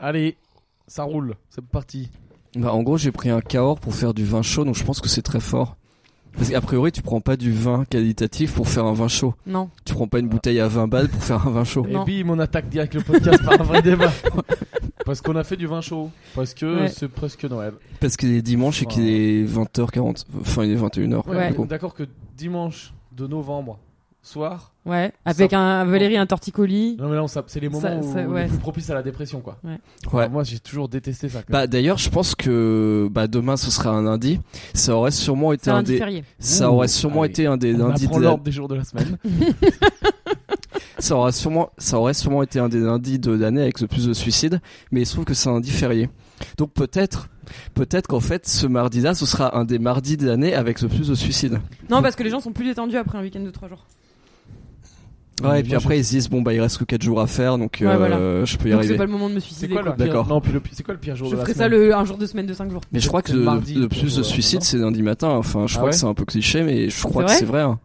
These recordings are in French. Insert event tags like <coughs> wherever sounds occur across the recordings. Allez, ça roule, c'est parti. Bah, en gros, j'ai pris un Cahors pour faire du vin chaud, donc je pense que c'est très fort. Parce qu'a priori, tu prends pas du vin qualitatif pour faire un vin chaud. Non. Tu prends pas une bouteille à 20 balles pour faire un vin chaud. Et Non. bim, on attaque direct le podcast par un vrai <laughs> débat. Parce qu'on a fait du vin chaud. Parce que Ouais. c'est presque Noël. Parce qu'il est dimanche et qu'il est 20h40. Enfin, il est 21h. Ouais. du coup. D'accord que dimanche de novembre soir. Ouais. Avec Ça- un Valérie, un torticolis. Non mais là, on s'app- c'est les moments Ça- où ça- on ouais. est plus propice à la dépression quoi. Ouais. Alors moi, j'ai toujours détesté ça. quoi. Bah d'ailleurs, je pense que bah demain ce sera un lundi. Ça aurait sûrement été C'est un un des férié. ça Ouh, aurait sûrement allez. été un des on lundis apprend de la- l'ordre des jours de la <laughs> semaine. ça aurait sûrement ça aurait sûrement été un des lundis de l'année avec le plus de suicides, mais il se trouve que c'est un lundi férié. Donc peut-être peut-être qu'en fait ce mardi-là ce sera un des mardis de l'année avec le plus de suicides. Non, parce que les gens sont plus détendus après un week-end de 3 jours. Ouais, et Mais puis moi, après ils se disent bon bah il reste que 4 jours à faire donc Ouais, euh, voilà. je peux y Donc c'est arriver. pas le moment de me je- C'est suicider. quoi le quoi. pire D'accord. Non, puis le pi- c'est quoi le pire jour Je de la ferai semaine ça le, un jour de semaine de 5 jours. Mais je crois que c'est le, mardi, le plus de euh, suicides non c'est lundi matin. Enfin je Ah crois ouais que c'est un peu cliché mais je crois que vrai c'est vrai. hein.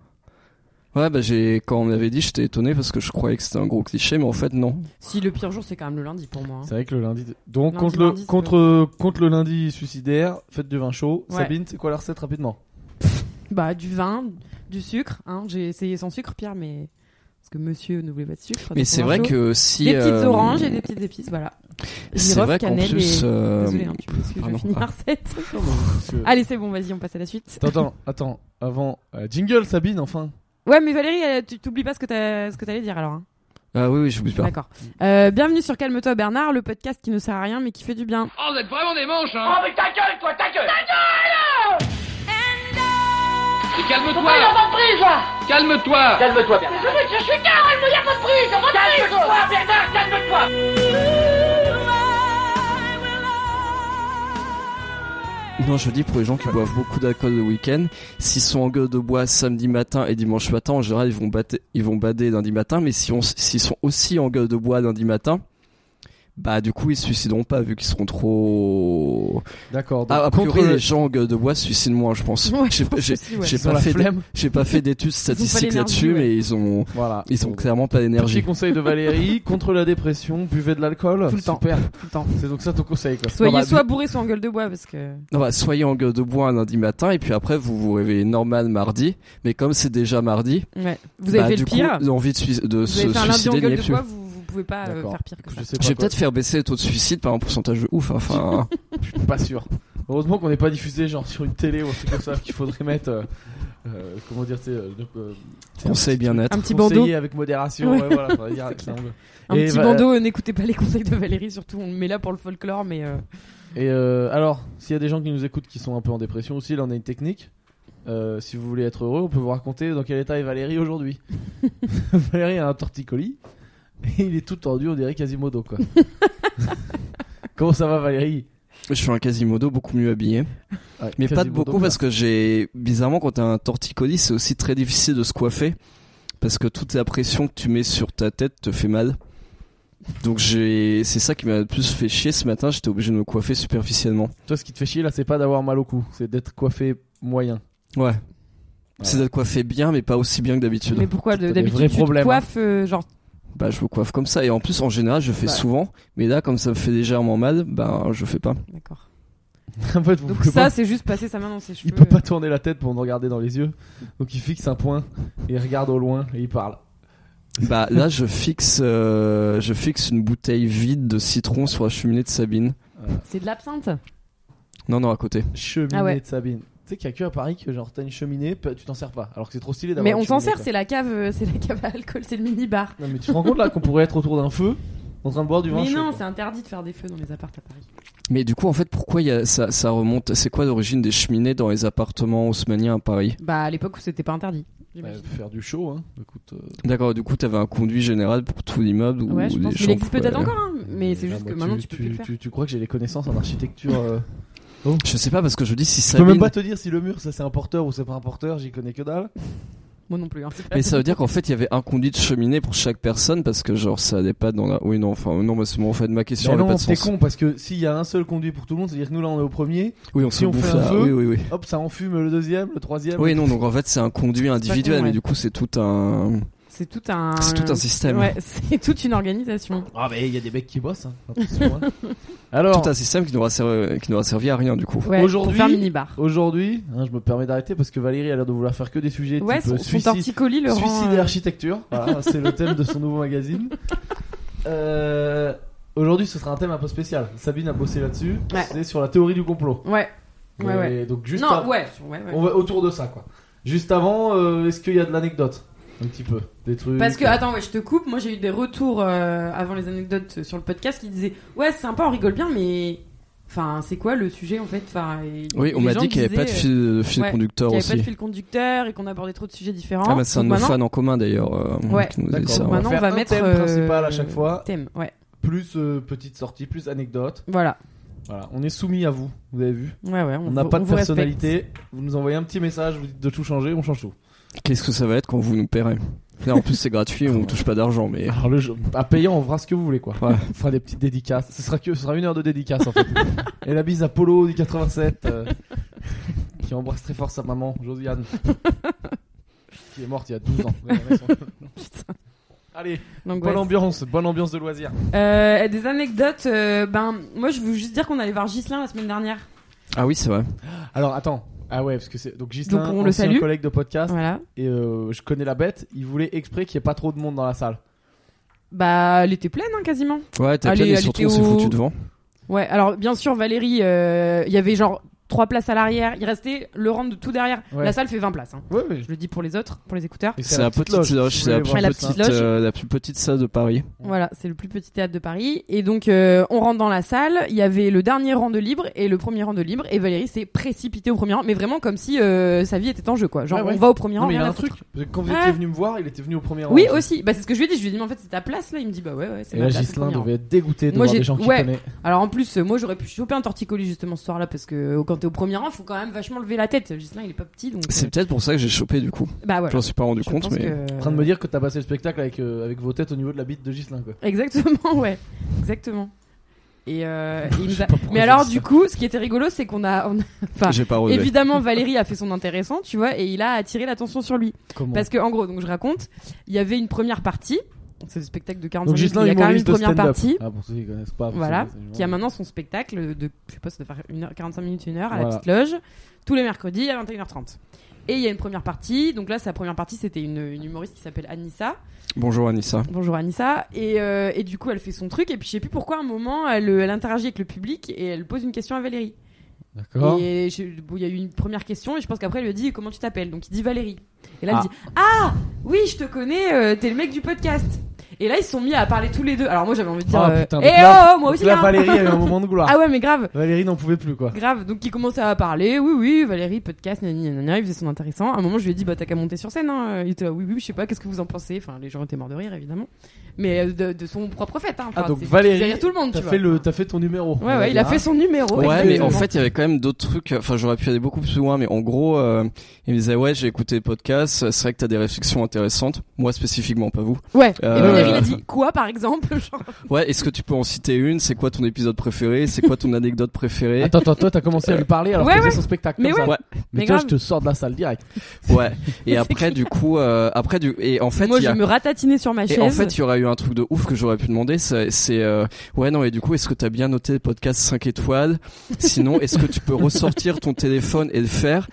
Ouais bah j'ai quand on me l'avait dit j'étais étonné parce que je croyais que c'était un gros cliché mais en fait non. Si le pire jour, c'est quand même le lundi pour moi. hein. C'est vrai que le lundi. de- Donc Lundi, contre le mardi, c'est contre contre le lundi suicidaire, fête du vin chaud. Ouais. Sabine, c'est quoi la recette rapidement Bah, du vin, du sucre. Hein. J'ai essayé sans sucre, Pierre, mais. Parce que monsieur ne voulait pas de sucre. Mais donc c'est on vrai mange que si Des petites euh, oranges et des petites épices, voilà. c'est girofle, vrai qu'en cannelle plus et- euh, Désolé, hein, tu peux, parce que je pardon. finis ma recette. Parce que- Allez, c'est bon, vas-y, on passe à la suite. Attends, attends, attends. Avant euh, jingle Sabine enfin. Ouais, mais Valérie, elle, tu t'oublies pas ce que t'as- ce que t'allais dire alors. hein. ah oui oui j'oublie pas. D'accord. Euh, bienvenue sur Calme-toi Bernard, le podcast qui ne sert à rien mais qui fait du bien. Oh, vous êtes vraiment des manches, hein Oh mais ta gueule toi, ta gueule Et Faut pas y Calme-toi avoir de prise là Calme-toi Calme-toi Bernard Je suis calme, il y a pas de prise, y'a pas de prise Calme-toi Bernard, calme-toi Non je dis pour les gens qui boivent beaucoup d'alcool le week-end s'ils sont en gueule de bois samedi matin et dimanche matin en général ils vont batter- ils vont bader lundi matin mais si on s'ils sont aussi en gueule de bois lundi matin bah du coup ils se suicideront pas vu qu'ils seront trop D'accord. donc, Ah, a contre priori, le- les gens en gueule de bois se suicident moins, je pense. <laughs> Bah, Ouais, J'ai je pense j'ai- aussi, ouais. j'ai Ils ont pas, la fait d'é- flemme. j'ai pas fait d'études statistiques l'énergie, là-dessus, ouais. mais ils ont, Voilà. ils ont clairement pas Petit d'énergie. conseil de Valérie contre la dépression, buvez de l'alcool. Tout le temps. Super. Tout le temps. C'est donc ça ton conseil quoi. Soyez bah, soit bourré, soit en gueule de bois parce que. Non, bah, soyez en gueule de bois un lundi matin, et puis après, vous vous réveillez normal mardi, mais comme c'est déjà mardi, Ouais. Vous avez bah, fait du le pire. coup, l'envie de, sui- de vous avez se fait un lundi en suicider n'y gueule est de plus. bois, vous, vous pouvez pas euh, D'accord. faire pire que ça. Je sais pas Je vais quoi. peut-être faire baisser le taux de suicide par un pourcentage de ouf, hein, enfin. Je suis pas sûr. Heureusement qu'on n'est pas diffusé genre sur une télé ou un truc comme ça qu'il faudrait mettre. euh, euh, comment dire, tu sais, euh, euh, c'est un Conseil petit truc. bien-être. Un petit Conseiller bandeau. avec modération. Ouais. ouais, voilà, faudrait <laughs> dire C'est que c'est un peu- Un Et petit bah- bandeau, euh, n'écoutez pas les conseils de Valérie, surtout on le met là pour le folklore, mais euh, Et euh, alors, s'il y a des gens qui nous écoutent qui sont un peu en dépression aussi, là on a une technique. Euh, si vous voulez être heureux, on peut vous raconter dans quel état est Valérie <laughs> aujourd'hui. Valérie a un torticolis et il est tout tordu, on dirait Quasimodo <laughs> quoi. Comment ça va Valérie Je suis un Quasimodo beaucoup mieux habillé. Ouais, Mais pas de Quasimodo, beaucoup parce que j'ai bizarrement quand t'as un torticolis c'est aussi très difficile de se coiffer parce que toute la pression que tu mets sur ta tête te fait mal. Donc j'ai c'est ça qui m'a le plus fait chier ce matin j'étais obligé de me coiffer superficiellement. Toi, ce qui te fait chier là, c'est pas d'avoir mal au cou, c'est d'être coiffé moyen. <laughs> Ouais. C'est d'être coiffé bien mais pas aussi bien que d'habitude. mais pourquoi t'as de- des d'habitude vrais tu te problèmes, hein. coiffes euh, genre Bah je me coiffe comme ça et en plus en général je fais Bah. souvent mais là comme ça me fait légèrement mal bah je fais pas. d'accord. en fait, vous Donc pouvez ça pas- c'est juste passer sa main dans ses cheveux. euh, il peut pas tourner la tête pour nous regarder dans les yeux, donc il fixe un point et il regarde au loin et il parle. Bah là je fixe euh, je fixe une bouteille vide de citron sur la cheminée de Sabine. C'est de l'absinthe. Non non à côté. Cheminée Ah ouais. de Sabine. Tu sais qu'il y a que à Paris que genre t'as une cheminée, pe- tu t'en sers pas, alors que c'est trop stylé d'avoir. Mais une on s'en cheminée, sert, quoi. c'est la cave, euh, c'est la cave à alcool, c'est le mini bar. Non mais tu te rends compte là qu'on pourrait être autour d'un feu en train de boire du vin Mais chaud, non, quoi. c'est interdit de faire des feux dans les apparts à Paris. Mais du coup, en fait, pourquoi il y a, ça, ça remonte C'est quoi l'origine des cheminées dans les appartements haussmanniens à Paris Bah à l'époque où c'était pas interdit. j'imagine. Ouais, Bah, faire du chaud, hein. Écoute, euh, D'accord, du coup, t'avais un conduit général pour tout l'immeuble où Ouais, je les pense qu'il gens existe peut-être pouvaient- encore, hein, mais c'est là, juste que moi, maintenant tu peux plus le faire. tu, tu crois que j'ai les connaissances en architecture <laughs> euh, Je sais pas parce que je dis si Je peux Sabine. même pas te dire si le mur ça c'est un porteur ou c'est pas un porteur, j'y connais que dalle. Moi non plus. hein, c'est <laughs> pas- Mais ça veut dire qu'en fait, il y avait un conduit de cheminée pour chaque personne parce que genre ça allait pas dans la. Oui, non, enfin non, mais c'est bon, en fait, ma question Mais n'avait pas non, de c'est sens. con parce que s'il y a un seul conduit pour tout le monde, c'est-à-dire que nous là on est au premier, Oui, on Si se on fait bouffe un là. feu- Oui, oui, oui. hop ça enfume le deuxième, le troisième. Oui, non, donc en fait, c'est un conduit con, individuel, mais ouais. du coup, c'est tout un. c'est tout un. C'est tout un système. Ouais, <laughs> c'est toute une organisation. Ah, mais il y a des mecs qui <laughs> bossent. hein. Attention, hein. Alors, Tout un système qui n'aura servi, qui n'aura servi à rien du coup. Ouais, Aujourd'hui- pour faire mini bar. aujourd'hui, hein, je me permets d'arrêter parce que Valérie a l'air de vouloir faire que des sujets Ouais, type son, euh, son suicide, torticolis le Suicide rend. et euh, architecture, <laughs> voilà, c'est le thème de son nouveau magazine. Euh, Aujourd'hui, ce sera un thème un peu spécial. Sabine a bossé là-dessus. Ouais. C'est sur la théorie du complot. Ouais. Ouais, Et ouais. Donc juste, non, à- ouais. ouais, ouais. on va autour de ça, quoi. Juste avant, euh, est-ce qu'il y a de l'anecdote, un petit peu, des trucs. Parce que, attends, ouais, je te coupe. Moi, j'ai eu des retours euh, avant les anecdotes sur le podcast qui disaient Ouais, c'est sympa, on rigole bien, mais. Enfin, c'est quoi le sujet en fait enfin, et- Oui, on les m'a gens dit qu'il n'y avait pas de disaient, euh, fil, de fil ouais, conducteur qu'il n'y avait aussi. pas de fil conducteur et qu'on abordait trop de sujets différents. Ah bah c'est un de Donc nos maintenant- fans en commun d'ailleurs euh, Ouais. qui nous a dit D'accord. ça. On donc va maintenant, on faire va un mettre. thème euh, principal à chaque fois. Thème, ouais. Plus euh, petite sortie, plus anecdote. Voilà. Voilà, on est soumis à vous. Vous avez vu. Ouais, ouais. On, On n'a vous- pas on de vous personnalité. respecte. Vous nous envoyez un petit message, vous dites de tout changer, on change tout. Qu'est-ce que ça va être quand vous nous paierez Là, En plus c'est gratuit, on touche pas d'argent mais... Alors le jeu, à payant, on fera ce que vous voulez quoi. Ouais. On fera des petites dédicaces. Ce sera que ce sera une heure de dédicace en fait. Et la bise à Polo du 87 euh, qui embrasse très fort sa maman Josiane qui est morte il y a 12 ans. Ouais, ouais, son- Allez, Donc, bonne ouais, ambiance, bonne ambiance de loisirs. Euh, et des anecdotes, euh, ben moi je veux juste dire qu'on allait voir Gislin la semaine dernière. <laughs> Ah oui c'est vrai. Alors attends. Ah ouais, parce que c'est donc Gislain, Donc, on le ancien salue. collègue de podcast Voilà. et euh, je connais la bête, il voulait exprès qu'il n'y ait pas trop de monde dans la salle. Bah elle était pleine hein, quasiment. Ouais t'as Allez, plein et allez, surtout Théo. on s'est foutu devant. Ouais. Alors bien sûr Valérie, euh, il y avait genre trois places à l'arrière. Il restait le rang de tout derrière. Ouais. La salle fait 20 places. hein. Ouais, ouais. Je le dis pour les autres, pour les écouteurs. Et C'est la petite loge, si vous c'est la, voulez plus voir la petite, petite loge. euh, la plus petite salle de Paris. Mm. Voilà, c'est le plus petit théâtre de Paris. Et donc euh, on rentre dans la salle. Il y avait le dernier rang de libre et le premier rang de libre. Et Valérie s'est précipitée au premier rang, mais vraiment comme si euh, sa vie était en jeu quoi. Genre Ouais, ouais. on va au premier Non, rang. mais il y rien a à un foutre. truc. Parce que Quand vous Ah. étiez venu me voir, il était venu au premier rang. Oui aussi. aussi. Bah c'est ce que je lui ai dit. Je lui ai dit mais en fait c'est ta place là. Il me dit bah ouais ouais. C'est Et ma là, place, au Ghislain premier rang. devait être dégoûté de Moi, voir j'ai- des gens qu'il ouais. connaît. Alors en plus, euh, moi j'aurais pu choper un torticolis justement ce soir-là parce que euh, quand t'es au premier rang, faut quand même vachement lever la tête. Gislain, il est pas petit donc. C'est euh, peut-être pour ça que j'ai chopé du coup. bah voilà. J'en suis pas rendu Je compte pense mais... que- En train de me dire que t'as passé le spectacle avec, euh, avec vos têtes au niveau de la bite de Gislin, quoi. euh, Exactement, <laughs> ouais, exactement. Et, euh, <laughs> et Je il nous sais a- pas pourquoi Mais j'ai alors dit du ça. coup, ce qui était rigolo, c'est qu'on a, on a- Enfin, J'ai Oh, pas rodé. évidemment Valérie a fait son intéressant, tu vois, et il a attiré l'attention sur lui. Comment Parce que en gros, donc je raconte, il y avait une première partie, c'est le spectacle de 45 Donc minutes, Gislin, mais il y a quand même une humoriste de première stand-up. partie. Ah, pour ceux qui connaissent pas. pour Voilà, ceux qui a maintenant son spectacle de, je sais pas, ça doit faire une heure- 45 minutes, une heure, à Voilà. la petite loge, tous les mercredis à 21h30. Et il y a une première partie, donc là, sa première partie, c'était une, une humoriste qui s'appelle Anissa. Bonjour Anissa. Bonjour Anissa. Et, euh, et du coup, elle fait son truc, et puis je sais plus pourquoi, à un moment, elle, elle interagit avec le public et elle pose une question à Valérie. D'accord. Et je- bon, il y a eu une première question, et je pense qu'après, elle lui a dit Comment tu t'appelles Donc il dit Valérie. Et là, Ah. elle dit Ah, oui, je te connais, euh, t'es le mec du podcast. Et là, ils se sont mis à parler tous les deux. Alors moi, j'avais envie de dire Ah, euh, putain, Eh donc là- oh, oh, moi donc aussi Là, hein. Valérie a eu <laughs> un moment de gloire. Ah ouais, mais grave, Valérie n'en pouvait plus, quoi. grave. Donc il commençait à parler, oui, oui, Valérie, podcast, nanani, nanana, il faisait son intéressant. À un moment, je lui ai dit, bah t'as qu'à monter sur scène. hein. Il était là, oui, oui, je sais pas, qu'est-ce que vous en pensez Enfin, les gens étaient morts de rire, évidemment. Mais euh, de, de son propre fait. Hein. Enfin, Ah, donc c'est- Valérie, il faisait rire tout le monde, T'as tu vois. fait, le... t'as fait ton numéro. on Ouais, va ouais, il a dire, fait hein. son numéro. Ouais, mais en exactement. fait, il y avait quand même d'autres trucs. Enfin, j'aurais pu aller beaucoup plus loin, mais en gros, euh, il me disait ouais, j'ai écouté le podcast. C'est vrai que t'as des réflexions intéressantes. Moi spécifiquement, pas vous. Ouais, Euh, et Valérie, il a euh, dit, quoi, par exemple <laughs> Genre, Ouais, est-ce que tu peux en citer une C'est quoi ton épisode préféré C'est quoi ton anecdote préférée Attends, attends, toi, t'as commencé à lui parler alors Ouais, que c'était ouais. son spectacle. Mais comme ouais. ça. Mais Mais toi, je grave. te sors de la salle direct. Ouais. Et <laughs> C'est après, du coup, euh, après du et en fait, Moi, il y je a- me ratatinais sur ma chaise. Et en fait, il y aurait eu un truc de ouf que j'aurais pu demander, c'est c'est, euh, ouais non et du coup, est-ce que t'as bien noté le podcast 5 étoiles Sinon, est-ce que tu peux ressortir ton téléphone et le faire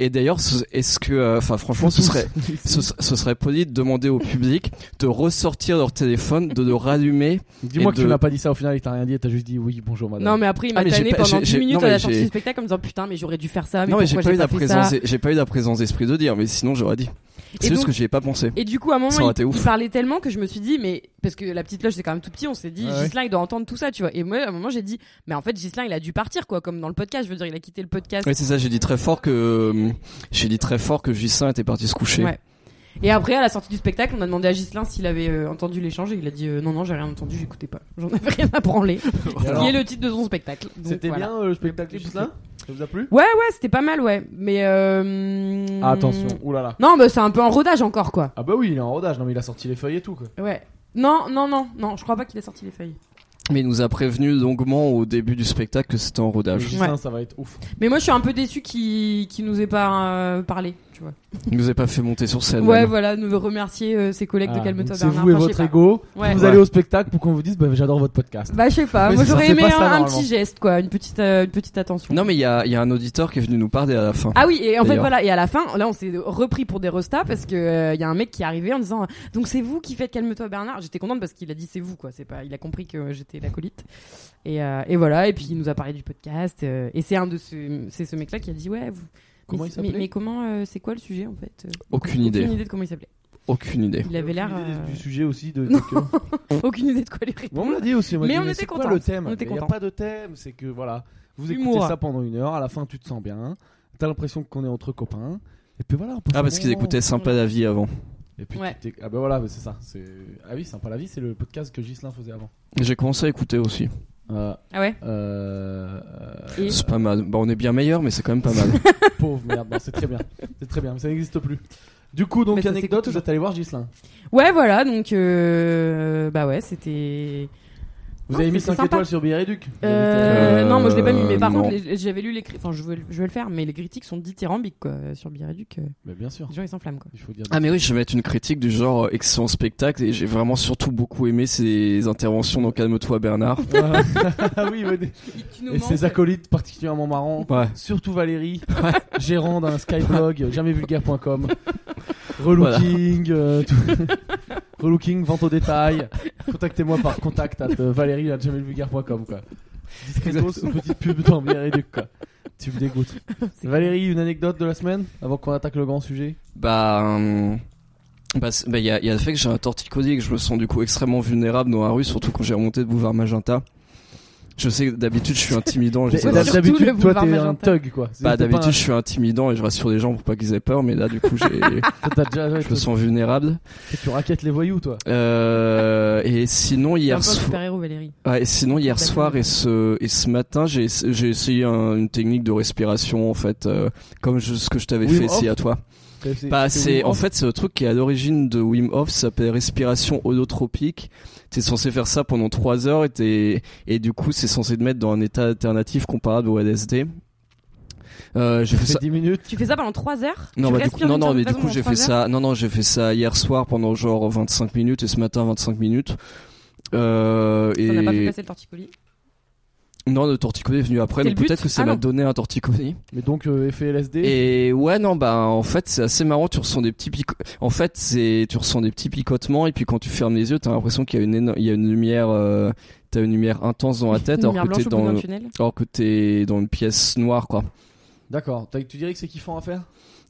Et d'ailleurs, ce- est-ce que euh, enfin franchement, ce serait ce, ce serait poli de demander au public de ressortir leur téléphone, de le rallumer. Ah, Dis-moi et que tu de- m'as pas dit ça au final et que t'as rien dit et t'as juste dit oui, bonjour madame. Non, mais après, il m'a Ah, mais j'ai tanné pas- pendant j'ai- 10 j'ai- non, minutes mais à la sortie j'ai- du spectacle en me disant, putain, mais j'aurais dû faire ça, mais non, mais j'ai pourquoi pas eu j'ai la pas fait ça présence, j'ai pas eu la présence d'esprit de dire, mais sinon j'aurais dit. C'est juste donc- que j'y ai pas pensé. Et du coup, à un Ça aurait moment, été il, ouf. il parlait tellement que je me suis dit, mais parce que la petite loge c'est quand même tout petit, on s'est dit, Ouais, ouais. Gislain il doit entendre tout ça, tu vois. Et moi, à un moment, j'ai dit, mais en fait, Gislain il a dû partir, quoi, comme dans le podcast. Je veux dire, il a quitté le podcast. Ouais, c'est ça, j'ai dit très fort que euh, j'ai dit très fort que Justin était parti se coucher. Ouais. Et après, à la sortie du spectacle, on a demandé à Gislain s'il avait euh, entendu l'échange et il a dit, euh, non, non, j'ai rien entendu, j'écoutais pas. J'en avais <laughs> rien à branler. Et alors, Qui est le titre de son spectacle. Donc, C'était voilà. bien euh, le spectacle, tout ça Ça vous a plu Ouais, c'était pas mal, ouais. Mais euh... Ah, Attention, oulala. Non, bah c'est un peu en rodage encore, quoi. Ah bah oui, il est en rodage, non mais il a sorti les feuilles et tout quoi. Ouais. Non, non, non, non, je crois pas qu'il a sorti les feuilles. Mais il nous a prévenu longuement au début du Ah, spectacle que c'était en rodage. Gislain, ça va être ouf. Mais moi, je suis un peu déçu qu'il qu'il nous ait pas euh, parlé. tu vois. Il nous a pas fait monter sur scène. Ouais, même. voilà, nous remercier euh, ses collègues de Ah, Calme-toi donc C'est Bernard. vous et enfin, je sais votre pas. ego. Ouais. Vous Ouais. allez au spectacle pour qu'on vous dise bah, j'adore votre podcast. Bah, je sais pas. Mais Moi, ça, j'aurais c'est aimé pas ça, un- un, normalement. petit geste, quoi, une petite, euh, une petite attention. Non, mais il y a, il y a un auditeur qui est venu nous parler à la fin. Ah oui, et en fait D'ailleurs. voilà, et à la fin, là on s'est repris pour des restas parce que euh, y a un mec qui est arrivé en disant donc c'est vous qui faites calme-toi Bernard. J'étais contente parce qu'il a dit c'est vous quoi, c'est pas, il a compris que euh, j'étais l'acolyte et, euh, et voilà et puis il nous a parlé du podcast euh, et c'est un de ce, c'est ce mec là qui a dit ouais vous. Comment mais, il mais, s'appelait mais comment euh, c'est quoi le sujet en fait euh, Aucune idée. Aucune idée de comment il s'appelait. Aucune idée. Il avait l'air Aucune idée euh, Du sujet aussi de. Non. de que- aucune idée de quoi les Bon, bah. répondre. on l'a dit aussi. on m'a Mais dit, on était c'est quoi contents. le thème On était Il n'y a contents. pas de thème. C'est que voilà, vous écoutez Humour. ça pendant une heure. À la fin, tu te sens bien. T'as l'impression qu'on est entre copains. Et puis voilà. on passe Ah, un parce bon qu'ils moment. écoutaient Sympa la vie avant. Et puis Ouais. t'es- ah bah voilà, bah c'est ça. c'est- Ah oui, sympa la vie, c'est le podcast que Ghislain faisait avant. J'ai commencé à écouter aussi. Euh, Ah ouais. euh, Et- C'est pas mal. Bah, on est bien meilleur, mais c'est quand même pas mal. euh, pauvre merde, non, c'est très bien, c'est très bien, mais ça n'existe plus. Du coup, donc Mais ça anecdote, s'écoute vous êtes allé voir Ghislain. Ouais voilà donc euh, bah ouais c'était. Vous Non, avez mis c'était 5 sympa. étoiles sur Billet Réduc. Euh, non, moi je l'ai pas mis, mais par non. contre, les- j'avais lu les cri- Enfin, je veux, je veux le faire, mais les critiques sont dithyrambiques, quoi. euh, Sur Biréduc, euh, Mais bien sûr, les gens ils s'enflamment, quoi. il faut dire. <laughs> Ah mais oui, je vais mettre une critique du genre euh, excellent spectacle et j'ai vraiment surtout beaucoup aimé ses interventions dans Calme-toi Bernard. <laughs> Ah oui, oui, des- et ses acolytes particulièrement marrants. Ouais. Surtout Valérie, gérant d'un skyblog jamaisvulgaire.com. Relooking, euh, tout- <laughs> relooking, vente au détail. Contactez-moi par contact at euh, valérie at jamaisvulgaire.com, quoi. Discretos, Exactement. petite pub dans Bière et Duc, quoi. Tu me dégoûtes. C'est- Valérie, une anecdote de la semaine avant qu'on attaque le grand sujet Bah, hum, bah, c'est- bah, il y a, il y a le fait que j'ai un torticolis et que je me sens du coup extrêmement vulnérable dans la rue, surtout quand j'ai remonté de boulevard Magenta. Je sais que d'habitude je suis intimidant. D'hab- j'essaie de- Surtout le D'habitude, toi, boulevard t'es un Magenta. thug, quoi. C'est- Bah t'es pas d'habitude je un- suis intimidant et je rassure les gens pour pas qu'ils aient peur, mais là du coup j'ai, toi, Ah, t'as déjà- ouais, je me sens vulnérable. tu- Tu raquettes les voyous, toi. Euh, et sinon C'est un hier peu un soir. super héros, Valérie. Ouais, Ah, et sinon hier D'accord. soir et ce et ce matin j'ai ess- j'ai essayé un- une technique de respiration en fait euh, comme je- ce que je t'avais Wim fait Hof essayer à toi. C'est- c'est- Bah c'est c'est Wim en Hof. fait c'est le truc qui est à l'origine de Wim Hof ça s'appelle respiration holotropique. T'es censé faire ça pendant trois heures et t'es- et du coup c'est censé te mettre dans un état alternatif comparable au LSD. Euh, j'ai fait C'est ça 10 minutes. Tu fais ça pendant 3 heures non, bah, du Tu coup, respires non, d'une non, seule mais du façon coup, pendant j'ai trois fait heures ça. Non, non, j'ai fait ça hier soir pendant genre 25 minutes et ce matin 25 minutes. Euh, Ça n'a pas et- fait passer le torticolis. Non, le torticolis est venu après, Quel mais but peut-être que ça Ah m'a non. donné un torticolis. Mais donc, euh, effet LSD. Et ouais, non, bah en fait c'est assez marrant. Tu ressens des petits pico... en fait c'est tu ressens des petits picotements et puis quand tu fermes les yeux, t'as l'impression qu'il y a une éno- il y a une lumière, euh... t'as une lumière intense <laughs> dans la tête, Lumière alors que blanche t'es au bout dans d'un tunnel. alors que t'es dans une pièce noire quoi. D'accord. T'as- Tu dirais que c'est kiffant à faire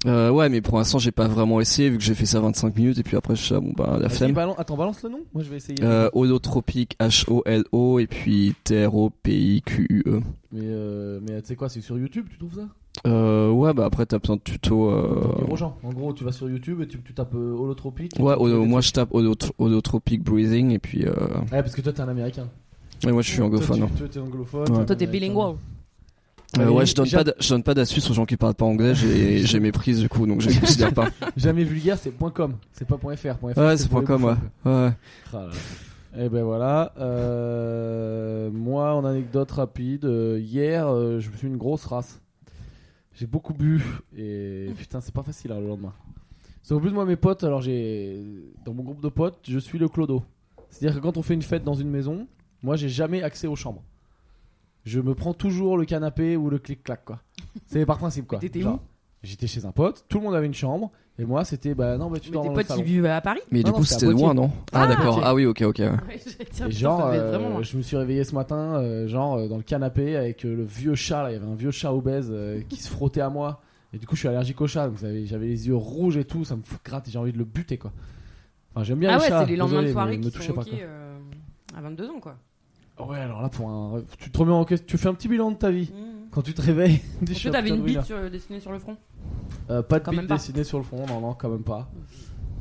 Euh, ouais, mais pour l'instant j'ai pas vraiment essayé vu que j'ai fait ça 25 minutes et puis après je suis là, bon bah la Vas-y, flemme. balan- Attends, balance le nom. Moi, je vais essayer. Euh, holotropique H O L O et puis T R O P I Q U E. Mais, euh, mais tu sais quoi, c'est sur YouTube, tu trouves ça Euh, ouais, bah après t'as besoin de Pour tutos. Euh... dire aux gens. En gros, tu vas sur YouTube et tu, tu tapes euh, holotropique. Ouais, tu- au- tu- moi je tape holotro- holotropic breathing et puis euh... Ouais, parce que toi, t'es un américain. et moi je suis anglophone. Toi, hein. tu- toi, t'es anglophone. Ouais. t'es Toi, t'es américain. bilingual. Euh, Valérie, ouais, je donne j'a- pas, d- je donne pas d'astuces aux gens qui parlent pas anglais. <laughs> J'ai, j'ai mes prises du coup, donc <laughs> je les considère pas. Jamais vulgaire, c'est .com. C'est pas .fr. .fr Ouais, c'est pour point les com, ouais. bouffons, ouais. quoi. <laughs> Ah là là. Et ben voilà. euh, moi, en anecdote rapide, euh, hier, euh, je me suis une grosse race. J'ai beaucoup bu et putain, c'est pas facile hein, le lendemain. Sauf plus de moi, mes potes, alors j'ai. Dans mon groupe de potes, je suis le clodo. C'est-à-dire que quand on fait une fête dans une maison, moi, j'ai jamais accès aux chambres. Je me prends toujours le canapé ou le clic-clac, quoi. C'est par principe, quoi. Mais t'étais Genre, J'étais chez un pote, tout le monde avait une chambre, et moi, c'était bah non, bah tu Mais dors tes dans le potes, ils salon. vivent à Paris Mais Non, du non, coup, c'est à c'était loin, Poitiers. non Ah, Ah, d'accord. Poitiers. Ah oui, ok, ok. ouais. Et genre, genre, euh, je me suis réveillé ce matin, euh, genre euh, dans le canapé avec euh, le vieux chat. là, Il y avait un vieux chat obèse euh, qui se frottait à moi. Et du coup, je suis allergique au chat, donc ça avait- j'avais les yeux rouges et tout. Ça me fout- gratte et j'ai envie de le buter quoi. Enfin, j'aime bien Ah les ouais, chats. c'est les lendemains de désolé, soirée mais me qui touchez sont pas, ok euh, à 22 ans, quoi. quoi. Ouais, alors là, pour un, tu te remets en question, tu fais un petit bilan de ta vie quand tu te réveilles. <laughs> tu dis, je Est-ce suis que un t'avais putain de une winner. bite sur- dessinée sur le front Euh, Pas de Quand bite même pas. dessinée sur le front, non, non, quand même pas.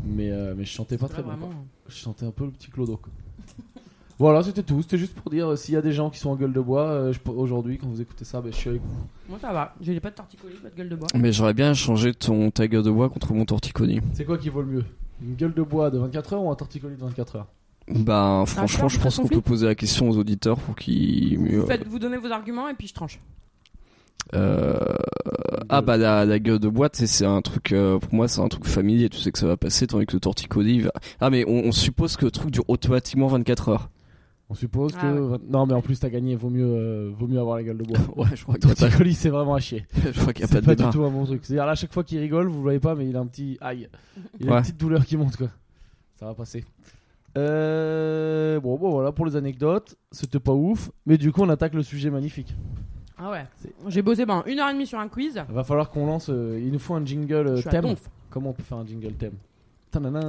Mais euh, mais je chantais pas Parce que très là, bien. quoi. vraiment, hein. je sentais un peu le petit clodo. quoi. <laughs> voilà, c'était tout. C'était juste pour dire euh, s'il y a des gens qui sont en gueule de bois euh, je- aujourd'hui, quand vous écoutez ça, ben, je suis avec vous. Moi, ça va. J'ai pas de torticolis, pas de gueule de bois. Mais j'aurais bien changé ton tag de bois contre mon torticolis. C'est quoi qui vaut le mieux Une gueule de bois de 24 heures ou un torticolis de 24 heures Bah, franchement, cœur je de pense qu'on conflit peut poser la question aux euh, auditeurs pour qu'ils. Faites, vous donnez vos arguments et puis je tranche. Euh, Ah bah la, la gueule de bois, tu sais, c'est un truc, euh, pour moi c'est un truc familier, tu sais que ça va passer, tandis que le torticolis il va... Ah mais on, on suppose que le truc dure automatiquement 24 heures. On suppose Ah que. Non, mais en plus, t'as gagné. Vaut mieux, euh, vaut mieux avoir la gueule de <laughs> bois. Ouais, je crois qu'il n'y a pas, Torticolis, c'est vraiment à chier. je crois qu'il y a C'est pas de pas débat. du tout un bon truc. C'est-à-dire, à chaque fois qu'il rigole, vous le voyez pas, mais il a un petit. Aïe. Il a Ouais. une petite douleur qui monte, quoi. Ça va passer. Euh, Bon, bon, voilà pour les anecdotes. C'était pas ouf. Mais du coup, on attaque le sujet magnifique. Ah ouais. C'est- J'ai bossé ben, une heure et demie sur un quiz. Va falloir qu'on lance. euh, il nous faut un jingle euh, Je suis à thème. donf. Comment on peut faire un jingle thème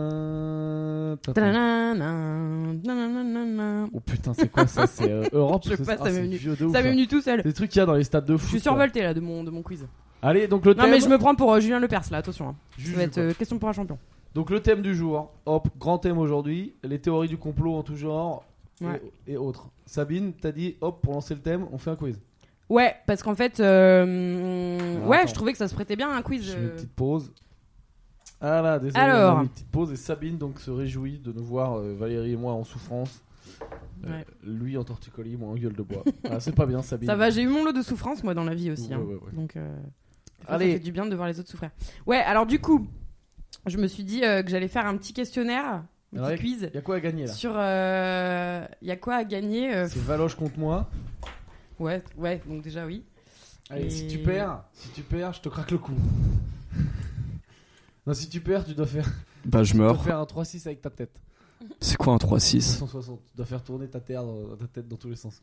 Tadana, tadana. Ta-da-na-na, ta-da-na-na-na. Oh putain, c'est quoi ça C'est euh, Europe <laughs> Je sais c'est- pas, ah, ça m'est c'est venu. vieux de ouf, Ça m'est venu tout seul. C'est des trucs qu'il y a dans les stades de foot. Je suis quoi. survolté là de mon, de mon quiz. Allez, donc le Non thème. mais je me prends pour euh, Julien Lepers là, attention. hein. Juju, Ça va être quoi. euh, question pour un champion. Donc le thème du jour. Hop, grand thème aujourd'hui. Les théories du complot en tout genre et- Ouais. et, autres. Sabine, t'as dit hop pour lancer le thème, on fait un quiz. Ouais, parce qu'en fait, euh, Alors, ouais, Ah, attends. je trouvais que ça se prêtait bien à un quiz. Je euh. mets une petite pause. Ah là, désolé. Alors. on a mis une petite pause et Sabine donc se réjouit de nous voir euh, Valérie et moi en souffrance. Euh, Ouais. Lui en torticolis, moi en gueule de <laughs> bois. Ah, c'est pas bien Sabine. Ça va, j'ai eu mon lot de souffrance moi dans la vie aussi. Ouais, hein. ouais, ouais. Donc, euh, ça Allez. fait du bien de voir les autres souffrir. Ouais, alors du coup, je me suis dit euh, que j'allais faire un petit questionnaire, un Ouais. petit quiz Y a quoi à gagner là sur euh, y a quoi à gagner. euh, C'est Valoche contre moi. Ouais, ouais, donc déjà oui. Allez, Et- si tu perds, si tu perds, je te craque le cou. non, si tu perds, tu dois faire, Bah je tu dois meurs. faire un 3-6 avec ta tête. C'est quoi un 3-6 360. Tu dois faire tourner ta, terre dans- ta tête dans tous les sens.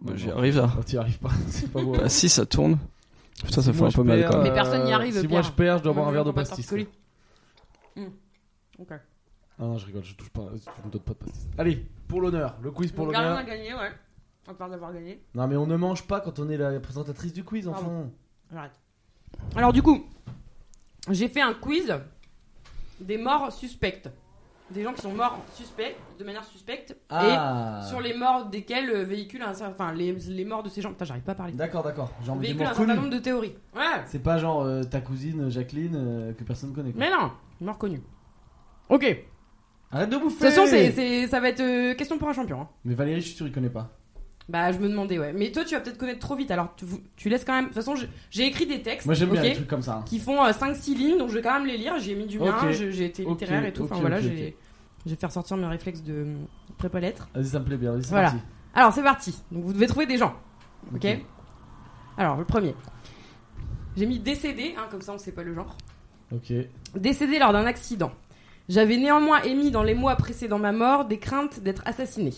bah, Non, J'y non. arrive là. Ah, tu y arrives pas, <laughs> c'est pas beau. Bah si ça tourne. Putain ça Si fait moi, un je peu mal perds, euh, quand même. Mais personne n'y arrive, Si Pierre. moi je perds, je dois Moi, boire un je verre de prends pas de pastis. torticolis. quoi. Hmm. Ok. Ah non, je rigole, je touche pas, tu me donnes pas de pastis. Allez, pour l'honneur, le quiz pour Donc Garland a l'honneur. gagné, ouais. À part d'avoir gagné. Non, mais on ne mange pas quand on est la présentatrice du quiz, enfin. Pardon. J'arrête. Alors du coup, j'ai fait un quiz des morts suspectes. Des gens qui sont morts suspects, de manière suspecte. Ah. Et sur les morts desquels euh, véhicule un certain... Enfin, les, les morts de ces gens... Putain, j'arrive pas à parler. D'accord, d'accord. J'ai envie de Véhicule dire un certain connu. nombre de théories. Ouais C'est pas genre euh, ta cousine Jacqueline euh, que personne connaît. quoi. Mais non, mort connue. Ok. De Arrête de bouffer toute façon, c'est- c'est- ça va être euh, question pour un champion. hein. Mais Valérie, je suis sûr, il connaît pas. Bah, je me demandais, ouais. Mais toi, tu vas peut-être connaître trop vite, alors tu, tu laisses quand même. De toute façon, je- j'ai écrit des textes. Moi, j'aime bien ok, les trucs comme ça. hein. Qui font 5-6 lignes, donc je vais quand même les lire. J'ai mis du mien, Ok. je- j'ai été Ok, littéraire et tout. ok, Enfin, voilà, ok, j'ai- ok. j'ai fait ressortir mes réflexes de euh, prépa-lettres. Vas-y, ça me plaît bien. Vas-y, c'est Voilà. parti. Alors, c'est parti. Donc, vous devez trouver des gens. Ok, Ok. Alors, le premier. J'ai mis décédé, hein, comme ça on sait pas le genre. Ok. Décédé lors d'un accident. J'avais néanmoins émis dans les mois précédant ma mort des craintes d'être assassiné.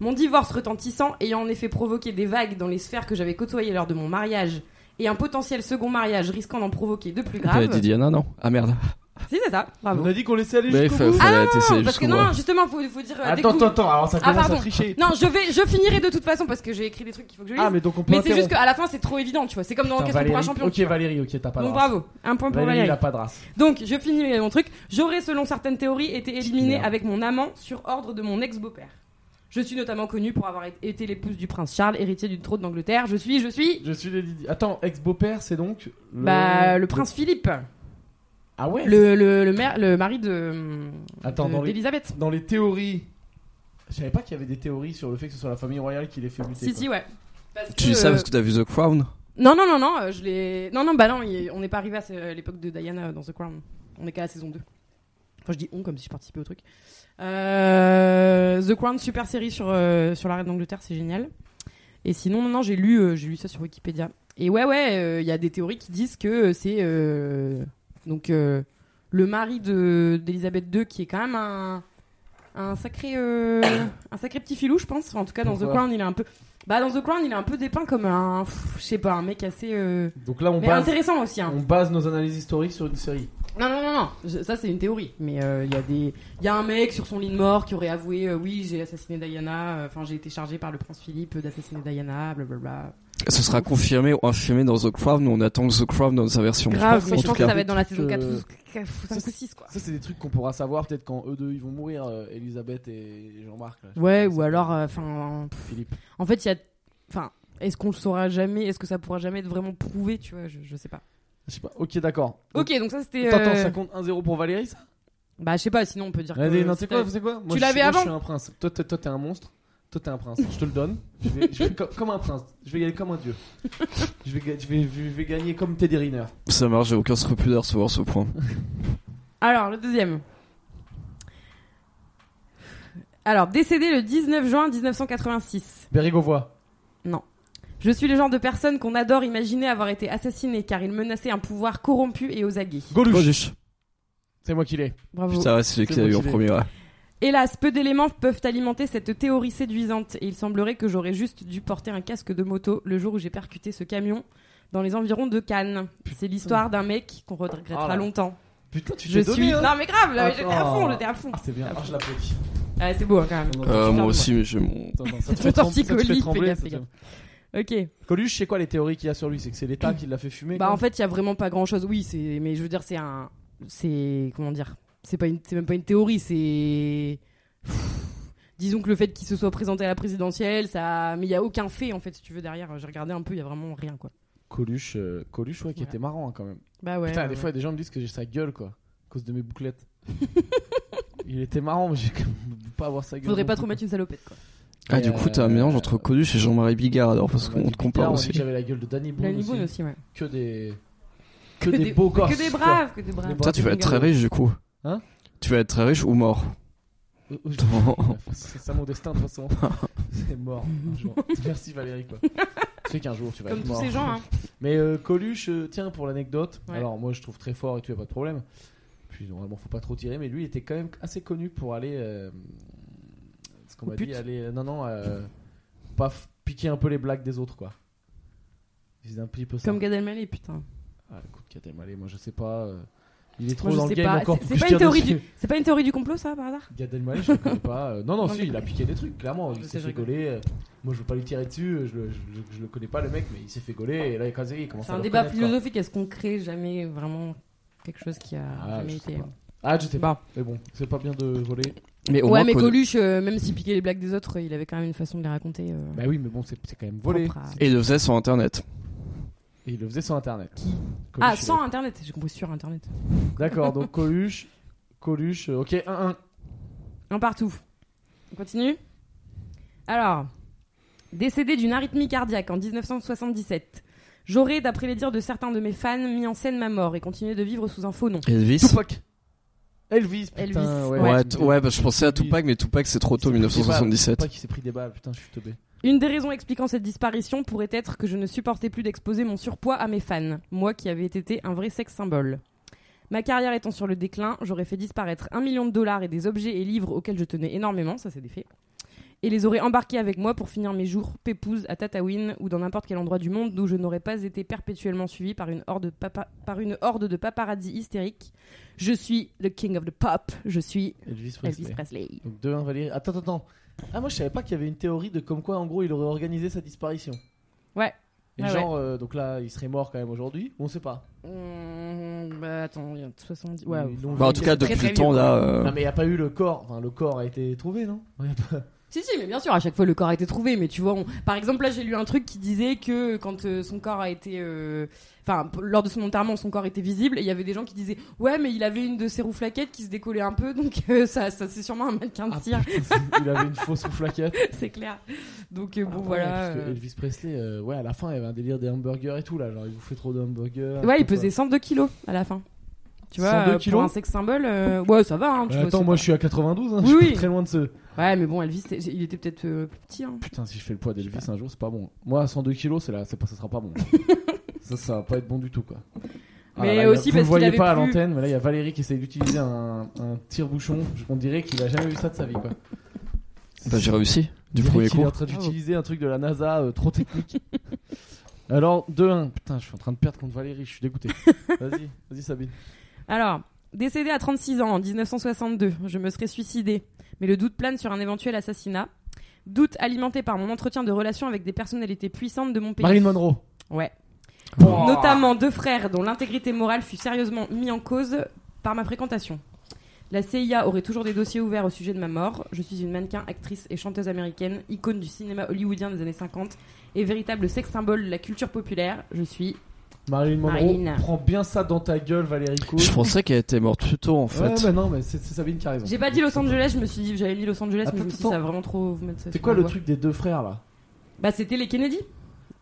Mon divorce retentissant ayant en effet provoqué des vagues dans les sphères que j'avais côtoyées lors de mon mariage et un potentiel second mariage risquant d'en provoquer de plus T'avais graves. dit Diana non Ah merde. Si c'est ça, bravo. On a dit qu'on laissait aller Mais jusqu'au fa- bout. fallait essayer parce que jusqu'au non, bout. non, justement, faut, faut dire. euh, des Attends, coups. attends, attends. Alors, ça Ah, commence à pardon. tricher. Non, je vais, je finirai de toute façon parce que j'ai écrit des trucs qu'il faut que je lise. Ah, mais donc on peut mais c'est juste interrompre. qu'à la fin c'est trop évident, tu vois. C'est comme dans Putain, Question pour un Valérie. champion. Ok, tu vois. Valérie, ok, t'as pas de Donc race. bravo, un point pour Valérie, Valérie. il a pas de race. Donc, je finis mon truc. J'aurais, selon certaines théories, été éliminée Merde. avec mon amant sur ordre de mon ex-beau-père. Je suis notamment connue pour avoir été l'épouse du prince Charles, héritier du trône d'Angleterre. Je suis, je suis, Je suis les Didi. Attends, ex-beau-père, c'est donc. Le... bah, le prince Philippe, Ah ouais le, le, le, maire- le mari de, Attends, de- dans les- d'Elisabeth. Dans les théories. Je savais pas qu'il y avait des théories sur le fait que ce soit la famille royale qui les fait buter. Si, quoi. si, ouais. Parce Tu dis ça euh, parce que t'as vu The Crown Non, non, non, non, euh, je l'ai. Non, non, bah non, il- on n'est pas arrivé à ce- l'époque de Diana euh, dans The Crown. On est qu'à la saison 2. Enfin, je dis on comme si je participais au truc. Euh, The Crown, super série sur, euh, sur la reine d'Angleterre, c'est génial. Et sinon, non, non, j'ai lu, euh, j'ai lu ça sur Wikipédia. Et ouais, ouais, euh, il y a des théories qui disent que euh, c'est. euh, donc, euh, le mari de- d'Elisabeth II, qui est quand même un. Un sacré, euh, un sacré petit filou, je pense. Enfin, en tout cas, dans The Pourquoi Crown, il est un peu. Bah, dans The Crown, il est un peu dépeint comme un. pff, Je sais pas, un mec assez. euh, Donc là, on mais base, intéressant aussi. hein. on base nos analyses historiques sur une série. Non, non, non, non. Je- ça, c'est une théorie. Mais euh, il y a des, il y a un mec sur son lit de mort qui aurait avoué, euh, oui, j'ai assassiné Diana. euh, Enfin, j'ai été chargé par le prince Philippe d'assassiner Diana. Blablabla. Ce sera confirmé ou infirmé dans The Crown, nous on attend que The Crown dans sa version. pense Grave, mais qu'en je tout pense cas, que ça va être dans la toute, saison 4 euh, ou 5 ou 6, quoi. Ça, c'est des trucs qu'on pourra savoir peut-être quand eux deux ils vont mourir, euh, Elisabeth et Jean-Marc. là. Je sais Ouais, pas, ou c'est alors, euh, pas- enfin, Philippe. en fait, il y a, enfin, est-ce qu'on le saura jamais Est-ce que ça pourra jamais être vraiment prouvé Tu vois, je, je sais pas. Je sais pas. Ok, d'accord. Ok, donc ça c'était. Attends, attends, euh, ça compte 1-0 pour Valérie ça Bah, je sais pas. Sinon, on peut dire. que Allez, Non, si c'est t'as- quoi, c'est quoi Moi, Tu je- l'avais moi, avant Je suis un prince. Toi, t'es- toi, t'es un monstre. Toi, t'es un prince, je te le donne. Je vais, je vais co- comme un prince, je vais y aller comme un dieu. Je vais, ga- je vais, je vais gagner comme Teddy Riner. Ça marche, j'ai aucun scrupule à recevoir ce point. Alors, le deuxième. Alors, décédé le 19 juin 1986. Bérégovois. Je suis le genre de personne qu'on adore imaginer avoir été assassinée car il menaçait un pouvoir corrompu et aux aguets. Goluche. Goluche. C'est moi qui l'ai. Bravo. Putain, ouais, c'est celui C'est qui a moi eu qui en l'ai. premier. ouais. Hélas, peu d'éléments peuvent alimenter cette théorie séduisante et il semblerait que j'aurais juste dû porter un casque de moto le jour où j'ai percuté ce camion dans les environs de Cannes. C'est l'histoire d'un mec qu'on regrettera Ah là. longtemps. Putain, tu Je t'es suis. donné. hein. Non mais grave, là, Ah, j'étais à fond, oh. j'étais à fond. Ah, c'est bien. Ah, je l'applaudis. Ah, c'est beau hein, quand même. Non, non, Euh, tu moi fermes, aussi, mais j'ai mon. Attends, attends, ça te fait Ton trem- ça te torticolis, fait fais trembler, gaffe, ça fais te- gaffe. Ok. Coluche, c'est quoi les théories qu'il y a sur lui C'est que c'est l'État qui l'a fait fumer Bah quoi en fait, il y a vraiment pas grand chose. Oui, c'est mais je veux dire c'est un c'est comment dire C'est pas une c'est même pas une théorie, c'est Pfff. disons que le fait qu'il se soit présenté à la présidentielle, ça mais il y a aucun fait en fait si tu veux derrière. J'ai regardé un peu, il y a vraiment rien quoi. Coluche, euh, Coluche, ouais, qui Voilà. était marrant hein, quand même. Bah ouais. Putain, ouais, des ouais. fois, il y a des gens qui me disent que j'ai sa gueule, quoi, à cause de mes <laughs> bouclettes. il était marrant, mais j'ai quand même pas avoir sa gueule. faudrait non pas plus, trop quoi. mettre une salopette quoi. Ah, Et, du coup, t'as un euh, mélange entre Coluche et Jean-Marie Bigard alors, parce On qu'on m'a dit te Bigard, compare on a dit aussi. que J'avais la gueule de Danny La Boone. Liboune aussi. aussi ouais. Que des. Que, des, beaux gosses. <laughs> Que des quoi. <laughs> braves, que des braves. Putain, tu vas être très riche du coup. Hein Tu vas être très riche ou mort Euh, euh, Attends. je- C'est ça mon destin, de toute <laughs> façon. C'est mort. un <laughs> jour. Merci Valérie, quoi. Tu sais qu'un jour, tu vas Comme être tous mort. ces gens hein. Mais euh, Coluche, euh, tiens, pour l'anecdote, Ouais. alors moi je trouve très fort et tout, y a pas de problème. Puis normalement, faut pas trop tirer, mais lui il était quand même assez connu pour aller. euh, ce qu'on Aux m'a dit, putes. aller. euh, non, non, euh, pas f- piquer un peu les blagues des autres, quoi. Il faisait un petit peu ça. Comme Gad Elmaleh putain. Ah, écoute, Gad Elmaleh, moi je sais pas. euh, il est trop Moi, je dans le sais game pas, encore c'est- pour c'est que pas je tire une théorie dessus. du c'est pas une théorie du complot ça par hasard Gad Elmaleh, je le connais pas. euh, non, non, Non, si, je il a connais. piqué des trucs, clairement. Je Il sais, s'est je fait rigole. gauler. euh, Moi, je veux pas lui tirer dessus. euh, Je, le- je- je- je le connais pas, le mec, mais il s'est fait gauler. Et là, il il commence C'est à un le débat reconnaître, quoi. philosophique, est-ce qu'on crée jamais vraiment quelque chose qui a Ah, jamais je sais été pas. Ah, je sais pas. Bah. Mais bon, c'est pas bien de voler. Mais au ouais, moins, mais Colu- Coluche, euh, même s'il piquait les blagues des autres, il avait quand même une façon de les raconter. euh, Bah oui, mais bon, c'est c'est quand même volé. propre à- Et il le faisait sur internet. Et il le faisait sur internet. Coluche, Ah, il sans internet, j'ai compris sur internet. est- D'accord, donc Coluche. Coluche, euh, ok, 1-1. Un partout. On continue Alors, décédé d'une arythmie cardiaque en 1977, j'aurais, d'après les dires de certains de mes fans, mis en scène ma mort et continué de vivre sous un faux nom. Elvis Tupac. Elvis, putain, Elvis, ouais. Ouais, ouais, tu- t- ouais, bah, je pensais à Tupac, mais Tupac c'est trop tôt, Il s'est pris des balles. 1977. Tupac, il s'est pris des balles, putain, je suis teubé. Une des raisons expliquant cette disparition pourrait être que je ne supportais plus d'exposer mon surpoids à mes fans, moi qui avais été un vrai sex symbole. Ma carrière étant sur le déclin, j'aurais fait disparaître un million de dollars et des objets et livres auxquels je tenais énormément, ça c'est des faits, et les aurais embarqués avec moi pour finir mes jours pépouze à Tataouine ou dans n'importe quel endroit du monde où je n'aurais pas été perpétuellement suivi par une horde, de papa- par une horde de paparazzi hystériques. Je suis le king of the pop, je suis Elvis Presley. Elvis Presley. Donc 2-1, Valérie. Attends, attends. Ah, moi, je savais pas qu'il y avait une théorie de comme quoi, en gros, il aurait organisé sa disparition. Ouais. Et Ouais, genre, euh, donc là, il serait mort quand même aujourd'hui. On sait pas. Hum, bah attends, il y a 70. Ouais, Ils l'ont Bah, en vu, tout il cas, était depuis très le temps vieux, là. Non, euh, mais il n'y a pas eu le corps. Enfin, le corps a été trouvé, non Il y a pas- Si, si, mais bien sûr, à chaque fois le corps a été trouvé, mais tu vois, on- par exemple, là j'ai lu un truc qui disait que quand euh, son corps a été. euh, Enfin, p- lors de son enterrement, son corps était visible, et il y avait des gens qui disaient Ouais, mais il avait une de ses roues flaquettes qui se décollait un peu, donc euh, ça, ça c'est sûrement un mannequin de Ah, tir, putain, <laughs> il avait une fausse flaquette. <laughs> c'est clair. Donc euh, bon, Ah ouais, voilà. parce que euh, Elvis Presley, euh, ouais, à la fin, il y avait un délire des hamburgers et tout, là. Genre, il bouffait trop de hamburgers. Ouais, il tout, pesait 102 kilos à la fin. Tu vois, 102 euh, kilos pour un sexe symbole, euh, ouais, ça va, hein, quoi. tu Mais vois. attends, c'est moi, pas- je suis à 92, hein, Oui, je suis oui. pas très loin de ce. Ouais, mais bon, Elvis, c'est- il était peut-être euh, plus petit, hein. Putain, si je fais le poids d'Elvis un jour, c'est pas bon. Moi, à 102 kilos, c'est là, c'est pas, ça sera pas <laughs> bon. ça, ça va pas être bon du tout, quoi. Ah Mais là, il y a- aussi vous le parce qu'il voyez avait pas à plus- l'antenne, mais là, il y a Valérie qui essaye d'utiliser un, un tire-bouchon. Je- On dirait qu'il a jamais vu ça de sa vie, quoi. Bah, j'ai réussi du Eric, premier Il est coup. en train d'utiliser un truc de la NASA euh, trop <laughs> technique. Alors, 2-1. Putain, je suis en train de perdre contre Valérie, je suis <laughs> dégoûté. Vas-y, vas-y, Sabine. Alors, décédé à 36 ans en 1962, je me serais suicidé, mais le doute plane sur un éventuel assassinat. Doute alimenté par mon entretien de relations avec des personnalités puissantes de mon pays. Marine Monroe. Ouais. Oh. Notamment deux frères dont l'intégrité morale fut sérieusement mise en cause par ma fréquentation. La CIA aurait toujours des dossiers ouverts au sujet de ma mort. Je suis une mannequin, actrice et chanteuse américaine, icône du cinéma hollywoodien des années 50 et véritable sex symbole de la culture populaire. Je suis Marilyn Monroe, Marilyn. prends bien ça dans ta gueule, Valérie Cool. Je pensais qu'elle était morte plus tôt en fait. Ouais, mais non, mais c'est c'est Sabine qui a raison. J'ai pas dit Los Angeles, je me suis dit, j'avais dit Los Angeles, mais je me suis dit, Attends, ça va vraiment trop vous mettre ça C'est sur quoi la le voie. truc des deux frères là Bah, c'était les Kennedy.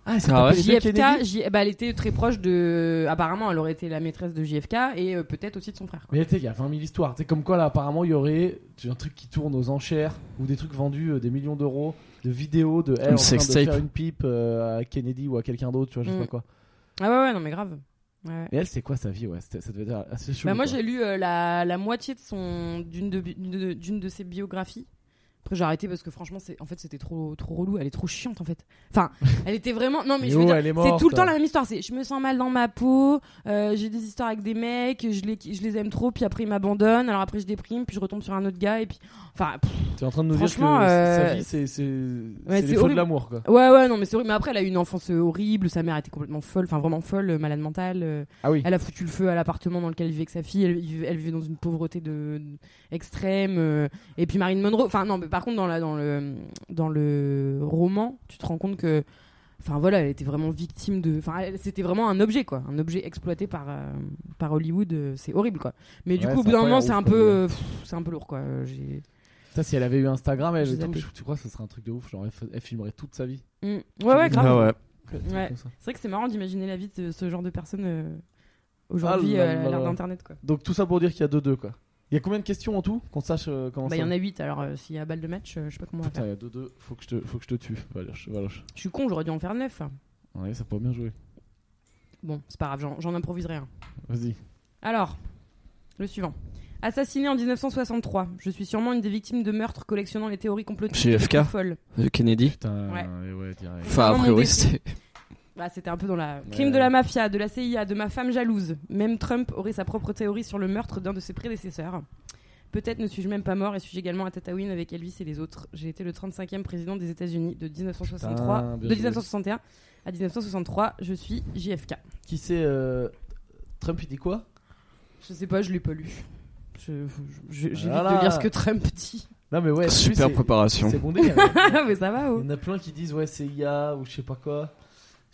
Ah, c'est Ah ouais. JFK, J- bah, elle était très proche de. Apparemment, elle aurait été la maîtresse de JFK et euh, peut-être aussi de son frère. quoi. Mais tu sais, il y a 20 000 histoires. C'est comme quoi là, apparemment, il y aurait tu sais, un truc qui tourne aux enchères ou des trucs vendus euh, des millions d'euros, de vidéos de elle en train de sextape. faire une pipe euh, à Kennedy ou à quelqu'un d'autre, tu vois, je sais Mm. pas quoi. Ah ouais, ouais, non, mais grave. Ouais, ouais. Et elle, c'est quoi sa vie Ouais, c'était- ça devait être assez chou. Bah, moi, j'ai lu euh, la, la moitié de son d'une de, bi- de- d'une de ses biographies. Après, j'ai arrêté parce que franchement, c'est en fait, c'était trop, trop relou. Elle est trop chiante en fait. Enfin, <laughs> elle était vraiment. Non, mais, Mais je veux oh, dire, elle est c'est morte. tout le temps la même histoire. C'est je me sens mal dans ma peau. euh, j'ai des histoires avec des mecs. Je les, je les aime trop. Puis après, ils m'abandonnent. Alors après, je déprime. Puis je retombe sur un autre gars. Et puis, enfin, pff, T'es en train de nous dire que Franchement, sa euh, vie, c'est c'est Ouais, c'est c'est les feux de horrible. l'amour quoi. ouais, ouais, non, mais c'est horrible. Mais après, elle a eu une enfance euh, horrible. Sa mère était complètement folle. Enfin, vraiment folle, euh, malade mentale. euh, Ah oui. Elle a foutu le feu à l'appartement dans lequel elle vivait avec sa fille. Elle, vivait- elle vivait dans une pauvreté de, de- extrême. euh, et puis Marine Monroe. Enfin non, mais par contre dans, la, dans le dans le roman, tu te rends compte que, enfin voilà, elle était vraiment victime de. Enfin, elle- c'était vraiment un objet quoi, un objet exploité par euh, par Hollywood. euh, C'est horrible quoi. Mais du Ouais, coup, au ça bout a d'un pas moment, l'air c'est ouf un comme peu, gars. euh, pff, c'est un peu lourd quoi. Euh, j'ai- Ça, si elle avait eu Instagram, elle, Je je zappe. tu crois que ce serait un truc de ouf Genre, elle, f- elle filmerait toute sa vie. Mm. Ouais ouais grave. Ah ouais. Un truc Ouais. comme ça. C'est vrai que c'est marrant d'imaginer la vie de ce genre de personne euh, aujourd'hui Ah là euh, à là l'ère là. d'internet quoi. Donc, tout ça pour dire qu'il y a 2-2, quoi. Il y a combien de questions en tout Qu'on sache euh, comment Bah il ça y en a 8 alors euh, s'il y a balle de match, euh, je sais pas comment on va Putain, faire. il y a 2-2, faut, que je te- faut que je te tue. Valoche, Valoche. Je suis con, j'aurais dû en faire 9. Ouais, ça pourrait bien jouer. Bon, c'est pas grave, j'en- j'en improviserai un. Vas-y. Alors, le suivant. Assassiné en 1963, je suis sûrement une des victimes de meurtres collectionnant les théories complotistes les JFK. plus folles. De Kennedy. Putain, Ouais. et ouais, direct. Enfin, a Vraiment mon priori, défi. c'était. Bah, c'était un peu dans la crime Ouais. de la mafia, de la CIA, de ma femme jalouse. Même Trump aurait sa propre théorie sur le meurtre d'un de ses prédécesseurs. Peut-être ne suis-je même pas mort et suis-je également à Tatooine avec Elvis et les autres. J'ai été le 35e président des États-Unis de 1963, Putain, bien de joué. 1961 à 1963. Je suis JFK. Qui c'est euh, Trump, il dit quoi Je sais pas, je l'ai pas lu. Je- je- je- J'évite Voilà. de lire ce que Trump dit. <laughs> Non, mais ouais, lui, Super c'est- préparation. C'est bon délire. <laughs> hein. Ah, mais ça va, Il y oh. en a plein qui disent, ouais, c'est IA ou je sais pas quoi.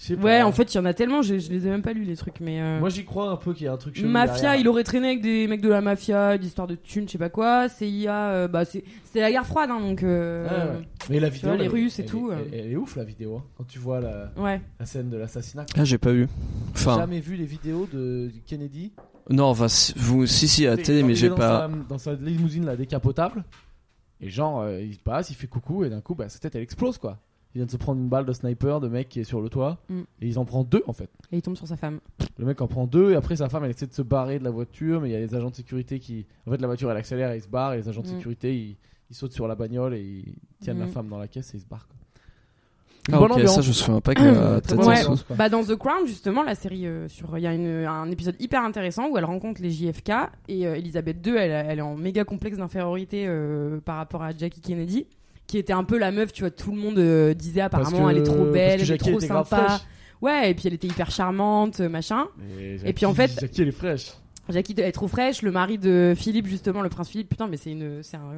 Je sais Ouais, pas. en fait, il y en a tellement, je, je les ai même pas lus, les trucs, mais. euh, Moi, j'y crois un peu qu'il y a un truc chelou. Mafia, derrière. il aurait traîné avec des mecs de la mafia, d'histoire de thunes, je sais pas quoi. CIA, euh, bah c'est- c'était la guerre froide, hein, donc. euh, Ouais, ouais. Mais la vidéo. vois, les elle- Russes et elle tout, est- euh. Elle, elle est ouf, la vidéo. hein. Quand tu vois la, ouais. la scène de l'assassinat. Ah, j'ai pas vu. J'ai Enfin, jamais vu les vidéos de du Kennedy. non, enfin, si- vous, si, si, à la télé, Quand Euh, mais il j'ai est dans pas. sa- dans sa limousine, là, décapotable. Et genre, euh, il passe, il fait coucou, et d'un coup, bah, sa tête, elle explose, quoi. Il vient de se prendre une balle de sniper, de mec qui est sur le toit. Mm. Et il en prend deux, en fait. Et il tombe sur sa femme. Le mec en prend deux, et après, sa femme, elle essaie de se barrer de la voiture, mais il y a les agents de sécurité qui. En fait, la voiture, elle accélère, et ils se barrent, et les agents de Mm. sécurité, ils, ils sautent sur la bagnole, et ils tiennent la Mm. femme dans la caisse, et ils se barrent, quoi. Une Ah, bonne ok, ambiance. <coughs> ça, je euh, me souviens <coughs> pas que la Très tête bonne Ouais. en dessous. ambiance, quoi. Bah dans The Crown justement la série euh, sur il y a une- un épisode hyper intéressant où elle rencontre les JFK et euh, Elizabeth II elle, elle est en méga complexe d'infériorité euh, par rapport à Jackie Kennedy qui était un peu la meuf tu vois tout le monde euh, disait Parce apparemment que- elle est trop parce que belle elle est Jackie trop était grave sympa fraîche. ouais et puis elle était hyper charmante euh, machin Jackie- puis, en fait- Jackie, elle est fraîche. Jackie elle est trop fraîche le mari de Philippe justement le prince Philippe putain mais c'est une c'est un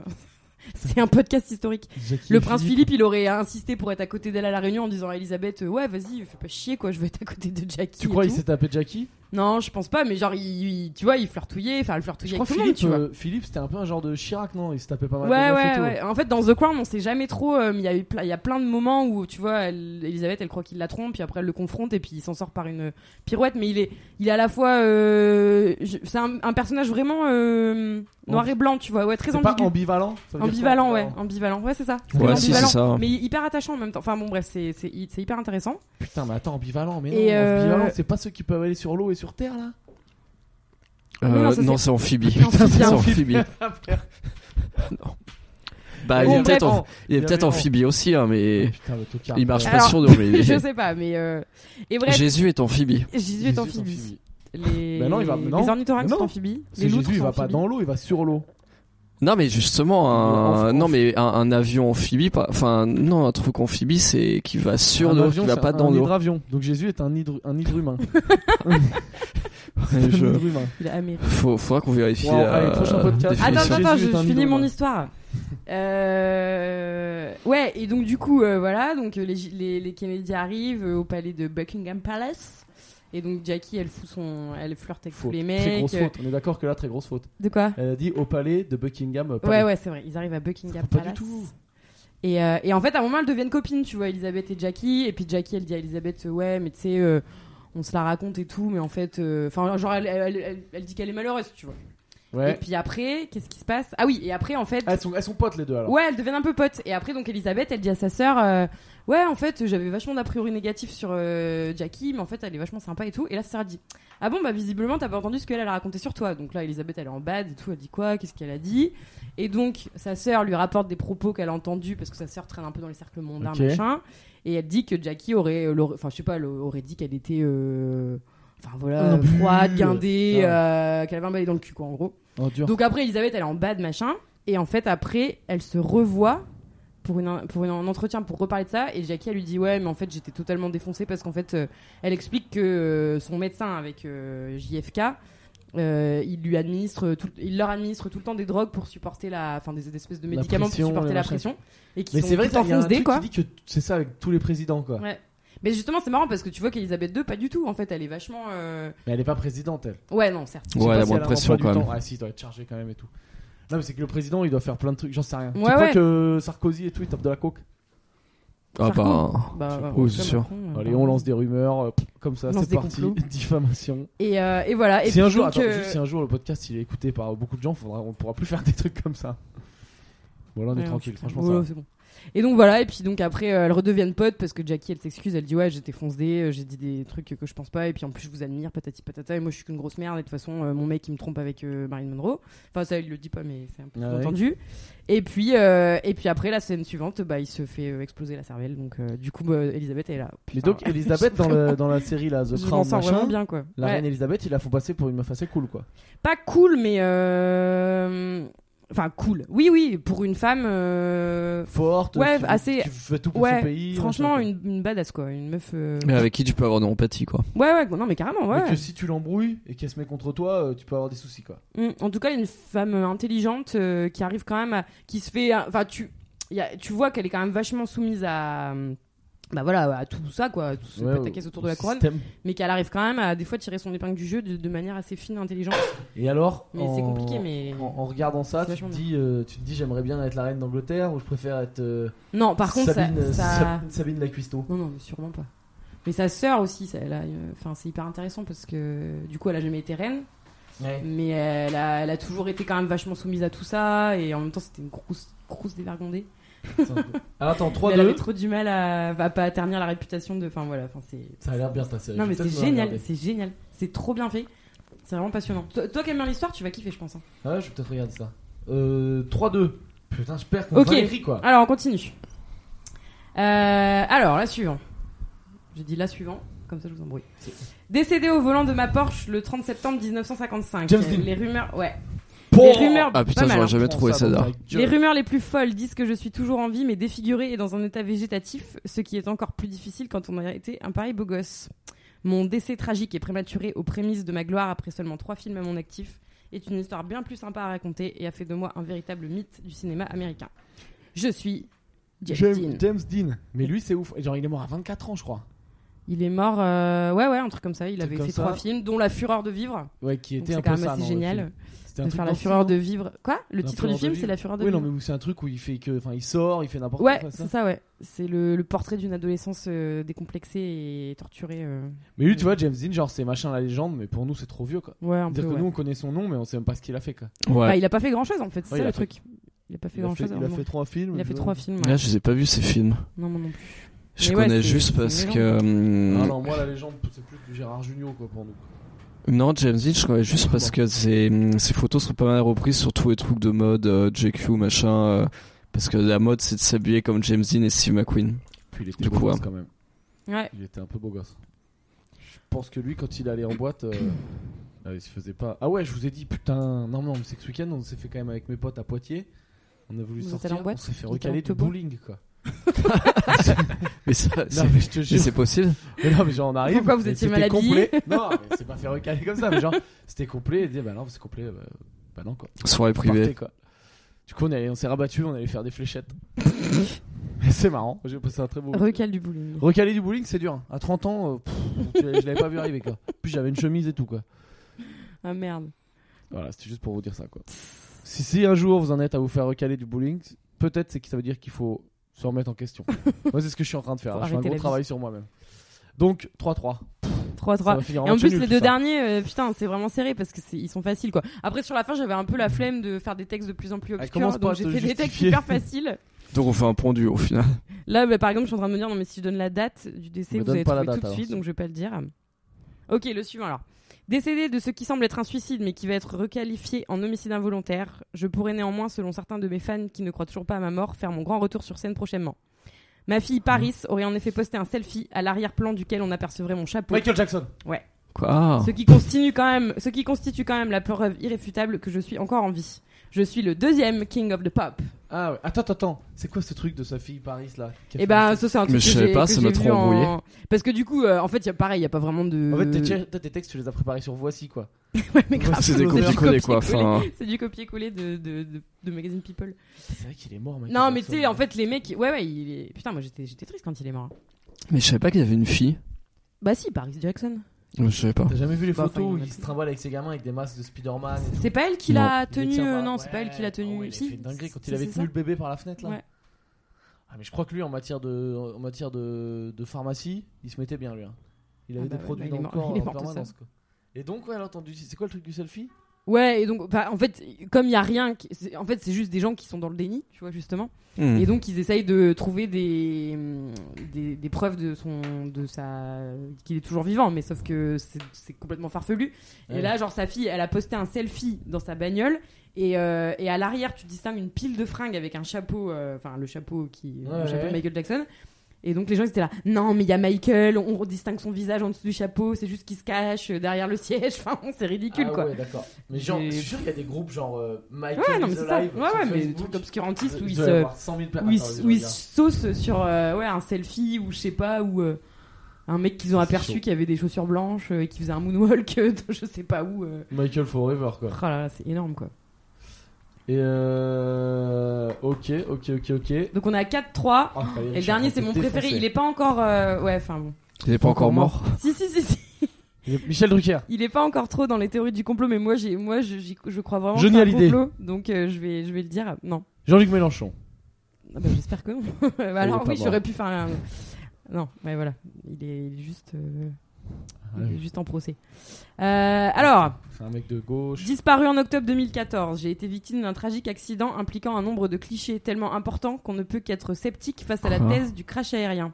<laughs> c'est un podcast historique Jackie le et prince Philippe, il aurait insisté pour être à côté d'elle à la réunion en disant à Elisabeth, euh, ouais, vas-y, fais pas chier, quoi, je veux être à côté de Jackie. Tu et crois il tout. s'est tapé Jackie Non, je pense pas, mais genre, il, il- tu vois, il flirtouillait, enfin, il Je flirtouillait crois avec tout le Philippe, monde, tu vois. euh, Philippe c'était un peu un genre de Chirac, non Il se tapait pas mal. Ouais, de meufs et ouais, tout. ouais. En fait, dans The Crown, on sait jamais trop. euh, mais Il y, a eu plein- il y a plein de moments où, tu vois, elle- Elisabeth, elle croit qu'il la trompe, puis après, elle le confronte, et puis il s'en sort par une euh, pirouette. Mais il est, il est à la fois. euh, je- c'est un, un personnage vraiment euh, noir et blanc, tu vois. Ouais, très C'est pas ambigu. ambivalent ça veut dire Ambivalent, quoi, ouais. Ambivalent, ouais, c'est ça. Très Ouais, si, c'est ambivalent. ça. Mais hyper attachant en même temps. Enfin, bon, bref, c'est c'est- c'est hyper intéressant. Putain, mais attends, ambivalent, mais non, Et, euh, ambivalent, c'est pas ceux qui peuvent aller sur l'eau et sur terre là Non, non, Euh, ça, Non, c'est- c'est amphibie. Non, <laughs> c'est C'est bien. amphibie. <laughs> Bah, il Bon, est peut-être bref. en- il est peut-être Bien amphibie aussi, hein, mais Oh, Putain, le tocard. il marche pas Alors, <laughs> sur nous. mais- je sais pas, mais. euh, Et bref, Jésus est amphibie. Jésus Jésus est amphibie. Les, Bah non, il va- non. les ornithorynques Non. sont amphibies. C'est Les loutres Jésus, il sont va pas amphibies. dans l'eau, il va sur l'eau. Non, mais justement, En- un, en- non, mais un, un avion amphibie, pas- enfin, non, un truc amphibie, c'est qui va sur Un l'eau, qui avion, va c'est pas un- dans un l'eau. hydravion. Donc Jésus est un hydre un hydre <laughs> humain. Ouais, Un <laughs> je- hydre humain. Il a amé- Faut, faudra qu'on vérifie. Wow, la allez, <laughs> prochain podcast. définition. Attends, Jésus attends, attends, est je, un je finis idole. mon histoire. Euh... Ouais, et donc du coup, euh, voilà, donc euh, les, les, les Kennedy arrivent euh, au palais de Buckingham Palace. Et donc Jackie, elle fout son, elle flirte avec tous Faute. les Très mecs. euh. grosse faute. On est d'accord que là, très grosse faute. De quoi Elle a dit au palais de Buckingham. euh, Ouais, Palais. ouais, c'est vrai. Ils arrivent à Buckingham Pas du Palace. tout. Et, euh, et en fait, à un moment, elles deviennent copines, tu vois, Elisabeth et Jackie. Et puis Jackie, elle dit à Elisabeth, euh, ouais, mais tu sais, euh, on se la raconte et tout, mais en fait, euh, enfin, genre, elle, elle- elle- elle dit qu'elle est malheureuse, tu vois. Et Ouais. puis après, qu'est-ce qui se passe Ah oui, et après, en fait, Ah, Elles sont, elles sont potes les deux alors. ouais, elles deviennent un peu potes. Et après, donc, Elisabeth, elle dit à sa sœur, euh, ouais, en fait, j'avais vachement d'a priori négatif sur euh, Jackie, mais en fait, elle est vachement sympa et tout. Et là, sa sœur elle dit, ah bon, bah visiblement, t'as pas entendu ce qu'elle elle a raconté sur toi. Donc là, Elisabeth, elle est en bad et tout. Elle dit quoi Qu'est-ce qu'elle a dit Et donc, sa sœur lui rapporte des propos qu'elle a entendus parce que sa sœur traîne un peu dans les cercles mondains, Ok. machin. Et elle dit que Jackie aurait, l'aurait- enfin, je sais pas, elle aurait dit qu'elle était, euh, enfin Ah, voilà, non plus. froide, guindée, Ah ouais. euh, qu'elle avait un balai dans le cul, quoi, en gros. Oh, dur. Donc après, Elisabeth, elle est en bas de machin. Et en fait, après, elle se revoit pour, une, pour une- un entretien pour reparler de ça. Et Jackie, elle lui dit Ouais, mais en fait, j'étais totalement défoncée parce qu'en fait, euh, elle explique que euh, son médecin avec euh, JFK. euh, il lui administre tout, il leur administre tout le temps des drogues pour supporter la enfin des, des espèces de La médicaments pression, pour supporter les la machins. pression et qui Mais sont c'est vrai tout ça, il y a un enfoncés, truc quoi qui dit que t- c'est ça avec tous les présidents quoi. Ouais. mais justement c'est marrant parce que tu vois qu'Elisabeth II pas du tout en fait elle est vachement euh, Mais elle est pas présidente elle. ouais non certes Je sais Ouais, pas la si moins elle a de un pression emploi du quand même. temps. Ah si, il doit être chargé quand même et tout. Non, mais c'est que le président, il doit faire plein de trucs, j'en sais rien. tu Ouais, crois ouais. que Sarkozy et tout, ils tapent de la coke Ah Sarko. bah. bah, Oui, ouais, c'est comme sûr. Macron, euh, Allez, on lance des rumeurs, euh, comme ça, Lance c'est des parti. complots. <laughs> Diffamation. et euh, et voilà et si, un puis jour, donc, attends, euh, juste, si un jour le podcast il est écouté par beaucoup de gens, faudra, on pourra plus <laughs> faire des trucs comme ça. Bon, là on est Ouais, tranquille, c'est franchement. bon. ça va. Ouais, c'est bon. Et donc voilà, et puis donc après, euh, elles redeviennent potes parce que Jackie, elle s'excuse, elle dit ouais, j'étais foncée, euh, j'ai dit des trucs que je pense pas, et puis en plus je vous admire, patati patata, et moi je suis qu'une grosse merde, et de toute façon, euh, mon mec il me trompe avec euh, Marilyn Monroe. Enfin, ça, il le dit pas, mais c'est un peu Ah ouais. entendu. Et puis, euh, et puis après, la scène suivante, bah, il se fait euh, exploser la cervelle, donc euh, du coup, bah, Elisabeth elle est là. Mais donc, Putain, Elisabeth, dans, vraiment- le- dans la série <laughs> là, The Ah. je m'en Crown, sors machin, vraiment bien quoi. la Ouais. reine Elisabeth, ils la font passer pour une meuf assez cool quoi. pas cool, mais. euh, Enfin, cool. Oui, oui, pour une femme. euh, Forte, Ouais, qui, veut- assez- qui fait tout pour Ouais, son pays. franchement, machin, quoi. une, une badass quoi, une meuf. euh, Mais avec qui tu peux avoir de l'empathie quoi. Ouais, ouais, non, mais carrément, ouais. Mais que si tu l'embrouilles et qu'elle se met contre toi, euh, tu peux avoir des soucis quoi. Mm, En tout cas, une femme euh, intelligente euh, qui arrive quand même à. qui se fait. euh, Enfin, tu, y a- tu vois qu'elle est quand même vachement soumise à. euh, Bah voilà, à tout ça, quoi, à tout ce Ouais, pataquès autour de la couronne, système. mais qu'elle arrive quand même à des fois tirer son épingle du jeu de, de manière assez fine, intelligente. Et alors Mais c'est en- compliqué, mais. En, en regardant ça, C'est tu te, vachement dis, euh, tu te dis j'aimerais bien être la reine d'Angleterre ou je préfère être euh, Non, par contre, ça- Sabine, euh, ça. Sa- Sabine la cuistot. Non, non, mais sûrement pas. Mais sa sœur aussi, ça, elle a, euh, enfin, c'est hyper intéressant parce que du coup, elle a jamais été reine, <laughs> mais elle a, elle a toujours été quand même vachement soumise à tout ça, et en même temps, c'était une grosse, grosse dévergondée. Putain. Alors Ah, attends, Mais elle avait 3-2. trop du mal à, à pas ternir la réputation de. Enfin voilà, enfin c'est. Ça a l'air bien ta série. Euh, Non Je vais mais c'est peut-être me génial, regarder. c'est génial, c'est trop bien fait, c'est vraiment passionnant. Toi, toi qui aimes bien l'histoire, tu vas kiffer, je pense. hein. Ah ouais, je vais peut-être regarder ça. Euh, 3-2. Putain, je perds contre Ok. Valérie quoi. Alors on continue. Euh, alors la suivante. J'ai dit la suivante, comme ça je vous embrouille. Décédé au volant de ma Porsche le 30 septembre 1955. James Euh, Dean. les rumeurs, ouais. Pouah les rumeurs, Ah pas putain, mal, hein. j'aurais jamais Prends trouvé ça dans là. ta Les gueule. rumeurs les plus folles disent que je suis toujours en vie, mais défigurée et dans un état végétatif, ce qui est encore plus difficile quand on a été un pareil beau gosse. Mon décès tragique et prématuré aux prémices de ma gloire après seulement trois films à mon actif est une histoire bien plus sympa à raconter et a fait de moi un véritable mythe du cinéma américain. Je suis James James, Dean. James Dean. Mais lui, c'est ouf. Et Genre, il est mort à 24 ans, je crois. Il est mort, euh, ouais, ouais, un truc comme ça. Il Truc avait comme fait ça. trois films, dont La Fureur de vivre. Ouais, qui Donc était C'est un quand peu même ça. assez non, le génial film. C'était un de truc faire La dans le Fureur de film. vivre. Quoi Le La titre du Fureur de film, c'est vivre. La Fureur de Oui, vivre. non, mais où c'est un truc où il fait que. Enfin, il sort, il fait n'importe Ouais, quoi. ça. c'est ça, ouais. C'est le, le portrait d'une adolescence euh, décomplexée et torturée. euh. Mais lui, tu vois, James Dean, genre, c'est machin la légende, mais pour nous, c'est trop vieux quoi. Ouais, un peu. C'est-à-dire que ouais. nous, on connaît son nom, mais on sait même pas ce qu'il a fait quoi. Bah, Ouais. il a pas fait grand chose en fait, c'est Ouais, ça il le a fait- truc. Il a pas fait Il a grand fait, chose. il a fait trois films. il a fait trois films. ouais. Là, je les ai pas vus ces films. Non, moi non plus. Je Mais ouais, connais c'est- juste c'est parce énorme. que. hum, Non, non, moi la légende, c'est plus du Gérard Junior quoi pour nous. Non, James Dean, je connais juste parce que ses, ses photos sont pas mal reprises sur tous les trucs de mode, euh, JQ, machin. euh, parce que la mode, c'est de s'habiller comme James Dean et Steve McQueen. Puis il était Du beau coup, gosse hein. quand même. Ouais. Il était un peu beau gosse. Je pense que lui, quand il allait en boîte, euh, <coughs> ah, il se faisait pas. Ah ouais, je vous ai dit, putain, non, non, mais c'est que ce week-end, on s'est fait quand même avec mes potes à Poitiers. On a voulu Vous êtes sortir, allés en boîte on s'est fait Vous étiez recaler du en tobo bowling <laughs> quoi. <laughs> Mais <laughs> ça, c'est- Non, mais je te mais jure. c'est possible Mais non, mais genre on arrive. Pourquoi vous mais étiez c'était mal habillé complet. Non, mais c'est pas fait recaler comme ça, mais genre c'était complet. Et disait, bah non, c'est complet, bah, bah non quoi. Soirée Partez, privée. <laughs> quoi. Du coup, on, est allé- on s'est rabattu, on allait faire des fléchettes. Mais c'est marrant, j'ai passé un très beau. Recal du bowling. Recaler du bowling, c'est dur. hein. À 30 ans, euh, pff, je, je l'avais pas vu arriver quoi. En Plus j'avais une chemise et tout quoi. Ah merde. Voilà, c'était juste pour vous dire ça quoi. Si, si un jour vous en êtes à vous faire recaler du bowling, peut-être c'est que ça veut dire qu'il faut se remettre en <laughs> question. Moi, c'est ce que je suis en train de faire. Faut là. Je fais un arrêter gros la travail sur moi-même. Donc 3-3. Ça 3-3. va finir Et en match plus, nul, les tout deux ça. derniers, euh, putain, c'est vraiment serré parce que c'est- ils sont faciles quoi. Après, sur la fin, j'avais un peu la flemme de faire des textes de plus en plus Ah, obscurs, commence pas donc à j'ai te fait des textes justifier. hyper faciles. Donc on fait un pendu au final. Là, bah, par exemple, je suis en train de me dire, non, mais si je donne la date du décès, Mais vous donne allez pas la trouver tout de date, suite, alors. donc je vais pas le dire. Ok, le suivant alors. Décédé de ce qui semble être un suicide, mais qui va être requalifié en homicide involontaire, je pourrais néanmoins, selon certains de mes fans qui ne croient toujours pas à ma mort, faire mon grand retour sur scène prochainement. Ma fille Paris Mmh. aurait en effet posté un selfie à l'arrière-plan duquel on apercevrait mon chapeau. Michael Jackson. Quoi Ah. Ce qui constitue quand même, ce qui constitue quand même la preuve irréfutable que je suis encore en vie. Je suis le deuxième King of the Pop. Ah ouais. Attends, attends, attends. C'est quoi ce truc de sa fille Paris là qui a Et fait ben, un- ça c'est un Mais truc je que savais j'ai- pas, que ça j'ai m'a vu trop embrouillé. en- Parce que du coup, euh, en fait, il y a pareil, il y a pas vraiment de. En fait, tes, tiers- toi, tes textes, tu les as préparés sur Voici quoi. euh, <laughs> Ouais, mais grave, C'est des C'est du copier-coller quoi. copier-coller. Enfin, <laughs> C'est du copier-coller de, de, de, de magazine People. C'est vrai qu'il est mort, Michael Non, mais tu Jackson. sais, en fait, les mecs. Ouais, ouais, il est... putain, moi j'étais j'étais triste quand il est mort. mais je savais pas qu'il y avait une fille. Bah, si, Paris Jackson. Je savais pas. T'as jamais vu les Bah, enfin, photos il où y en a il se trimballe avec ses gamins avec des masques de Spider-Man et tout. C'est pas elle qui Non. l'a Ah, Il les tenu. tient par- euh, Non, ouais, c'est pas elle qui l'a ah ouais, tenu. il a Si. fait une dinguerie quand C'est- il avait c'est tenu ça. le bébé par la fenêtre là. Ouais. Ah, mais je crois que lui en matière de en matière de, de pharmacie, il se mettait bien lui. hein. Il Ah avait bah des ouais, produits bah, il dans est le mort- corps il est en mort tout permanence quoi. Et donc ouais, alors entendu, c'est quoi le truc du selfie Ouais, et donc, bah, en fait, comme il y a rien, qui- c'est- en fait, c'est juste des gens qui sont dans le déni, tu vois, justement. Hmm. Et donc, ils essayent de trouver des, hum, des, des preuves de son, de sa, qu'il est toujours vivant, mais sauf que c'est c'est complètement farfelu. Et Ouais. là, genre, sa fille, elle a posté un selfie dans sa bagnole, et, euh, et à l'arrière, tu distingues une pile de fringues avec un chapeau, euh, enfin, le chapeau qui, le Ouais, chapeau de ouais. Michael Jackson. Et donc les gens ils étaient là, non mais il y a Michael, on distingue son visage en dessous du chapeau, c'est juste qu'il se cache euh, derrière le siège, <laughs> enfin c'est ridicule ah, quoi. Ouais, d'accord. Mais genre, J'ai- je suis sûr qu'il y a des groupes genre euh, Michael Ouais, non, mais is c'est ça. Alive Ouais, sur ouais, mais des Facebook. trucs obscurantistes où Il ils doit y se, avoir 100 000 per- où ils, Attends, je où ils regarde. saucent sur euh, ouais, un selfie ou je sais pas, ou euh, un mec qu'ils ont C'est aperçu chaud. qui avait des chaussures blanches euh, et qui faisait un moonwalk, <laughs> euh, de je sais pas où. euh. Michael Forever quoi. Ah là là, c'est énorme quoi. Et euh... ok, ok, ok, ok. Donc on est à 4-3. Ah, Valérie, Et le je suis en dernier, train c'est de mon te préféré. défoncer. Il est pas encore. euh, Ouais, enfin bon. Il est pas encore mort. Si, si, si, si. Il est- Michel Drucker. Il est pas encore trop dans les théories du complot, mais moi, j'ai, moi je, j'y- je crois vraiment que Johnny c'est un Hallyday. complot. Donc euh, je, vais, je vais le dire. Non. Jean-Luc Mélenchon. Ah bah, J'espère que non. <laughs> Bah, est alors pas oui, mort. j'aurais pu faire un. Non, mais voilà. Il est, il est juste. euh, Il est juste en procès. Euh, alors, C'est un mec de gauche. disparu en octobre 2014, j'ai été victime d'un tragique accident impliquant un nombre de clichés tellement importants qu'on ne peut qu'être sceptique face à la Quoi thèse du crash aérien.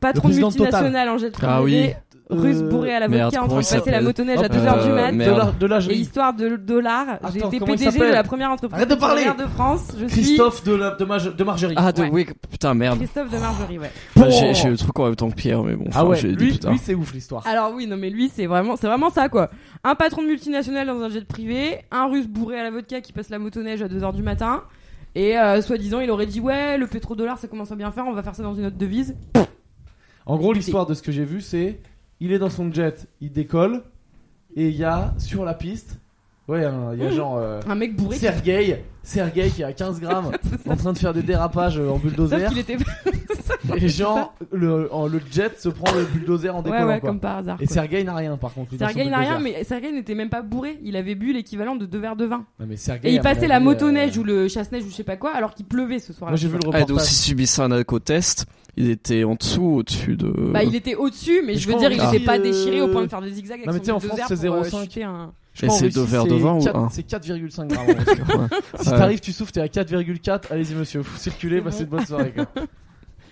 Patron Ah. président de Total. Euh, multinational en jet Ah privé, russe bourré à la merde, vodka en comment train il de passer la s'appelle motoneige à Hop, 2h du euh, mat. De merde. la, de la Et jolie. histoire de dollars, j'ai Attends, été comment il PDG de s'appelle la première entreprise Arrête de parler pétrolière de France. Je suis Christophe de, la, de, Maj- de Margerie. Ah, de Ouais. oui, putain, merde. Christophe de Margerie, ouais. Bah, j'ai j'ai eu le truc en même temps que Pierre, mais bon, Oh. Ah enfin, ouais, j'ai dit lui, putain. lui, c'est ouf l'histoire. Alors oui, non mais lui c'est vraiment c'est vraiment ça quoi. Un patron de multinationale dans un jet privé, un russe bourré à la vodka qui passe la motoneige à 2h du matin et euh, soi-disant il aurait dit ouais, le pétrodollar ça commence à bien faire, on va faire ça dans une autre devise. En gros, l'histoire de ce que j'ai vu, c'est il est dans son jet, il décolle, et il y a sur la piste, ouais, un- il Mmh. y a genre euh, Un mec bourré qui- Sergueï, Sergueï qui est à 15 grammes, <laughs> C'est ça. en train de faire des dérapages euh, en Sauf bulldozer, qu'il était et genre le, en- le jet se prend le bulldozer en <laughs> Ouais décollant. ouais, quoi. comme par hasard. Et quoi. Sergueï n'a rien par contre. lui, dans son Sergueï n'a rien bulldozer. mais Sergueï n'était même pas bourré, il avait bu l'équivalent de deux verres de vin. Non, mais Et Sergueï, à il mon passait la avis, motoneige euh, ou le chasse-neige ou je sais pas quoi alors qu'il pleuvait ce soir-là. Moi j'ai vu le Ah, reportage. donc s'il subissait un alco-test, il était en dessous, ou au-dessus de. Bah, il était au-dessus, mais Mais je je veux crois dire, en il Russie, n'était pas déchiré au euh, point de faire des zigzags avec non, mais tu sais, son en bulldozer France, c'est pour, euh, 0,5. chuter un- Je crois Et en c'est Russie, deux verres de vin ou quatre- un C'est 4,5 <laughs> grammes. Si Ouais. t'arrives, tu souffles, t'es à 4,4. Allez-y, monsieur, vous circulez, C'est passez bon. une bonne soirée. quoi.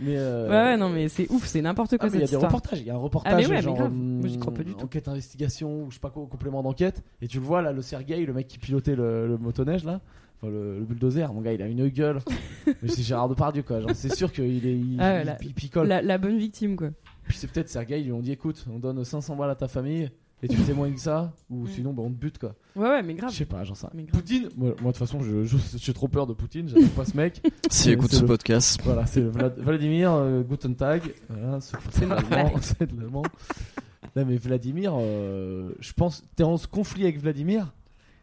Mais euh, Ouais, ouais, non, mais c'est ouf, c'est n'importe ah, quoi mais il y a cette des histoire. reportages. Il y a un reportage Ah, mais ouais, mais genre grave. hum, Moi, j'y crois pas du tout. enquête investigation ou je sais pas quoi, complément d'enquête. Et tu le vois là, le Sergueï, le mec qui pilotait le, le motoneige là. Enfin, le, le bulldozer, mon gars, il a une gueule. <laughs> mais c'est Gérard Depardieu quoi. Genre, c'est sûr qu'il est, il, Ah ouais, il- la- il picole. La, la bonne victime, quoi. Puis c'est peut-être Sergueï, ils lui ont dit écoute, on donne 500 balles à ta famille et tu témoignes ça ou sinon bah, on te bute quoi. Ouais, ouais, mais Je Mm. grave. sais pas, j'en sais rien. Mais grave. Poutine, moi moi, de toute façon, je- je- j'ai trop peur de Poutine, j'aime pas ce <laughs> mec. Si Ouais, écoute c'est ce le- podcast, Voilà, c'est le Vlad- Vladimir euh, Guten Tag. Voilà, <laughs> ce- c'est de l'allemand, <laughs> c'est de l'allemand. Non mais Vladimir, euh, je pense, t'es en ce conflit avec Vladimir,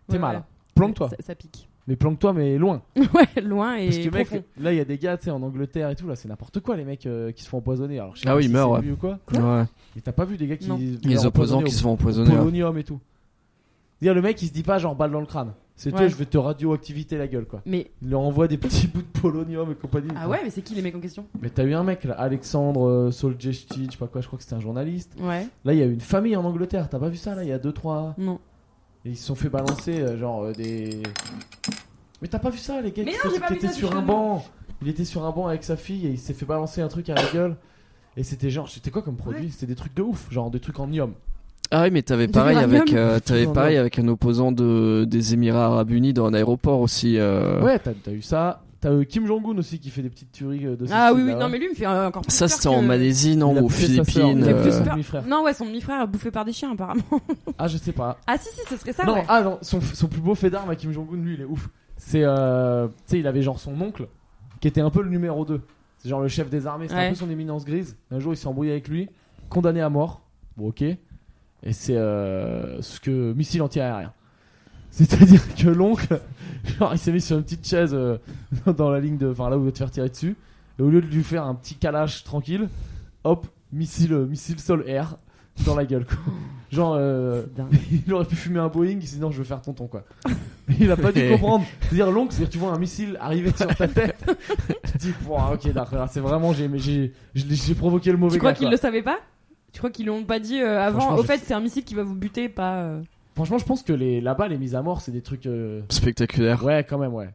t'es Ouais, mal. ouais. Planque-toi. <laughs> Ça, ça pique. Mais planque-toi, mais loin. ouais, loin et Parce que, mec, euh, profond. là, il y a des gars, tu sais, en Angleterre et tout, là, c'est n'importe quoi, les mecs euh, qui se font empoisonner. Alors, je sais Ah pas oui, si ils meurent, c'est ouais. lui ou quoi. Ouais. Et t'as pas vu des gars qui. Non. Les opposants qui se font empoisonner. hein. ouais. Polonium et tout. C'est-à-dire, le mec, il se dit pas genre balle dans le crâne. C'est toi, Ouais. je vais te radioactiviter la gueule, quoi. Mais Il leur envoie des petits bouts de polonium et compagnie. ah ouais, mais c'est qui les mecs en question Mais t'as eu un mec, là, Alexandre euh, Solzhenitsyn, je sais pas quoi, je crois que c'était un journaliste. Ouais, Là, il y a eu une famille en Angleterre, t'as pas vu ça, là, il y a 2-3. non. Et ils se sont fait balancer, euh, genre, euh, des. Mais t'as pas vu ça, les gars Mais qui non, sont- j'ai pas qui vu étaient ça, sur un justement. banc. Il était sur un banc avec sa fille et il s'est fait balancer un truc à la gueule. Et c'était genre, c'était quoi comme produit C'était des trucs de ouf, genre des trucs en ium. Ah oui, mais t'avais De pareil l'uranium. avec euh, t'avais Toujours pareil là. avec un opposant de des Émirats Arabes Unis dans un aéroport aussi. euh. Ouais, t'as t'as eu ça. T'as eu Kim Jong-un aussi qui fait des petites tueries euh, de ce Ah oui, oui, style-là. non, mais lui il me fait euh, encore plus Ça peur c'était en que- Malaisie, non, Il a aux tué sa sœur, Philippines. il a tué euh, son peur. demi-frère. Non, ouais, son demi-frère bouffé par des chiens apparemment. <laughs> Ah, je sais pas. Ah si, si, ce serait ça, non, ouais. ah non, son, son plus beau fait d'armes à Kim Jong-un, lui, il est ouf. C'est. euh, tu sais, il avait genre son oncle qui était un peu le numéro 2. C'est genre le chef des armées, c'était Ouais. un peu son éminence grise. Un jour, il s'est embrouillé avec lui, condamné à mort. Bon, ok. Et c'est euh, ce que. Missile anti-aérien. C'est-à-dire <laughs> que l'oncle, genre, il s'est mis sur une petite chaise euh, <laughs> dans la ligne de. Enfin, là où il va te faire tirer dessus. Et au lieu de lui faire un petit calage tranquille, hop, missile, euh, missile sol-air dans la gueule, quoi. Genre. euh, C'est dingue. <laughs> il aurait pu fumer un Boeing, il s'est dit non, je veux faire tonton quoi. Il a pas dû comprendre. C'est-à-dire, l'oncle, c'est-à-dire, tu vois un missile arriver sur ta tête. <laughs> tu te dis, Pouah, ok, d'accord, c'est vraiment, j'ai, j'ai, j'ai, j'ai provoqué le mauvais Tu crois gars, qu'ils quoi. le savaient pas Tu crois qu'ils l'ont pas dit euh, avant Franchement, Au je fait, sais. c'est un missile qui va vous buter, pas. euh. Franchement, je pense que les, là-bas, les mises à mort, c'est des trucs. euh, Spectaculaire. <laughs> Ouais, quand même, ouais.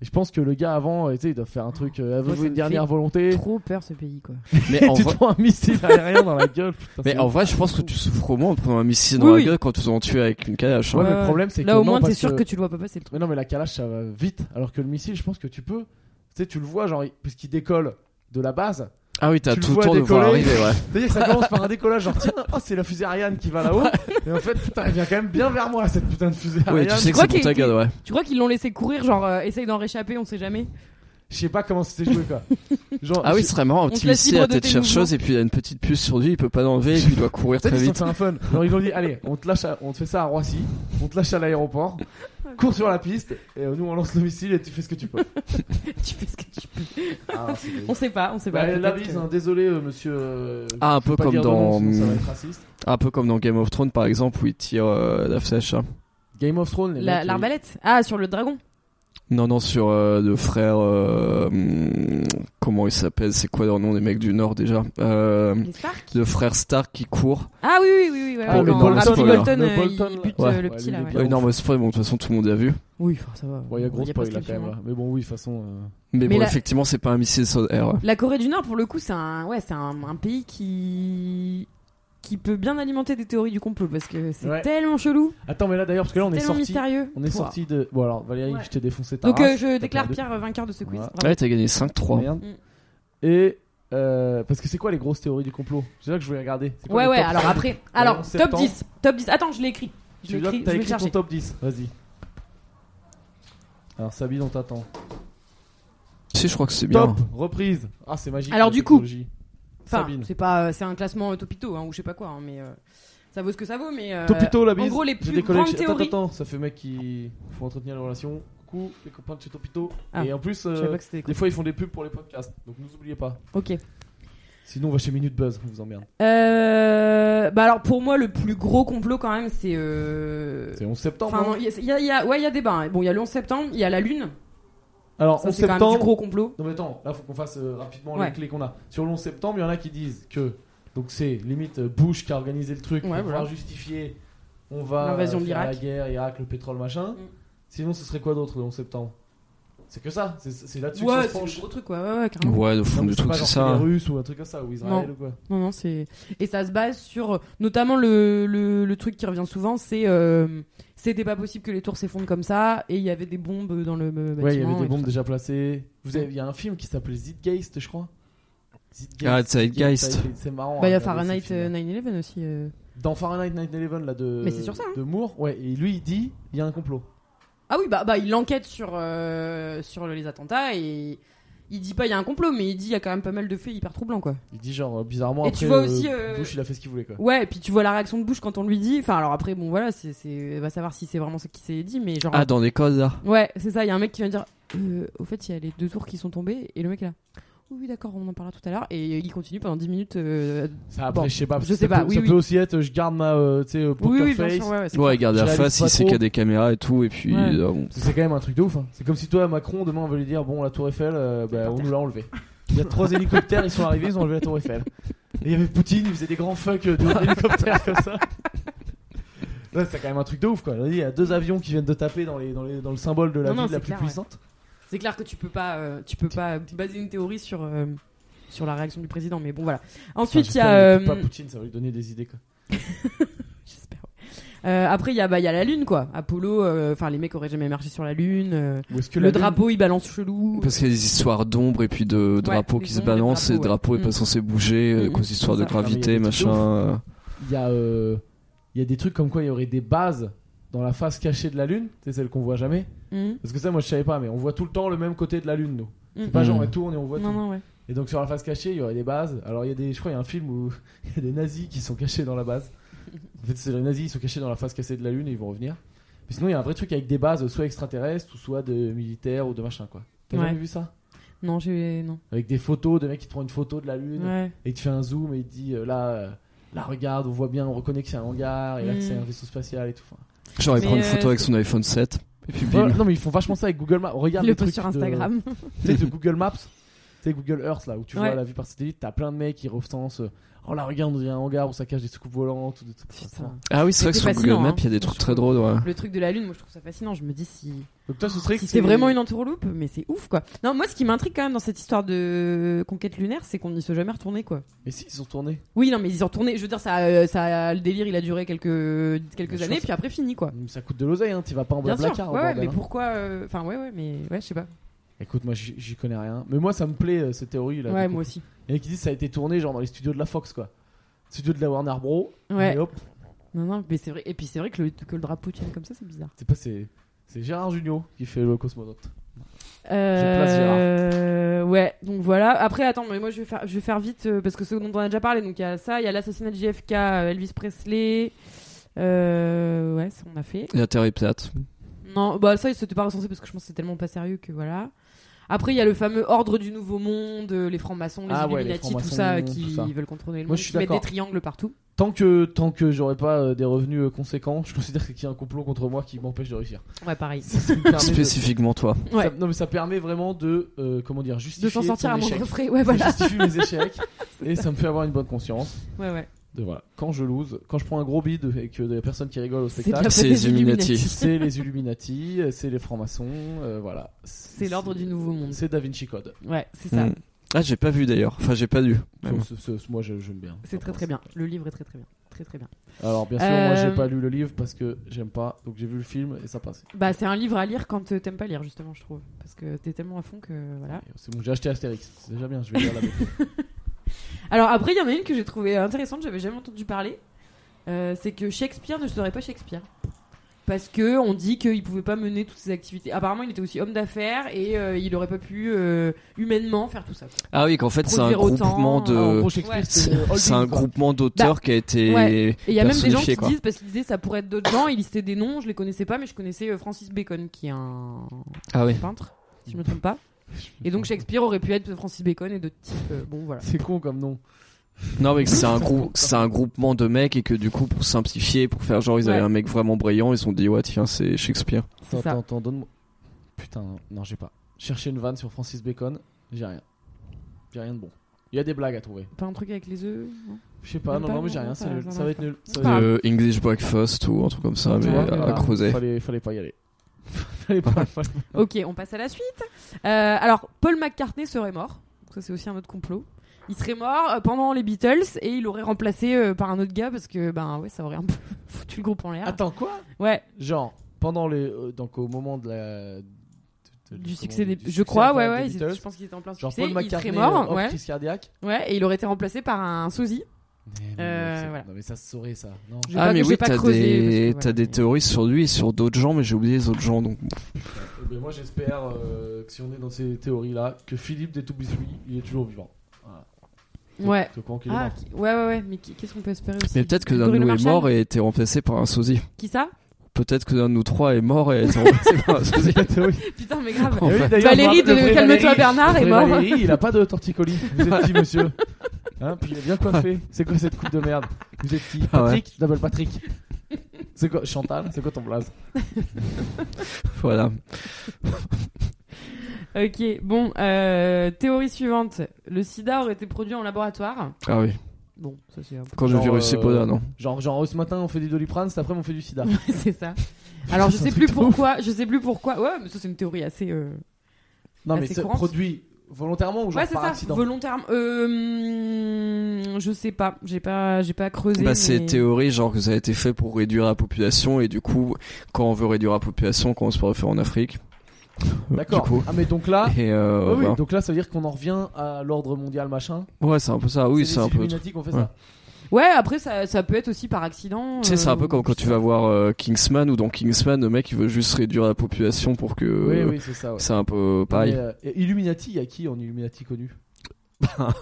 Et je pense que le gars avant, euh, tu sais, il doit faire un truc. euh, Moi, ça Avez-vous une me dernière fait volonté Trop peur ce pays quoi. Mais <laughs> Et en tu vrai, te prends un missile aérien dans la gueule. putain, mais c'est en ouf. vrai, je pense que tu souffres au moins en prenant un missile dans Oui, la oui. gueule quand tu t'en tues avec une calache. hein. Ouais, mais Ouais. le problème, c'est que. Là au non, moins, t'es parce sûr que... tu le vois pas passer le truc. Mais non, mais la calache, ça va vite. Alors que le missile, je pense que tu peux. Tu sais, tu le vois, genre, il- puisqu'il décolle de la base. Ah oui, t'as Tu le tout le vois temps de voir décoller. arriver. Ouais. C'est-à-dire que ça commence par un décollage, <laughs> genre, tiens, oh, c'est la fusée Ariane qui va là-haut. Et en fait, putain, elle vient quand même bien vers moi, cette putain de fusée Oui, Ariane. tu sais que crois c'est pour qu'il- ta gueule, ouais. Tu crois qu'ils l'ont laissé courir, genre euh, essaye d'en réchapper, on sait jamais. <laughs> Je sais pas comment c'était joué, quoi. Genre, Ah oui, je- ce serait marrant, un On petit te laisse missile libre à de tête tes chercheuse et puis il a une petite puce sur lui, il peut <laughs> pas l'enlever et puis il doit courir peut-être très qu'ils ont vite. fait un fun. Genre, ils ont dit, allez, on te lâche, à- on te fait ça à Roissy, on te lâche à l'aéroport, cours sur la piste, et euh, nous on lance le missile et tu fais ce que tu peux. tu fais ce que tu peux. Ah, <laughs> c'est On sait pas, on sait bah, pas. la peut-être bise, que- hein, désolé, euh, monsieur. euh, Ah, un je peux peu pas comme dire de nom, dans sinon ça va être raciste. un peu comme dans Game of Thrones par exemple où il tire euh, la flèche. hein. Game of Thrones, les La- mecs, ils- L'arbalète Ah, sur le dragon Non, non, sur euh, le frère. euh, hum, comment il s'appelle C'est quoi leur nom, les mecs du Nord déjà Euh, Les Stark Le frère Stark qui court. Ah oui, oui, oui, oui. ouais, Ah, ouais, le non, Bolton, Ramsay spoiler. Bolton, Le euh, il- Bolton, il là. bute Ouais. euh, le Ouais, petit lui, là. il est ouais. bien. Euh, énorme spoil, bon, de toute façon, tout le monde l'a vu. Oui, enfin, ça va. euh, Ouais, il y a gros spoil là quand prescription, même. hein. hein. Mais bon, oui, de toute façon. euh, Mais, Mais bon, la- effectivement, c'est pas un missile sur air. ouais. La Corée du Nord, pour le coup, c'est un, ouais, c'est un, un pays qui qui peut bien alimenter des théories du complot parce que c'est Ouais. tellement chelou, Attends, mais là d'ailleurs, parce que là on est tellement sorti. mystérieux. On est Ah, Pouah. sorti de. Bon, alors Valérie, Ouais. je t'ai défoncé ta Donc race, euh, je t'as déclare perdu. Pierre vainqueur de ce quiz. Voilà. Bravo. Ouais, t'as gagné 5-3. Merde. Mm. Et. euh, parce que c'est quoi les grosses théories du complot C'est là que je voulais regarder. C'est quoi Ouais, le ouais, top alors 5? après, alors en top septembre. 10, top 10. Attends, je l'ai écrit. Je Tu l'ai veux dire écrit, que je t'as vais le écrit ton chercher. top 10. Vas-y. Alors, Sabine, on t'attend. Si, je crois que c'est bien. Top Reprise Ah, c'est magique. Alors, la du coup, technologie. Enfin, Sabine. c'est pas, euh, c'est un classement euh, topito hein, ou je sais pas quoi, hein, mais euh, ça vaut ce que ça vaut. Mais euh, Topito, la bise. en gros, les J'ai plus des collègues grandes chez- théories. Attends, attends, ça fait mec qui. Faut entretenir les relations. Coucou, les copains de chez Topito. Ah. Et en plus, euh, Je savais pas que c'était. des fois, ils font des pubs pour les podcasts. Donc, nous oubliez pas. Ok. Sinon, on va chez Minute Buzz, on vous emmerde. Euh, bah alors pour moi, le plus gros complot quand même, c'est. euh, C'est 11 septembre. Enfin, hein. non, il y a, il y a- il y a- ouais, il y a débat. hein. Bon, il y a le 11 septembre, il y a la Lune. Alors, Ça, 11 c'est quand même du septembre. gros complot. Non mais attends, là faut qu'on fasse euh, rapidement Ouais. les clés qu'on a. Sur le 11 septembre, il y en a qui disent que donc c'est limite euh, Bush qui a organisé le truc pour Ouais, voilà. pouvoir justifier on va L'invasion euh, de faire l'Irak. la guerre, Irak, le pétrole, machin. Mm. Sinon ce serait quoi d'autre le 11 septembre C'est que ça, c'est- c'est là-dessus que Ouais, ça se c'est penche. le gros truc, quoi. Ouais, ouais, carrément. Ouais, au fond Non, du mais truc, pas c'est genre ça. les Russes ou un truc comme ça, ou Israël Non. ou quoi. Non, non, c'est. Et ça se base sur. Notamment, le, le, le truc qui revient souvent, c'est. euh, C'était pas possible que les tours s'effondrent comme ça, et il y avait des bombes dans le euh, bâtiment. Ouais, il y avait et des bombes tout déjà placées. Vous avez, il y a un film qui s'appelait Zitgeist, je crois. Zeitgeist, Ah, Zeitgeist. Zeitgeist, Ah, C'est marrant. ça. Bah, il y à a regarder, Fahrenheit ce euh, film-là. 9-11 aussi. euh. Dans Fahrenheit 9/11 là de Mais c'est sur ça, hein. de Moore, ouais, et lui il dit il y a un complot. Ah oui, bah, bah il enquête sur, euh, sur les attentats et. il dit pas il y a un complot, mais il dit il y a quand même pas mal de faits hyper troublants quoi. Il dit genre euh, bizarrement Et après tu vois euh, aussi, euh, Bush il a fait ce qu'il voulait quoi. Ouais, et puis tu vois la réaction de Bush quand on lui dit. Enfin, alors après, bon voilà, c'est, c'est... va savoir si c'est vraiment ce qui s'est dit, mais hein. genre. Ah, dans les codes là. Ouais, c'est ça, il y a un mec qui vient dire euh, Au fait, il y a les deux tours qui sont tombés, et le mec est là. Oui, oui, d'accord, on en parlera tout à l'heure. Et il continue pendant 10 minutes. euh, Ça après bon, je sais pas. parce je que sais ça pas, peut, oui, ça oui. peut aussi être euh, je garde ma euh, tu sais euh, Oui, poker oui, bien face. sûr, ouais, ouais, c'est Ouais, garde la J'analyse face, pas il sait trop. qu'il y a des caméras et tout, et puis. Ouais. euh, bon. C'est quand même un truc de ouf. hein. C'est comme si toi Macron demain on veut lui dire bon la Tour Eiffel euh, bah, on nous l'a enlevée. Il y a trois hélicoptères ils sont arrivés ils ont enlevé la Tour Eiffel. Et il y avait Poutine il faisait des grands fuck euh, de l'hélicoptère comme <laughs> ça. Ouais, c'est quand même un truc de ouf quoi. Il y a deux avions qui viennent de taper dans, les, dans, les- dans le symbole de la ville Non, non, la c'est plus clair, ouais. puissante. C'est clair que tu peux pas, euh, tu peux pas baser une théorie sur euh, sur la réaction du président, mais bon voilà. Ensuite, il y Enfin, a Ah, j'espère euh, qu'il coupe pas Poutine ça va lui donner des idées quoi. j'espère, ouais. Euh, après, il y a bah, il y a la lune quoi. Apollo, euh, enfin les mecs auraient jamais marché sur la lune. euh, Ou est-ce que le la Lune- drapeau, il balance chelou. Parce qu'il y a des histoires d'ombre et puis de drapeaux les qui se ombres, les balancent, et le drapeaux, drapeau ouais. est pas censé bouger, euh, Mm. cause histoire de C'est ça. gravité, Non, mais il y a des trucs de machin. euh. il y a euh, il y a des trucs comme quoi il y aurait des bases dans la face cachée de la lune c'est celle qu'on voit jamais Hmm. parce que ça moi je savais pas mais on voit tout le temps le même côté de la lune nous c'est Mm. pas genre Mm. on tourne et on voit Non, tout non, ouais. et donc sur la face cachée il y aurait des bases alors il y a des je crois il y a un film où <laughs> il y a des nazis qui sont cachés dans la base en fait c'est les nazis ils sont cachés dans la face cachée de la lune et ils vont revenir mais sinon il y a un vrai truc avec des bases soit extraterrestres ou soit de militaires ou de machin quoi t'as Ouais. jamais vu ça Non, j'ai non. avec des photos de mecs qui te prend une photo de la lune Ouais. et tu fais un zoom et il te dit euh, là euh, là regarde on voit bien on reconnaît que c'est un hangar et là que c'est un Mm. vaisseau spatial et tout Enfin, Genre, il Mais, prend une euh, photo avec son iPhone 7, et puis bim. voilà, non mais ils font vachement ça avec Google Maps regarde Le les post trucs sur de- <laughs> Instagram. tu sais de Google Maps tu sais Google Earth là où tu vois Ouais. la vue par satellite t'as plein de mecs qui recensent euh, oh là regarde on dirait un hangar où ça cache des soucoupes volantes ou des trucs comme ça. Putain. Ah oui, c'est vrai Mais que c'est sur Google fascinant, Maps, hein. il y a des trucs très drôles, ouais. Le truc de la lune, moi je trouve ça fascinant. Je me dis si, donc toi ce serait si que c'est vraiment une entourloupe, mais c'est ouf quoi. Non, moi ce qui m'intrigue quand même dans cette histoire de conquête lunaire, c'est qu'on n'y soit jamais retourné quoi. mais si ils sont tournés Oui, non, mais ils y sont retournés. Je veux dire, ça, euh, ça, le délire, il a duré quelques, quelques Bien sûr, années, ça- puis après fini quoi. ça coûte de l'oseille hein t'y vas pas en Bien sûr. blablacar ouais, au ouais, bordel, mais hein. pourquoi euh, Enfin, ouais, ouais, mais ouais, je sais pas. écoute moi j'y j'y connais rien mais moi ça me plaît euh, cette théorie là ouais, du moi coup. aussi. il y en a qui disent que ça a été tourné genre dans les studios de la Fox quoi studio de la Warner Bros Ouais. et hop Non, non, mais c'est vrai. Et puis c'est vrai que le, que le drapeau tienne comme ça, c'est bizarre. C'est pas c'est c'est Gérard Junior qui fait le cosmonaute. place Euh, ouais, donc voilà. Après, attends, mais moi je vais faire, je vais faire vite euh, parce que ce dont on a déjà parlé, donc il y a ça, il y a l'assassinat de JFK, euh, Elvis Presley. Euh, ouais, ça on a fait. Et la Terre est Ah, plate. Non, bah ça, il s'était pas recensé parce que je pense que c'est tellement pas sérieux que voilà. Après, il y a le fameux ordre du Nouveau Monde, euh, les francs-maçons, les Ah ouais, les Illuminati, tout francs-maçons, ça, euh, tout qui ça. veulent contrôler le Moi, monde, je suis qui mettent d'accord. des triangles partout. Tant que tant que j'aurai pas euh, des revenus euh, conséquents, je considère qu'il y a un complot contre moi qui m'empêche de réussir. Ouais, pareil. Ça, ça me permet de- Spécifiquement toi. ça- Ouais. non mais ça permet vraiment de euh, comment dire justifier De s'en sortir son à échec. <laughs> moindre frais. Ouais, Ça voilà. justifie mes <laughs> échecs et ça me fait avoir une bonne conscience. Ouais, ouais. De voilà. Quand je lose, quand je prends un gros bide et que des personnes qui rigolent au C'est de la spectacle, C'est faute des les Illuminati. c'est <laughs> les Illuminati, euh, c'est les francs-maçons, euh, voilà. C'est l'ordre du Nouveau Monde. C'est Da Vinci Code. Ouais, c'est ça. Mm. Ah, j'ai pas vu d'ailleurs. Enfin, j'ai pas lu. même. Ce- ce- ce- moi je- j'aime bien. C'est très très bien. Le livre est très très bien. Très très bien. Alors bien sûr, moi Euh, j'ai pas lu le livre parce que j'aime pas, donc j'ai vu le film et ça passe. Bah, c'est un livre à lire quand euh, t'aimes pas lire, justement, je trouve. Parce que t'es tellement à fond que voilà. C'est bon, j'ai acheté Astérix, c'est déjà bien, je vais <laughs> lire la BD. Alors, après, il y en a une que j'ai trouvée intéressante, j'avais jamais entendu parler. Euh, c'est que Shakespeare ne serait pas Shakespeare. Parce que on dit qu'il pouvait pas mener toutes ses activités. Apparemment, il était aussi homme d'affaires et euh, il aurait pas pu euh, humainement faire tout ça. quoi. Ah oui, qu'en fait, c'est un Produire autant, groupement Alors, en de. gros, Shakespeare, Ouais. c'est euh, <laughs> C'est un holding, quoi. groupement d'auteurs qui a été. Bah, ouais. Et il y a même des gens Personnifié, qui quoi. disent, parce qu'ils disaient ça pourrait être d'autres gens, ils listaient des noms, je les connaissais pas, mais je connaissais euh, Francis Bacon, qui est un Ah oui. peintre, si je me trompe pas. Et donc Shakespeare aurait pu être Francis Bacon et d'autres types. euh, bon, voilà. C'est con comme nom. Non, mais que <laughs> c'est un grou- c'est un groupement de mecs et que du coup, pour simplifier, pour faire genre, ils avaient Ouais. un mec vraiment brillant, ils se sont dit, ouais, tiens, c'est Shakespeare. C'est Attends, ça. attends, attends, donne-moi. Putain, non, j'ai pas. Chercher une vanne sur Francis Bacon, j'ai rien. J'ai rien de bon. Il y a des blagues à trouver. Pas un truc avec les œufs non Je sais pas, Même non, pas, non, mais non, j'ai rien, non, c'est ça- nul. ça Ça va va être pas. nul. Ça pas va être grave. Euh, English Breakfast ou un truc comme ça, Tu mais vois, à, à voilà. creuser. Fallait, fallait pas y aller. <laughs> fallait pas. fallait- Ok, on passe à la suite. Euh, alors, Paul McCartney serait mort. Donc ça, c'est aussi un autre complot. Il serait mort euh, pendant les Beatles et il aurait remplacé euh, par un autre gars parce que, ben ouais, ça aurait un peu <laughs> foutu le groupe en l'air. Attends, quoi Ouais, Genre, pendant les. euh, donc, au moment de la. de- de- du Euh, comment- succès des. du Je succès, crois, enfin, ouais, des ouais, ils étaient- Beatles. je pense qu'il était en plein Genre, succès. Paul Il serait McCartney, mort, euh, hop, ouais, crise cardiaque. ouais, et il aurait été remplacé par un sosie. Mais non, Euh, mais c'est- voilà. Non, mais ça se saurait ça. Non, Je- Ah, pas- mais j'ai oui, pas t'as creusé, parce que des, voilà, t'as des mais- théories sur lui et sur d'autres gens, mais j'ai oublié les autres gens, donc. Eh ben, Mais moi, j'espère euh, que si on est dans ces théories-là, que Philippe des 2B3, il est toujours vivant. Voilà. Ouais. Je crois qu'il est Ah, mort. qui- ouais, ouais, ouais, mais qui- qu'est-ce qu'on peut espérer aussi Mais peut-être que l'un de Gorilla nous est Marshall mort et a été remplacé par un sosie. Qui ça Peut-être que l'un de nous trois est mort et a été remplacé par <laughs> un sosie. Putain, mais grave. Eh oui, Enfin. d'ailleurs, Valérie le vrai de Valérie- Calme-toi, Bernard le est vrai mort. Valérie, il a pas de torticolis. Vous êtes qui, monsieur Hein, Puis il est bien coiffé. C'est quoi cette coupe de merde Vous êtes qui Ah ouais. Patrick Double Patrick. C'est quoi Chantal C'est quoi ton blaze Voilà. Ok, bon, euh, théorie suivante. Le sida aurait été produit en laboratoire. Ah oui. Bon, ça c'est <laughs> un peu. <laughs> Quand le Genre, virus euh, Ebola, non Genre, genre oh, ce matin on fait du doliprane, cet après on fait du sida. c'est ça. Alors je C'est un sais truc plus de ouf. pourquoi, je sais plus pourquoi. Ouais, mais ça c'est une théorie assez. euh, Non Ah, mais c'est c'est courant, produit volontairement ou genre ouais, c'est par ça. accident Volontairement. Euh, hum, je sais pas. J'ai pas, j'ai pas creusé. Bah, mais- c'est théorie, genre que ça a été fait pour réduire la population, et du coup, quand on veut réduire la population, quand on se peut le faire en Afrique. D'accord. Du coup. Ah mais donc là, Et euh, ouais, oui, voilà. donc là ça veut dire qu'on en revient à l'ordre mondial machin. Ouais, c'est un peu ça, oui, c'est les un peu. Illuminati qu'on fait Ouais. ça. Ouais, après ça, ça peut être aussi par accident. Tu sais, c'est un euh, peu comme quand tu vas voir euh, Kingsman, ou dans Kingsman, le mec il veut juste réduire la population pour que. Oui euh, oui c'est ça. ouais. C'est un peu pareil. Mais, euh, et Illuminati, il y a qui en Illuminati connu Bah,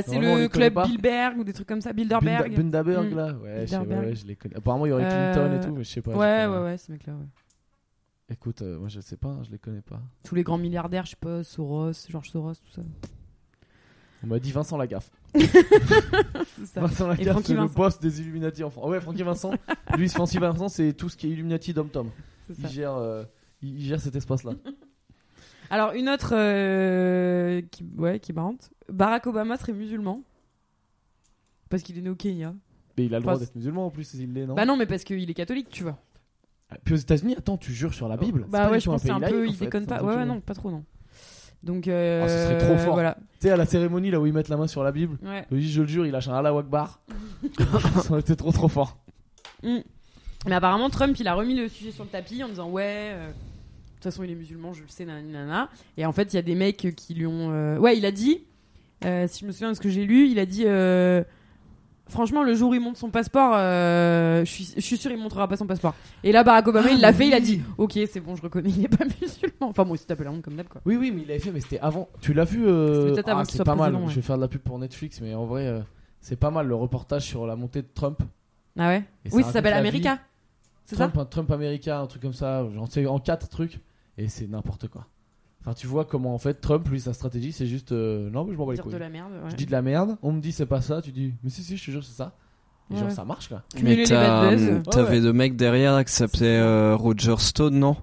c'est Normalement, on le les connaît club pas. Bilderberg ou des trucs comme ça. Bilderberg, Bilderberg. Bundaberg Mm. là. Ouais, je sais, ouais, Bilderberg. ouais, je les connais. Apparemment il y aurait Euh, Clinton et tout, mais je sais pas. je les ouais, connais. ouais, ouais, ces mecs-là. ouais. Écoute, euh, moi je sais pas, je les connais pas. Tous les grands milliardaires, je sais pas, Soros, George Soros, tout ça. On m'a dit Vincent Lagaffe. <laughs> C'est ça. Vincent Lagaffe, Francky c'est le Vincent. boss des Illuminati en France. Ah Ouais, Francky <laughs> Vincent. lui, ce Francky Vincent, c'est tout ce qui est Illuminati Dom Tom. c'est ça. Il gère, euh, il il gère cet <laughs> espace-là. Alors une autre euh, qui, ouais, qui est marrante. Barack Obama serait musulman parce qu'il est né au Kenya. Mais il a le Enfin, droit d'être musulman en plus, il l'est, non Bah non, mais parce qu'il est catholique, tu vois. Ah, Puis aux États-Unis, attends, tu jures sur la Bible C'est Bah pas ouais, du je tout pense que c'est un pays peu, laïque, en il fait, déconne c'est un pas. truc Ouais, ouais, de non, ouf. pas trop non. Donc euh, Ah, ce serait trop fort. Voilà. Tu sais, à la cérémonie là où ils mettent la main sur la Bible, Ouais. il dit, je le jure, il lâche un Allah <laughs> Akbar. Ça aurait été trop trop fort. Mm. Mais apparemment Trump, il a remis le sujet sur le tapis en disant ouais. euh, de toute façon, il est musulman, je le sais, nanani, nanana. Et en fait, il y a des mecs qui lui ont. euh, Ouais, il a dit, euh, si je me souviens de ce que j'ai lu, il a dit euh, Franchement, le jour où il montre son passeport, euh, je suis- je suis sûr il montrera pas son passeport. Et là, Barack Obama, Ah, il l'a fait, il a dit Ok, c'est bon, je reconnais, il n'est pas <laughs> musulman. Enfin, bon, il se tapait la honte comme d'hab, quoi. Oui, oui, mais il l'avait fait, mais c'était avant. Tu l'as vu euh, C'était peut-être ah, avant qu'il C'est soit pas mal. président, ouais. Je vais faire de la pub pour Netflix, mais en vrai, euh, c'est pas mal le reportage sur la montée de Trump. Ah ouais Et Oui, ça ça s'appelle raconte la vie. America. C'est ça Trump, un Trump américain, un truc comme ça, genre, tu sais, en quatre trucs, et c'est n'importe quoi. Enfin, tu vois comment en fait Trump, lui, sa stratégie, c'est juste euh, non, mais je m'en bats les Dire couilles. de la merde. ouais. Je dis de la merde, on me dit c'est pas ça, tu dis mais si, si, je te jure, c'est ça. Et Ouais, genre, ouais. ça marche quoi. Cumuler les bad buzz. euh, t'avais Ouais, le mec derrière là, qui s'appelait euh, Roger Stone, non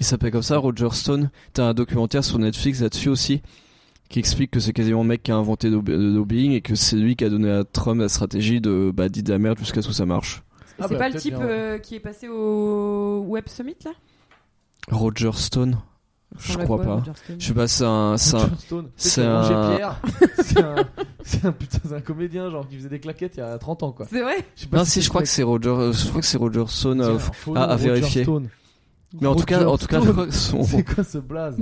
Il s'appelait comme ça, Roger Stone. T'as un documentaire sur Netflix là-dessus aussi qui explique que c'est quasiment le mec qui a inventé le lob- le lobbying et que c'est lui qui a donné à Trump la stratégie de bah dis de la merde jusqu'à ce que ça marche. Et Ah c'est bah, pas le peut-être type bien, ouais. euh, qui est passé au Web Summit, là Roger Stone, je Ressemble à crois quoi, pas. Roger Stone Je sais pas, c'est un, c'est un- Roger Stone. c'est C'est un. un- Roger Pierre. <laughs> C'est un. C'est un putain, c'est un comédien genre qui faisait des claquettes il y a 30 ans quoi. C'est vrai Je sais pas Non si je crois que c'est Roger, euh, je crois que c'est Roger Stone. Tiens, euh, alors, faux à- nom, à Roger vérifier. Stone. mais en tout cas, Roger <laughs> en tout cas, je Stone. crois que son, C'est quoi ce blaze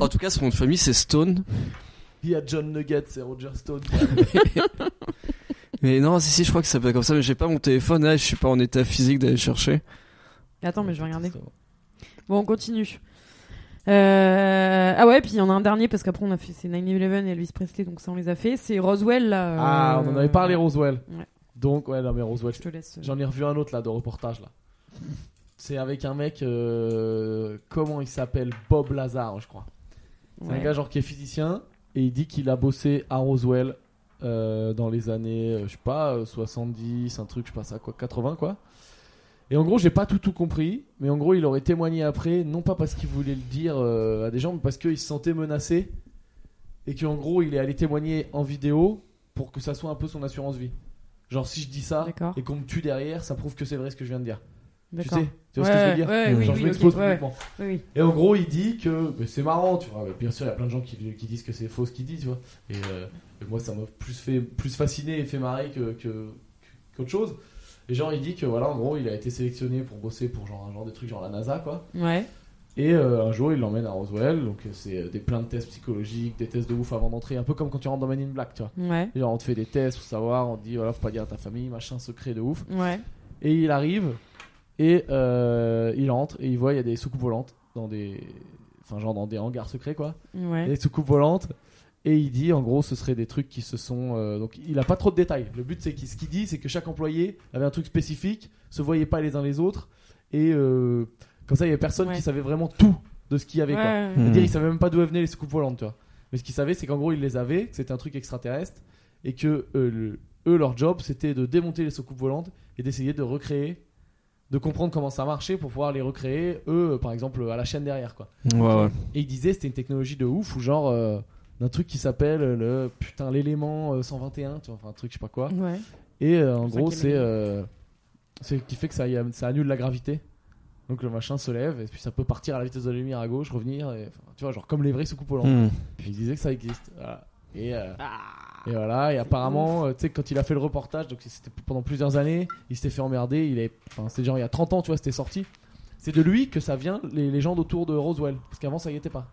en tout cas, son nom de famille c'est Stone. Il y a John Nugget, c'est Roger Stone. Mais non, si si, je crois que ça s'appelle comme ça, mais j'ai pas mon téléphone là, je suis pas en état physique d'aller chercher. Attends, mais je vais regarder. Bon, on continue. Euh, Ah ouais, puis il y en a un dernier parce qu'après on a fait c'est 9/11 et Elvis Presley, donc ça on les a fait. C'est Roswell. Là, euh, Ah, on en avait parlé Roswell. Ouais. Donc ouais, non mais Roswell, Je te laisse. euh, J'en ai revu un autre là de reportage là. C'est avec un mec, euh, comment il s'appelle Bob Lazar, je crois. C'est ouais. un gars genre qui est physicien et il dit qu'il a bossé à Roswell euh, dans les années, euh, je sais pas, euh, 70, un truc, je sais pas ça quoi, 80 quoi. Et en gros, j'ai pas tout tout compris, mais en gros, il aurait témoigné après, non pas parce qu'il voulait le dire euh, à des gens, mais parce qu'il se sentait menacé et qu'en gros, il est allé témoigner en vidéo pour que ça soit un peu son assurance vie. Genre, si je dis ça D'accord. et qu'on me tue derrière, ça prouve que c'est vrai ce que je viens de dire. Tu D'accord. sais, tu vois ce Ouais, que je veux dire ouais, Genre, oui, je oui, m'expose ok, ouais, ouais. publiquement. Oui, oui. Et en gros, il dit que mais c'est marrant, tu vois. mais Bien sûr, il y a plein de gens qui, qui disent que c'est faux ce qu'il dit, tu vois. Et, euh, et moi, ça m'a plus fait plus fasciné et fait marrer que, que- qu'autre chose. Et genre, il dit que voilà, en gros, il a été sélectionné pour bosser pour genre un genre des trucs genre la NASA, quoi. Ouais. Et euh, un jour, il l'emmène à Roswell, donc euh, c'est euh, des plein de tests psychologiques, des tests de ouf avant d'entrer, un peu comme quand tu rentres dans Man in Black, tu vois. Ouais. Et genre, on te fait des tests pour savoir, on te dit voilà, faut pas dire à ta famille, machin, secret de ouf. Ouais. Et il arrive et euh, il entre et il voit il y a des soucoupes volantes dans des, enfin genre dans des hangars secrets quoi, Ouais. des soucoupes volantes. Et il dit en gros ce serait des trucs qui se sont euh, donc il a pas trop de détails. Le but c'est qu'il ce qu'il dit c'est que chaque employé avait un truc spécifique, se voyait pas les uns les autres et euh, comme ça il y avait personne Ouais. qui savait vraiment tout de ce qu'il y avait quoi. Ouais, ouais. Hmm. C'est-à-dire, ils savaient même pas d'où venaient les soucoupes volantes, tu vois. Mais ce qu'ils savaient, c'est qu'en gros, ils les avaient, que c'était un truc extraterrestre, et que euh, le- eux, leur job, c'était de démonter les soucoupes volantes et d'essayer de recréer, de comprendre comment ça marchait pour pouvoir les recréer, eux, euh, par exemple, à la chaîne derrière, quoi. Ouais, ouais. Et ils disaient, c'était une technologie de ouf, ou genre euh, d'un truc qui s'appelle euh, le putain, l'élément euh, 121, tu vois, enfin, un truc, je sais pas quoi. Ouais. Et euh, en Le gros, cinquième c'est élément. euh, c'est ce qui fait que ça, y a- ça annule la gravité. Donc le machin se lève et puis ça peut partir à la vitesse de la lumière à gauche, revenir, et, enfin, tu vois, genre comme les vrais soucoupes volantes. Hmm. Puis il disait que ça existe. Voilà. Et, euh, Ah. et voilà, et apparemment, euh, tu sais, quand il a fait le reportage, donc c'était pendant plusieurs années, il s'était fait emmerder, il est, enfin, c'est genre il y a 30 ans, tu vois, c'était sorti. C'est de lui que ça vient les légendes autour de Roswell, parce qu'avant ça y était pas.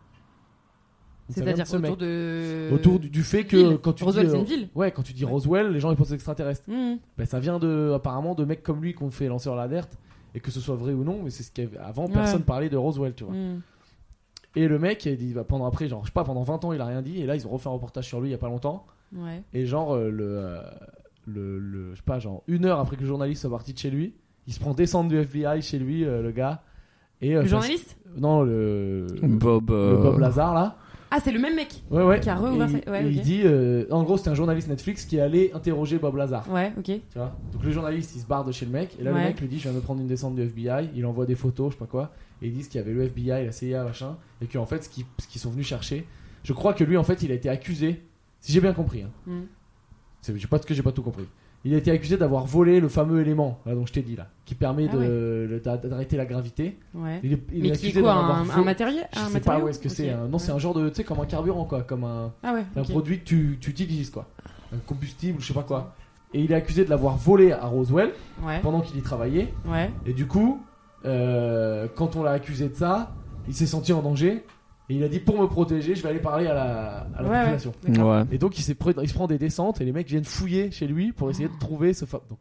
Donc, ça vient C'est-à-dire de ce mec. autour de. Autour du, du fait que ville. quand tu Roswell, dis, c'est une euh, ville. ouais, quand tu dis Ouais. Roswell, les gens ils pensent extraterrestre. Hmm. Ben, ça vient de, apparemment de mecs comme lui qu'on fait lanceur l'alerte. Et que ce soit vrai ou non, mais c'est ce qu'il y avait- Avant, Ouais. personne parlait de Roswell, tu vois. Hmm. Et le mec, il dit, bah, pendant après, genre, je sais pas, pendant 20 ans, il a rien dit. Et là, ils ont refait un reportage sur lui il y a pas longtemps. Ouais. Et genre, euh, le, euh, le, le- je sais pas, genre, une heure après que le journaliste soit parti de chez lui, il se prend descendre du FBI chez lui, euh, le gars. Et, euh, Le parce- journaliste Non, le. Bob. Le euh, Bob Lazar, là. Ah, c'est le même mec. Ouais, ouais. Qui a reouvert Et sa- ouais, il- il ok. dit, euh, en gros, c'était un journaliste Netflix qui allait interroger Bob Lazar. Ouais, ok. Tu vois Donc le journaliste il se barre de chez le mec et là Ouais. le mec lui dit je viens de prendre une descente du FBI, il envoie des photos, je sais pas quoi, et ils disent qu'il y avait le FBI, la CIA, machin, et qu'en fait ce qu'ils ce qu'ils sont venus chercher, je crois que lui en fait il a été accusé, si j'ai bien compris, hein. Hmm. c'est j'ai pas que j'ai pas tout compris. Il a été accusé d'avoir volé le fameux élément là, dont je t'ai dit là, qui permet Ah de- le- d'a- d'arrêter la gravité. Ouais. Il est, il est Mais qui est accusé quoi d'avoir Un, vo- un matériel je un sais matériau pas où est-ce que Ok. c'est. un- Non, c'est un genre de, tu sais, comme un carburant quoi, comme un, Ah ouais. un ok. produit que tu, tu utilises quoi, un combustible, je sais pas quoi. Et il est accusé de l'avoir volé à Roswell Ouais. pendant qu'il y travaillait. Ouais. Et du coup, euh, quand on l'a accusé de ça, il s'est senti en danger. Et il a dit pour me protéger, je vais aller parler à la, à la Ouais, ouais. population. D'accord. Ouais. Et donc il, s'est pr- il se prend des descentes et les mecs viennent fouiller chez lui pour essayer de trouver ce fa- donc,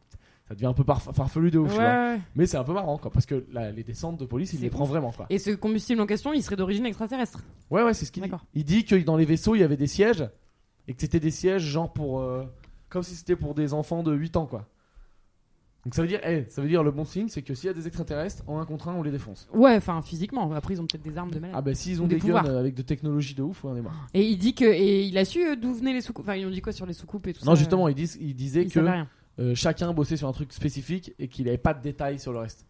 ça devient un peu parf- farfelu de ouf, Ouais, tu vois. ouais. mais c'est un peu marrant quoi, parce que la- les descentes de police, il C'est les prend ouf. vraiment quoi. Et ce combustible en question, il serait d'origine extraterrestre. Ouais ouais, c'est ce qu'il dit. D'accord. Il dit que dans les vaisseaux il y avait des sièges et que c'était des sièges genre pour euh, comme si c'était pour des enfants de 8 ans quoi. Donc ça veut dire, eh, ça veut dire le bon signe, c'est que s'il y a des extraterrestres en un contre un, on les défonce. Ouais, enfin physiquement. Après, ils ont peut-être des armes de malade. Ah bah s'ils Ou ont des des, pouvoirs. Oh, guns euh, avec de technologies de ouf, ouais, on est mort. Et il dit que et il a su euh, d'où venaient les soucoupes. Enfin, ils ont dit quoi sur les soucoupes et tout ça. euh, Non justement, ils, disent, ils disaient il que savait rien. euh, chacun bossait sur un truc spécifique et qu'il avait pas de détails sur le reste.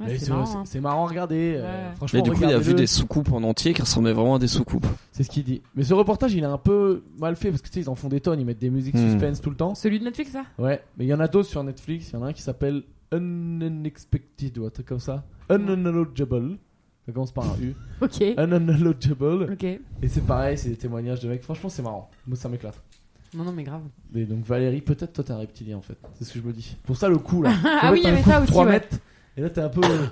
Ouais, Mais c'est c'est marrant. hein. c'est marrant à regarder. euh, Ouais. franchement, Et du coup, il a vu regardez-le. des soucoupes en entier qui ressemblaient vraiment à des soucoupes. C'est ce qu'il dit. Mais ce reportage, il est un peu mal fait parce que tu sais, ils en font des tonnes, ils mettent des musiques Hmm. suspense tout le temps. hein. Celui de Netflix, ça Ouais, mais il y en a d'autres sur Netflix. Il y en a un qui s'appelle Un- Unexpected ou un truc comme ça. Unanalogible. Ça commence par un <laughs> U. Ok. Unanalogible. Ok. Et c'est pareil, c'est des témoignages de mecs. Franchement, c'est marrant. Moi, ça m'éclate. Non, non, mais grave. Et donc Valérie, peut-être toi t'es un reptilien en fait. C'est ce que je me dis. Pour ça le coup <laughs> là. Ah oui, il y avait ça aussi, 3 ouais. mètres. Et là t'es un peu. euh,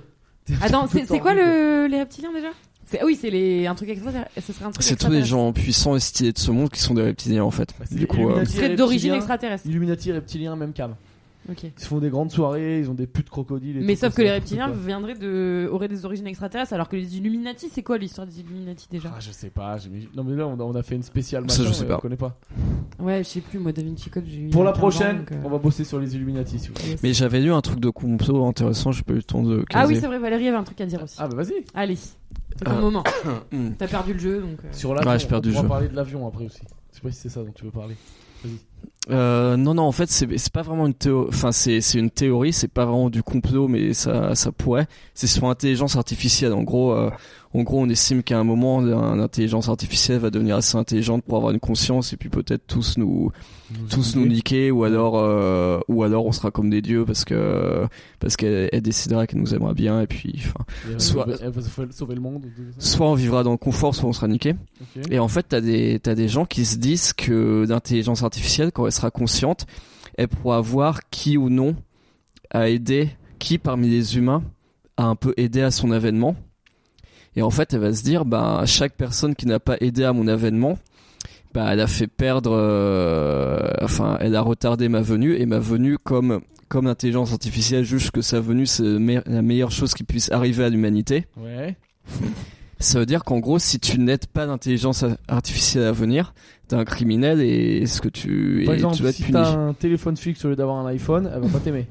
t'es un Attends, petit peu c'est c'est quoi tordu, le, les reptiliens déjà C'est ah oui, c'est les un truc extraterrestre. Ce serait un truc. C'est tous les extraterrestre. gens puissants et stylés de ce monde qui sont des reptiliens en fait. Bah, c'est du des coup, euh, Illuminati Ce serait d'origine reptiliens. extraterrestre. Illuminati reptilien même cam. Ok. Ils se font des grandes soirées, ils ont des putes crocodiles. Et Mais tout, sauf ça, que les c'est reptiliens n'importe viendraient de auraient des origines extraterrestres, alors que les Illuminati, c'est quoi l'histoire des Illuminati quoi. déjà Ah, je sais pas. j'ai mis- Non mais là on a, on a fait une spéciale. Ça, je machin, sais euh, pas. on connaît pas. Ouais, je sais plus. Moi, Da Vinci Code, j'ai eu. Ah. Pour la 15 ans, prochaine, donc, euh, on va bosser sur les Illuminati. si vous voulez. yes. Mais j'avais lu un truc de complot intéressant, j'ai pas eu le temps de. Ah oui, caser. c'est vrai. Valérie avait un truc à dire aussi. Ah bah vas-y. Allez. C'est un Euh. moment. Hmm. T'as perdu le jeu, donc. euh, Sur l'avion. Ouais, j'ai perdu on le pourra jeu. parler de l'avion après aussi. Je sais pas si c'est ça dont tu veux parler. Euh, non, non, en fait, c'est c'est pas vraiment une théorie. Enfin, c'est c'est une théorie, c'est pas vraiment du complot, mais ça, ça pourrait. C'est sur l'intelligence artificielle. En gros, euh, en gros, on estime qu'à un moment, un- l'intelligence artificielle va devenir assez intelligente pour avoir une conscience et puis peut-être tous nous, tous nous niquer ou alors, euh, ou alors on sera comme des dieux parce que parce qu'elle elle décidera qu'elle nous aimera bien et puis, enfin, Elle va Soit- sauver- elle va sauver sauver le monde. ou tout ça. soit on vivra dans le confort, soit on sera niqué. Ok. Et en fait, t'as des, t'as des gens qui se disent que l'intelligence artificielle, quand elle sera consciente, elle pourra voir qui ou non a aidé, qui parmi les humains a un peu aidé à son avènement. Et en fait, elle va se dire, bah, chaque personne qui n'a pas aidé à mon avènement, bah, elle a fait perdre, euh, enfin, elle a retardé ma venue, et ma venue, comme, comme l'intelligence artificielle juge que sa venue, c'est me- la meilleure chose qui puisse arriver à l'humanité, Ouais. Ça veut dire qu'en gros, si tu n'aides pas l'intelligence a- artificielle à venir, t'es un criminel et ce que tu, Par et exemple, tu vas être si puni. t'as un téléphone fixe au lieu d'avoir un iPhone, elle va pas t'aimer.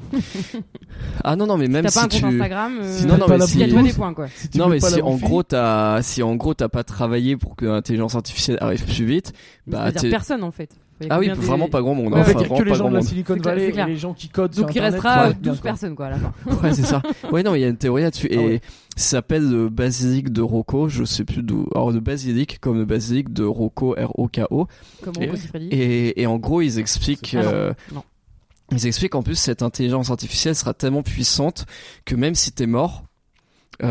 Ah non non, mais même T'as si pas un tu compte Instagram, euh, Sinon, non, mais il y a si- toi des points quoi. Si tu non mets mais pas si la en wifi, gros t'as si en gros t'as pas travaillé pour que l'intelligence artificielle arrive plus vite, bah Bah, C'est-à-dire t'es- personne en fait. Il y a ah oui combien des- vraiment pas grand monde, Ouais, en fait, enfin il y a vraiment que les pas gens grand de la monde. Silicon C'est clair, Valley c'est et clair. les gens qui codent Donc sur il Internet, restera ouais, euh, bien, 12 quoi. personnes quoi à la fin. Ouais, c'est <laughs> ça. Ouais, non, il y a une théorie là-dessus. Ah ouais. Et ça s'appelle le basilic de Rocco, je sais plus d'où. Alors, le basilic, comme le basilic de Rocco, R-O-K-O. Comme Et- on aussi Freddy. Et, et en gros, ils expliquent. C'est pas- euh, Ah non, non. Ils expliquent en plus cette intelligence artificielle sera tellement puissante que même si t'es mort,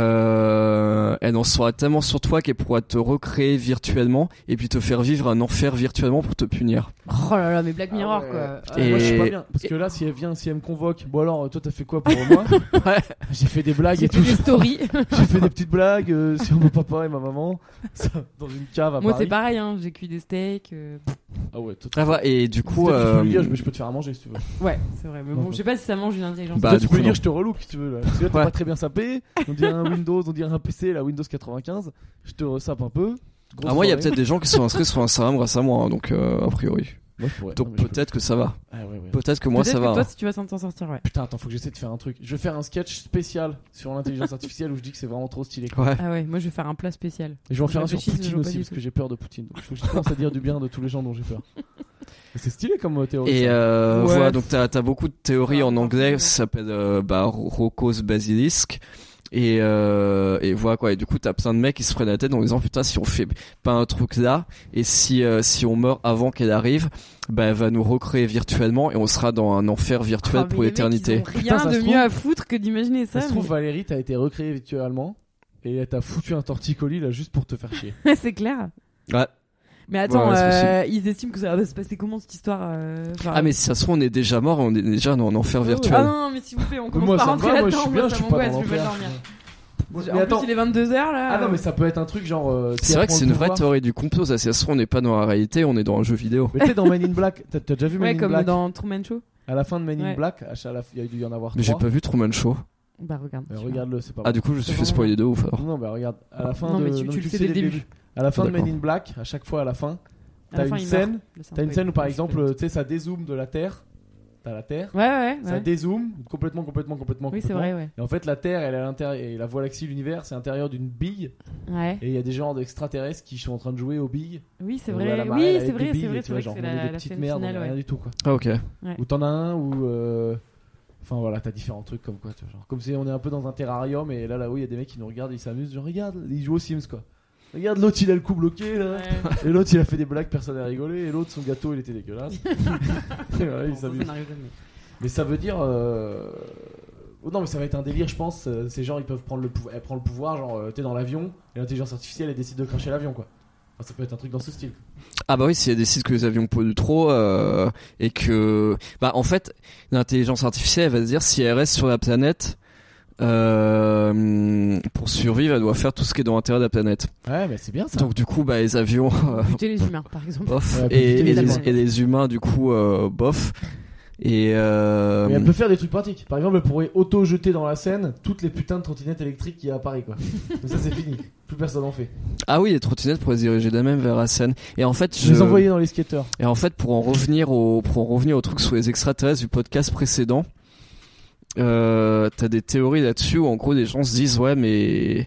euh, elle en saura tellement sur toi qu'elle pourra te recréer virtuellement et puis te faire vivre un enfer virtuellement pour te punir. Oh là là, mais Black Mirror Ah ouais. quoi. Euh, Ah, Moi, je suis pas Et- bien. Parce que là, si elle vient, si elle me convoque, bon alors, toi, t'as fait quoi pour moi <laughs> Ouais. J'ai fait des blagues J'ai et fait tout. des stories. J'ai fait des petites blagues euh, sur mon papa et ma maman ça, dans une cave à Moi c'est Paris. pareil, hein, j'ai cuit des steaks. euh, Ah ouais, tout Ah, voilà. Et du Du coup, coup, euh, mais je peux te faire à manger si tu veux. Ouais, c'est vrai. Mais bon, je sais pas si ça mange une intelligence. Bah, Toi, du tu peux coup, lui dire non. je te relook si tu veux. Là. Parce que là, t'es Ouais. pas très bien sapé. On dirait un Windows, on dirait un PC, la Windows 95. Je te ressape un peu. Grosse ah, moi, il y a soirée. peut-être des gens qui sont inscrits sur Instagram grâce à moi, hein, donc euh, a priori. Moi, je pourrais. Non, Donc mais je peux. peut-être que ça va. Ah, ouais, ouais. Peut-être que moi Peut-être ça que va. hein. toi si tu vas t'en sortir, ouais. Putain, attends, faut que j'essaie de faire un truc. Je vais faire un sketch spécial sur l'intelligence artificielle où je dis que c'est vraiment trop stylé. Ouais. Ah ouais, moi je vais faire un plat spécial. Et je vais en faire un sur Réfléchis, je Poutine vois pas aussi, du parce tout. que j'ai peur de Poutine. Donc, il faut que je commence à dire du bien de tous les gens dont j'ai <laughs> peur. Mais C'est stylé comme euh, théorie. Et ça. euh, Ouais. voilà, donc t'as as beaucoup de théories Ah, en anglais, forcément. ça s'appelle euh, bah, Rocco's Basilisk. Et, euh, et voilà quoi. Et du coup, t'as plein de mecs qui se prennent la tête en disant putain, si on fait pas un truc là, et si euh, si on meurt avant qu'elle arrive, bah elle va nous recréer virtuellement et on sera dans un enfer virtuel Ah, mais pour les mecs, l'éternité. ils ont Putain, Rien ça de se mieux trouve- à foutre que d'imaginer ça. Ça se trouve, mais- Valérie, t'as été recréée virtuellement et elle t'a foutu un torticolis là juste pour te faire <laughs> chier. c'est clair. Ouais. Mais attends, Ouais, c'est euh, ils estiment que ça va se passer comment cette histoire euh, enfin- Ah mais si ça se trouve, on est déjà mort, on est déjà dans un enfer ouais. virtuel. Ah non, mais s'il vous plaît, on Mais commence moi, par ça rentrer me va, moi, je là-dedans. suis bien, ça je suis pas m'angoisse, dans je vais pas l'enfer. dormir. Moi, En Mais attends, plus, il est 22h là. ah non, mais euh, ça peut être un truc genre. euh, si c'est elle vrai que prend c'est le une vraie pouvoir- théorie du complot. Ça, si ça se trouve, on n'est pas dans la réalité, on est dans un jeu vidéo. Mais tu sais, dans Men in Black, t'as t'as déjà vu Ouais, Men in comme Black dans Truman Show. À la fin de Men in Ouais. Black, à chaque- à la- il y a dû y en avoir Mais j'ai trois. pas vu Truman Show. Bah regarde. Euh, tu vois. Regarde-le, c'est pas Ah bon. du coup, je me suis C'est fait vraiment- spoiler de ouf alors. Non, bah regarde, à la fin Non, de. mais tu- tu le sais dès le début. À la fin de Men D'accord. in Black, à chaque fois à la fin, À la t'as fin, une il scène. meurt. Là, c'est un T'as une peu scène où par étonnant, je exemple, peux le tu sais, ça dézoome de la Terre. T'as la Terre. dire. Ouais, ouais, Ça ouais. dézoome complètement, complètement, complètement. Oui, c'est complètement. vrai, ouais. Et en fait, la Terre, elle est à l'intérieur. Et la Voie lactée, l'univers, c'est à l'intérieur d'une bille. Ouais. Et il y a des genres d'extraterrestres qui sont en train de jouer aux billes. Oui, c'est Ou à la vrai. marelle Oui, avec c'est des vrai, billes, c'est vrai, et tu c'est vois, vrai que genre, c'est on est la des la petites scène merdes, on est finale, rien ouais. du tout, quoi. Ah ok. Ou t'en as un où. euh, Enfin voilà, t'as différents trucs comme quoi. tu vois, genre, comme si on est un peu dans un terrarium et là, là-haut, il y a des mecs qui nous regardent, ils s'amusent. Genre, regarde, ils jouent aux Sims, quoi. Regarde, l'autre, il a le cou bloqué, là. Ouais. Et l'autre, il a fait des blagues, personne n'a rigolé. Et l'autre, son gâteau, il était <laughs> dégueulasse. Et voilà, Bon, il ça, ça s'amuse. n'arrive jamais. Mais ça veut dire. euh, oh non, mais ça va être un délire, je pense. Euh, Ces gens, ils peuvent prendre le, pouvoir, elle prend le pouvoir. Genre, euh, t'es dans l'avion et l'intelligence artificielle, elle décide de cracher l'avion, quoi. Enfin, ça peut être un truc dans ce style. Ah bah oui, s'il y a des sites que les avions polluent trop euh, et que bah en fait l'intelligence artificielle elle va se dire si elle reste sur la planète euh, pour survivre elle doit faire tout ce qui est dans l'intérêt de la planète. Ouais, mais c'est bien ça. Donc du coup bah les avions <laughs> euh, Buter les humains, par exemple. bof Ah. Ouais, et, éviter et les les, avions. et les humains du coup euh, bof et euh, Mais elle peut faire des trucs pratiques. Par exemple, elle pourrait auto-jeter dans la Seine toutes les putains de trottinettes électriques qu'il y a à Paris, <laughs> quoi. Donc ça, c'est fini. Plus personne en fait. ah oui les trottinettes pourraient se diriger d'elles-mêmes vers la Seine et en fait Je les envoyer dans les skateurs. Et en fait, pour en revenir au, pour en revenir au truc sur les extraterrestres du podcast précédent, euh, t'as des théories là-dessus où en gros des gens se disent ouais mais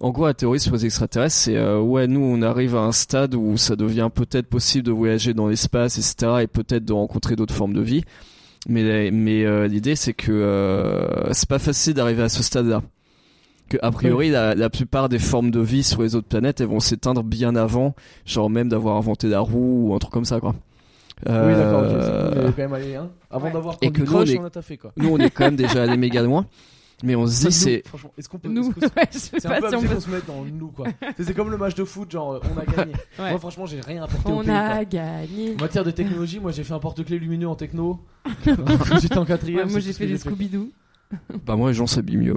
en gros la théorie sur les extraterrestres c'est euh, ouais nous on arrive à un stade où ça devient peut-être possible de voyager dans l'espace etc et peut-être de rencontrer d'autres formes de vie mais mais euh, l'idée c'est que euh, c'est pas facile d'arriver à ce stade-là que a priori la, la plupart des formes de vie sur les autres planètes elles vont s'éteindre bien avant genre même d'avoir inventé la roue ou un truc comme ça quoi Oui, d'accord, ok, Euh, c'est cool, mais quand même aller, hein. Avant Ouais. d'avoir Et conduit que nous, on Crush, est- on a taffé, quoi. nous on est quand même déjà allé méga loin mais on se Enfin, dit nous, c'est Franchement, est-ce qu'on peut. Nous, est-ce <laughs> que- ouais, je sais C'est un peu pas si on abusé peut. qu'on se mette dans le nous, <laughs> quoi. C'est c'est comme le match de foot, genre, euh, on a gagné. Ouais. Moi, franchement, j'ai rien apporté au On pays, quoi. a gagné. En matière de technologie, moi j'ai fait un porte-clés lumineux en techno. <laughs> J'étais en quatrième. Ouais, moi c'est j'ai tout ce fait que des fait. Scooby-Doo. bah moi les gens s'habillent mieux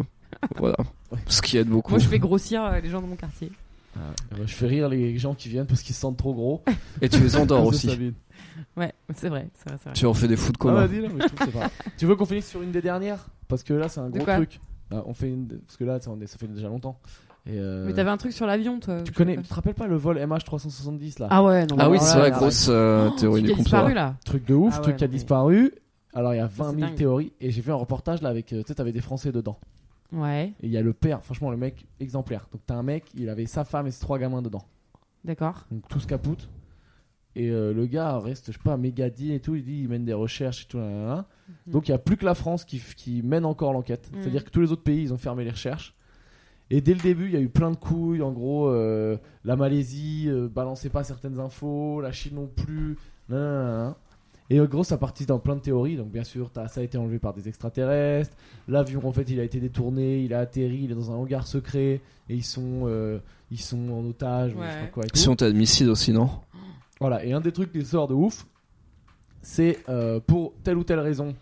voilà Ouais. ce qui aide beaucoup Moi je fais grossir euh, les gens de mon quartier. Euh, Je fais rire les gens qui viennent parce qu'ils se sentent trop gros. et tu les <laughs> endors Cause de aussi Sabine. Ouais, c'est vrai, c'est vrai, c'est vrai. tu en fais des fous de Ah, commun vas-y, là, mais je trouve que c'est pas grave. tu veux qu'on finisse sur une des dernières Parce que là, c'est un De gros quoi truc. Ah, on fait une... Parce que là, ça, on est- ça fait déjà longtemps. Et, euh, Mais t'avais un truc sur l'avion, toi. tu connais, tu te rappelles pas le vol MH370 là Ah ouais, non. Ah oui, Alors c'est là, vrai, là, grosse euh, théorie il du est disparu complot. là. Truc de ouf, Ah ouais, truc qui a mais- disparu. Alors il y a 20 c'est 000 dingue. théories et j'ai fait un reportage là avec, euh, tu sais, t'avais des Français dedans. Ouais, Et il y a le père, franchement le mec exemplaire. Donc t'as un mec, il avait sa femme et ses trois gamins dedans. d'accord. Donc tous capoute. Et euh, le gars reste, je sais pas, méga dit et tout. Il dit, il mène des recherches et tout. là, là, là. Mhm. Donc il y a plus que la France qui, f- qui mène encore l'enquête. Mhm. C'est-à-dire que tous les autres pays, ils ont fermé les recherches. Et dès le début, il y a eu plein de couilles. En gros, euh, la Malaisie euh, balançait pas certaines infos, la Chine non plus. nan, nan, nan, nan. Et en gros, ça partit dans plein de théories. Donc bien sûr, t'as- ça a été enlevé par des extraterrestres. L'avion, en fait, il a été détourné, il a atterri, il est dans un hangar secret. Et ils sont, euh, ils sont en otage. ou je sais Ouais. pas quoi et tout. Si on t'a admissible aussi, non Voilà, et un des trucs qui sort de ouf, c'est euh, pour telle ou telle raison,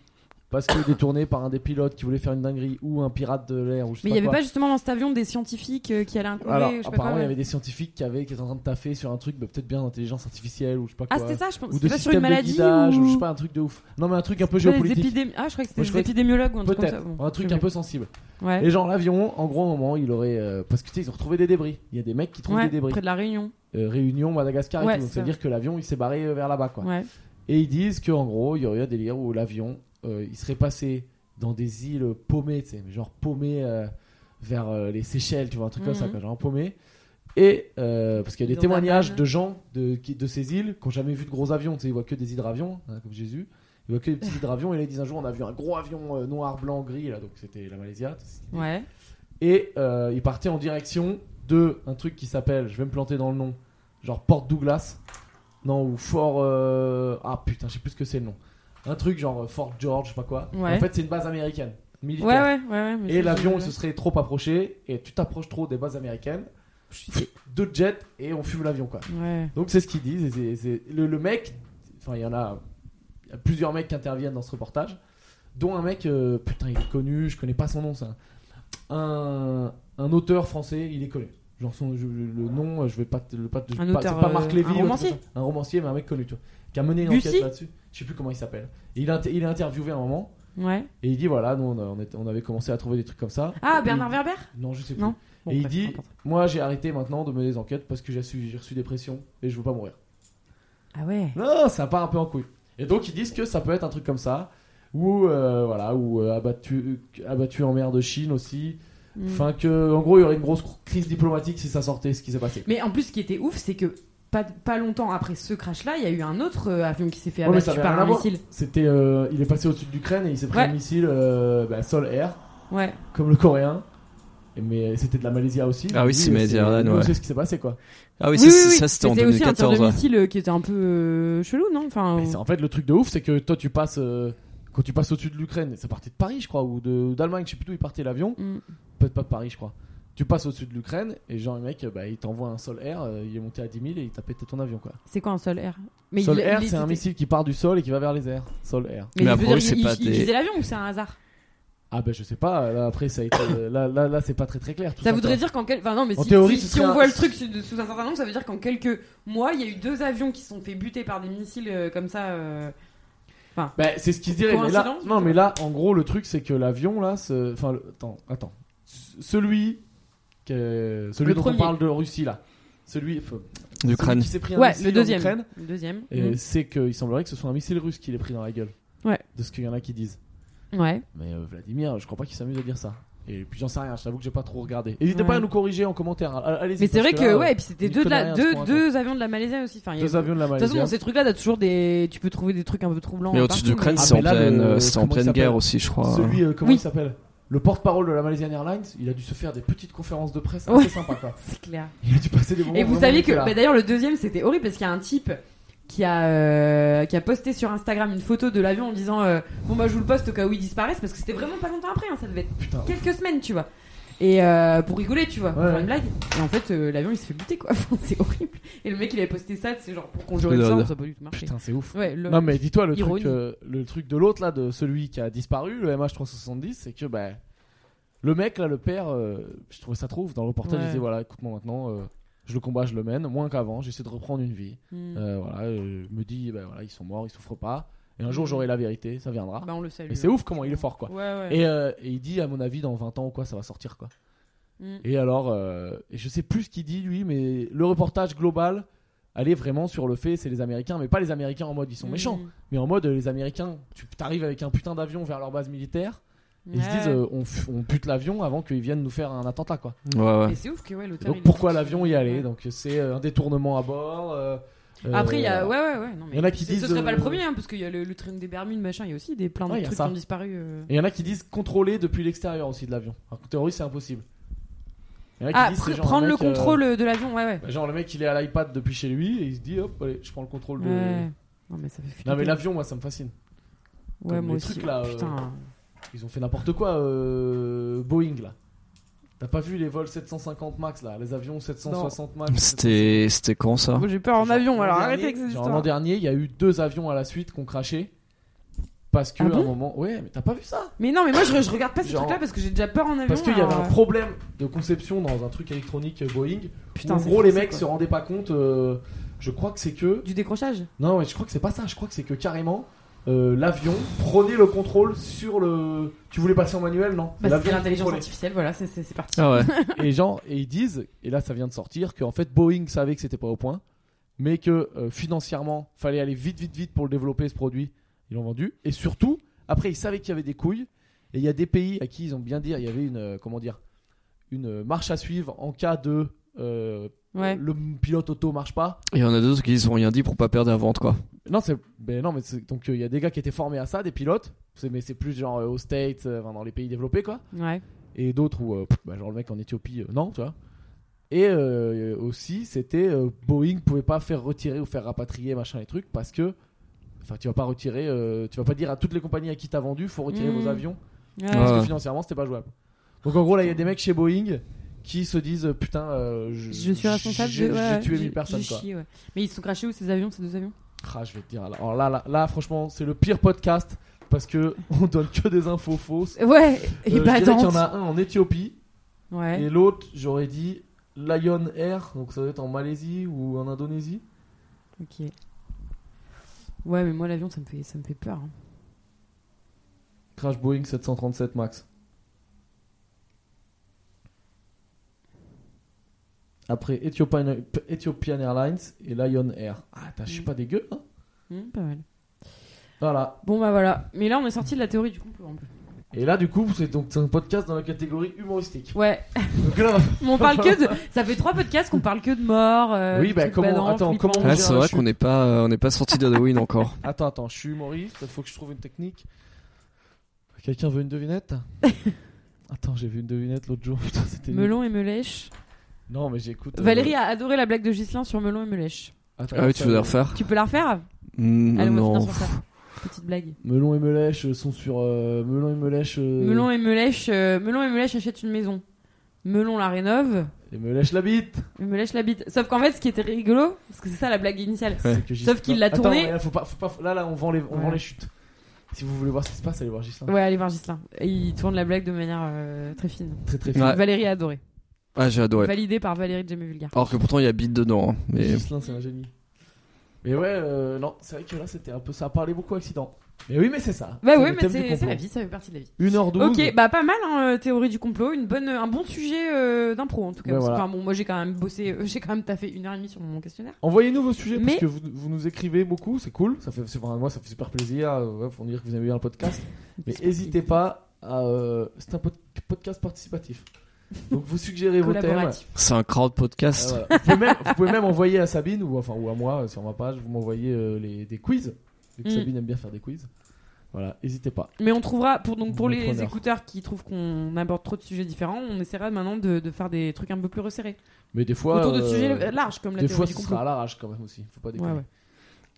parce qu'il est détourné par un des pilotes qui voulait faire une dinguerie ou un pirate de l'air ou je sais Mais il y avait quoi. pas justement dans cet avion des scientifiques euh, qui allaient incomber, Alors, je sais pas apparemment, quoi. il y avait des scientifiques qui, avaient, qui étaient en train de taffer sur un truc, bah, peut-être bien d'intelligence artificielle ou je sais pas Ah, quoi. c'était ça, je pense. ou de C'était pas sur système une de maladie guidage, ou je sais ou pas, un truc de ouf. Non, mais un truc un peu Pas des géopolitique. épidémi- Ah, je croyais que Moi, je c'était des croyais que- épidémiologues ou un truc comme ça. Peut-être, Bon, un truc je un sais peu sensible. plus. Ouais. Et genre, l'avion, en gros, à un moment, il aurait. euh, parce que tu sais, ils ont retrouvé des débris. Il y a des mecs qui trouvent Ouais, des débris. près de la Réunion. Euh, Réunion, Madagascar Ouais, et tout. Donc, c'est ça veut ça. dire que l'avion, il s'est barré euh, vers là-bas, quoi. Ouais. Et ils disent qu'en gros, il y aurait eu un délire où l'avion, euh, il serait passé dans des îles paumées, tu sais, mais genre paumées euh, vers euh, les Seychelles, tu vois, un truc comme ça, Mhm. quoi, genre paumées. Et euh, parce qu'il y a des Dans témoignages Taman. de gens de, qui- de ces îles qui n'ont jamais vu de gros avions, tu sais, ils voient que des hydravions, hein, comme Jésus. Ils voient que des petits hydravions, et là ils disent un jour on a vu un gros avion euh, noir, blanc, gris, là, donc c'était la Malaisie. là, c'est- Ouais. et euh, il partait en direction de un truc qui s'appelle, je vais me planter dans le nom, genre Port Douglas, non ou Fort, euh, ah putain, je sais plus ce que c'est le nom, un truc genre euh, Fort George, je sais pas quoi. Ouais. En fait, c'est une base américaine militaire. Ouais, ouais, ouais, ouais. mais Et je- l'avion il je- se serait trop approché et tu t'approches trop des bases américaines, deux jets et on fume l'avion quoi. Ouais. Donc c'est ce qu'ils disent. et c'est- c'est- le, le mec, enfin il y en a, il y a plusieurs mecs qui interviennent dans ce reportage, dont un mec, euh, putain il est connu, je connais pas son nom ça. Un, un auteur français, il est connu. Genre son, je- le nom, je vais pas, te- le, pas, te- Un pas- auteur, c'est pas Marc euh, Lévy, un ou autre romancier. chose. un romancier, mais un mec connu, tu vois, qui a mené une Bussy enquête là-dessus. Je sais plus comment il s'appelle. Et Il, a inter- il est interviewé à un moment. Ouais. Et il dit voilà, nous on, a- on était- on avait commencé à trouver des trucs comme ça. Ah, Et- Bernard Werber Non, je sais plus. Non. Bon, Mm. et il bref, dit n'importe. Moi j'ai arrêté maintenant de mener des enquêtes parce que j'ai reçu, j'ai reçu des pressions et je veux pas mourir. Ah ouais. Non, ça part un peu en couille. Et donc ils disent que ça peut être un truc comme ça, ou euh, voilà, ou euh, abattu, abattu en mer de Chine aussi. Mm. Enfin que, en gros, il y aurait une grosse crise diplomatique si ça sortait, ce qui s'est passé. Mais en plus, ce qui était ouf, c'est que pas, pas longtemps après ce crash-là, il y a eu un autre euh, avion qui s'est fait Ouais, mais abattre ça avait par rien à un voir. missile. C'était, euh, il est passé au-dessus de l'Ukraine et il s'est pris Ouais. un missile euh, bah, Sol Air, Ouais. comme le coréen. Et Mais c'était de la Malaisie aussi. Ah oui, Lui, c'est Malaisie, ouais. nous, C'est ce qui s'est passé quoi. Ah oui, oui, ça, c'est- oui, ça oui. c'était en Mais c'est aussi un tir 2014. de ouais. missile euh, qui était un peu euh, chelou, non Enfin. Mais c'est- en fait, le truc de ouf, c'est que toi, tu passes euh, quand tu passes au-dessus de l'Ukraine, ça partait de Paris, je crois, ou de- ou d'Allemagne, je sais plus d'où il partait l'avion. Mm. peut-être pas de Paris, je crois. Tu passes au-dessus de l'Ukraine et genre le mec, euh, bah, il t'envoie un sol air, euh, il est monté à 10 000 et il t'a pété ton avion quoi. C'est quoi un sol air sol il- air, il- c'est un c'était- missile qui part du sol et qui va vers les airs. Sol air. Mais Mais, je après, veux dire, oui, c'est il, pas il- il des- visait l'avion ou c'est un hasard Ah bah je sais pas. Là, après ça a été, euh, là là là c'est pas très très clair. tout Ça voudrait dire qu'en quel... enfin, non, mais En si, théorie, si- ce si serait on un- <laughs> voit le truc sous, sous un certain angle, ça veut dire qu'en quelques mois, il y a eu deux avions qui se sont fait buter par des missiles euh, comme ça. euh, Bah, c'est ce qu'ils se dirait. Mais là, Coïncidence, non ou mais là en gros le truc c'est que l'avion là, ce- enfin le- attends attends, C- celui que- celui Le dont premier. on parle de Russie là, celui, enfin, celui D'Ukraine. qui s'est pris un Ouais, missile le en deuxième. Ukraine, Le deuxième. et c'est qu'il semblerait que ce soit un missile russe qui l'ait pris dans la gueule. Ouais. De ce qu'il y en a qui disent. Mm. Ouais. Mais euh, Vladimir, je crois pas qu'il s'amuse à dire ça. Et puis j'en sais rien, je t'avoue que j'ai pas trop regardé. N'hésitez Ouais. pas à nous corriger en commentaire. hein. a- Allez-y. Mais c'est parce vrai que, là, ouais, et puis c'était il deux, de la- connaît rien à ce deux, point, deux avions de la Malaisie aussi. Enfin, il y a eu- deux avions de la De Malaisie. toute façon, dans ces trucs-là, t'as toujours des. Tu peux trouver des trucs un peu troublants. Mais hein, au-dessus partout, de l'Ukraine, mais- Ah, c'est en mais là, pleine, le- euh, c'est en comment il pleine s'appelle guerre aussi, je crois. Celui, euh, comment Oui. il s'appelle Le porte-parole de la Malaysian Airlines, il a dû se faire des petites conférences de presse Ouais. assez sympa quoi. C'est clair. Il a dû passer des moments. Et vous vraiment saviez que, dégueulasses. bah, d'ailleurs, le deuxième, c'était horrible parce qu'il y a un type qui a, euh, qui a posté sur Instagram une photo de l'avion en disant euh, Bon, bah, je vous le poste au cas où il disparaisse parce que c'était vraiment pas longtemps après, hein, ça devait être Putain. quelques semaines, tu vois. Et euh, pour rigoler, tu vois, pour Ouais. faire une blague. Et en fait, euh, l'avion il se fait buter, quoi. <laughs> Enfin, c'est horrible. Et le mec, il avait posté ça, c'est genre pour conjurer le Lol. sort, ça a pas du tout marché. Putain, c'est ouf. Ouais, le... Non mais dis-toi le Ironie. truc, euh, le truc de l'autre là, de celui qui a disparu, le MH370, c'est que bah, le mec là, le père, euh, je trouvais ça trop ouf. Dans le reportage, Ouais. il disait voilà, écoute-moi maintenant, euh, je le combat, je le mène, moins qu'avant, j'essaie de reprendre une vie. Hmm. Euh, voilà, euh, me dit, bah, voilà, ils sont morts, ils souffrent pas. Et un jour, j'aurai la vérité, ça viendra. Bah, on le salue. et c'est ouf comment il est fort, quoi. Ouais, ouais. Et, euh, et il dit, à mon avis, dans 20 ans ou quoi, ça va sortir, quoi. Mm. Et alors, euh, et je sais plus ce qu'il dit lui, mais le reportage global allait vraiment sur le fait c'est les Américains, mais pas les Américains en mode ils sont Mm. méchants, Hmm. mais en mode euh, les Américains, tu t'arrives avec un putain d'avion vers leur base militaire, et ils se disent euh, on, f- on bute l'avion avant qu'ils viennent nous faire un attentat quoi. Ouais, ouais. Et c'est ouf que ouais, Et l'auteur. il donc le pourquoi dit. l'avion y aller Ouais. Donc c'est euh, un détournement à bord. euh, euh, Après, il y a. Ouais, ouais, ouais. Non, mais Il y en a qui c'est- Ce disent, serait pas le euh, premier, hein, parce qu'il y a le, le triangle des Bermudes, machin. Il y a aussi des plein de Ouais, il y a trucs qui ça. ont disparu. euh. Et il y en a qui disent contrôler depuis l'extérieur aussi de l'avion. Alors qu'en théorie, c'est impossible. Il y en a qui Ah, disent, c'est pr- genre un prendre le mec, euh, contrôle de l'avion, ouais, ouais. bah, genre, le mec, il est à l'iPad depuis chez lui et il se dit, hop, allez, je prends le contrôle de. Ouais. Non, mais ça fait flipper. Non, mais l'avion, moi, ça me fascine. Ouais, comme moi les aussi. trucs, là, euh, Putain. Ils ont fait n'importe quoi, euh, Boeing, là. T'as pas vu les vols 750 max, là Les avions 760 max C'était c'était quand ça Moi, j'ai peur en Genre, avion, l'an alors dernier- arrêtez avec ces genre, L'an histoires. dernier, il y a eu deux avions à la suite qui ont craché. Parce que, Ah à un bon moment. Ouais, mais t'as pas vu ça Mais non, mais moi, je, je regarde pas ces Genre- trucs-là parce que j'ai déjà peur en avion. Parce qu'il y alors, avait un euh, problème de conception dans un truc électronique euh, Boeing. Putain, en c'est gros, les français, mecs quoi. se rendaient pas compte. euh, je crois que c'est que. Du décrochage Non, mais je crois que c'est pas ça. Je crois que c'est que carrément. euh, l'avion prenait le contrôle sur le. Tu voulais passer en manuel, non Bah, L'avion c'est l'intelligence contrôlait. artificielle, voilà, c'est- c'est c'est parti. Ah ouais. Et gens, et ils disent, et là ça vient de sortir, qu'en fait Boeing savait que c'était pas au point, mais que euh, financièrement, fallait aller vite, vite, vite pour le développer ce produit. Ils l'ont vendu. Et surtout, après, ils savaient qu'il y avait des couilles. Et il y a des pays à qui ils ont bien dit, il y avait une, euh, comment dire, une euh, marche à suivre en cas de euh, Ouais. le pilote auto marche pas. Il y en a d'autres qui ils ont rien dit pour pas perdre la vente quoi. Non, c'est. Mais non, mais c'est- donc il y a des gars qui étaient formés à ça, des pilotes. C'est- Mais c'est plus genre euh, aux States, euh, enfin, dans les pays développés quoi. Ouais. Et d'autres où, euh, pff, bah, genre le mec en Éthiopie, euh, non, tu vois. Et euh, aussi, c'était euh, Boeing pouvait pas faire retirer ou faire rapatrier machin les trucs parce que. Enfin, tu vas pas retirer, euh, tu vas pas dire à toutes les compagnies à qui t'as vendu, faut retirer Mhm. vos avions Ouais. parce Ouais. que financièrement c'était pas jouable. Donc en gros là il y a des mecs chez Boeing qui se disent putain euh, je, Je suis responsable j'ai- de. ouais, j'ai tué j'ai- 1000 personnes j'ai quoi. chié, ouais. Mais ils se sont crachés où ces avions, ces deux avions Ah, je vais te dire alors là là, là, franchement c'est le pire podcast parce que <laughs> on donne que des infos fausses. Ouais, Euh, et je bah dirais qu'il y en attends. a un en Éthiopie Ouais. et l'autre j'aurais dit Lion Air donc ça doit être en Malaisie ou en Indonésie. Ok. Ouais, mais moi l'avion ça me fait ça me fait peur. hein. Crash Boeing 737 Max. Après Ethiopian, Ethiopian Airlines et Lion Air. Ah, t'as- je suis Mm. pas dégueu, hein Hmm, pas mal. Voilà. Bon bah voilà. Mais là on est sorti de la théorie du complot un peu. Et là, du coup, c'est donc c'est un podcast dans la catégorie <laughs> humoristique. Ouais. Donc là, Mais on parle que de. <laughs> Ça fait trois podcasts qu'on parle que de mort. euh, Oui, de bah, trucs comment- badants, attends, flippants. comment- Ah, Ouais, c'est j'ai un vrai chute. qu'on n'est pas euh, on n'est pas sorti d'Halloween encore. attends, attends, je suis humoriste, il faut que je trouve une technique. Quelqu'un veut une <laughs> devinette Attends, j'ai vu une devinette l'autre jour. <laughs> Putain, c'était nul. Melon et Melèche. Non, mais j'écoute. euh, Valérie a adoré la blague de Ghislain sur Melon et Melèche. attends, Ah oui, tu veux ça, la refaire Tu peux la refaire Mm, Allez, on va Non. finir sur ça. Petite blague. Melon et Melèche sont sur euh, Melon et Melèche euh, Melon et Melèche, euh, Melon et Melèche achètent une maison. Melon la rénove, et Melèche la bite. et Melèche la bite. Sauf qu'en fait, ce qui était rigolo, parce que c'est ça la blague initiale. Ouais. que Ghislain- Sauf qu'il l'a Attends, tourné. ouais, faut pas- faut pas- Là, là, on vend les, on Ouais. vend les chutes. Si vous voulez voir ce qui se passe, allez voir Gislain. Ouais, allez voir Ghislain. Et Il tourne la blague de manière euh, très fine. Très très Ouais. fort. Valérie a adoré. Ah, j'ai adoré. Validé par Valérie de Jamais Vulgaire. Alors que pourtant il y a Beat dedans. hein, Mais Gislain, c'est un génie. Mais ouais, euh, non, c'est vrai que là, c'était un peu ça. a parlé beaucoup accident. Mais oui, mais c'est ça. Bah C'est oui, le mais thème du c'est c'est complot. la vie, ça fait partie de la vie. 1h12. Ok, bah pas mal, hein, euh, théorie du complot, une bonne, un bon sujet euh, d'impro en tout cas. Ouais, parce que, voilà. enfin, bon, moi j'ai quand même bossé, euh, j'ai quand même taffé une heure et demie sur mon questionnaire. Envoyez-nous vos sujets Mais- parce que vous, vous nous écrivez beaucoup, c'est cool. Ça fait, c'est- enfin, moi, ça fait super plaisir. euh, ouais, faut dire que vous aimez bien le <laughs> podcast. Mais n'hésitez pas à. euh, c'est un pod- podcast participatif. Donc vous suggérez vos thèmes. Collaboratif. c'est un crowd Ah, podcast. voilà. vous, pouvez même, vous pouvez même envoyer à Sabine ou, enfin, ou à moi euh, sur ma page, vous m'envoyez euh, les- des quiz. Vu que Mm. Sabine aime bien faire des quiz. Voilà, n'hésitez pas. Mais on trouvera, pour, donc pour Bon les preneur. écouteurs qui trouvent qu'on aborde trop de sujets différents, on essaiera maintenant de, de faire des trucs un peu plus resserrés. Mais des fois. Autour de euh, sujets larges comme la Des théorie fois, du ce complot. sera à l'arrache quand même aussi. Faut pas déconner. Ouais, ouais.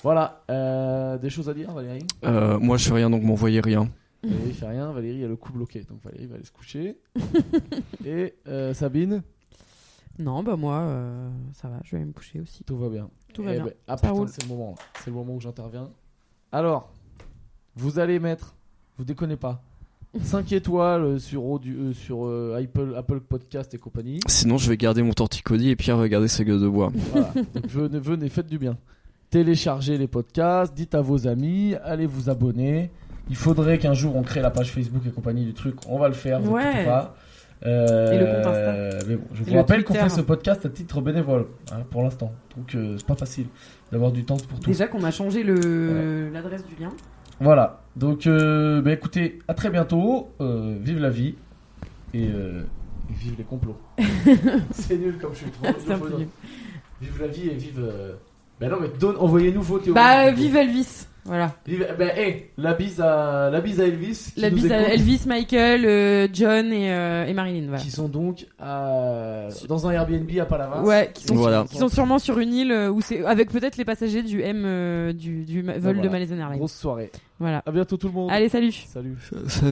Voilà, euh, des choses à dire, Valérie Euh, moi je fais rien donc m'envoyez rien. Valérie fait rien, Valérie a le coup bloqué. Donc Valérie va aller se <laughs> coucher. Et euh, Sabine, Non, bah moi, euh, ça va, je vais me coucher aussi. tout va bien. Tout va Eh bien. ben, ah Ça putain, roule. c'est le moment. là. C'est le moment où j'interviens. Alors, vous allez mettre, vous déconnez pas, 5 étoiles sur, audio- euh, sur euh, Apple, Apple Podcast et compagnie. Sinon je vais garder mon torticolis et Pierre va garder ses gueules de bois. Voilà. Donc, venez, venez, faites du bien. Téléchargez les podcasts, dites à vos amis, allez vous abonner. Il faudrait qu'un jour on crée la page Facebook et compagnie du truc. On va le faire, vous Ouais. inquiétez pas. Euh, Et le compte Insta. Mais bon, je Et vous le rappelle qu'on Twitter. fait ce podcast à titre bénévole hein, pour l'instant. Donc euh, c'est pas facile d'avoir du temps pour tout. Déjà qu'on a changé le- l'adresse du lien. Voilà. Donc euh, bah, écoutez, à très bientôt. Euh, vive la vie. Et, euh, et vive les <laughs> complots. c'est nul comme je suis trop. C'est un peu nul. Vive la vie et vive. euh, Bah non, mais donne, envoyez-nous vos théories. Bah, euh, vive Elvis. Voilà. Vive- Bah, hey, la bise à, la bise à Elvis. qui La nous bise à écoute, Elvis, Michael, euh, John et, euh, et Marilyn. voilà. Qui sont donc à- dans un Airbnb à Palavas. Ouais, qui sont, Voilà. qui sont sûrement sur une île euh, où c'est avec peut-être les passagers du M euh, du, du ma- vol Ah, voilà. de Malaysian Airlines. Grosse soirée. Voilà. À bientôt tout le monde. Allez, salut. Salut. Ça-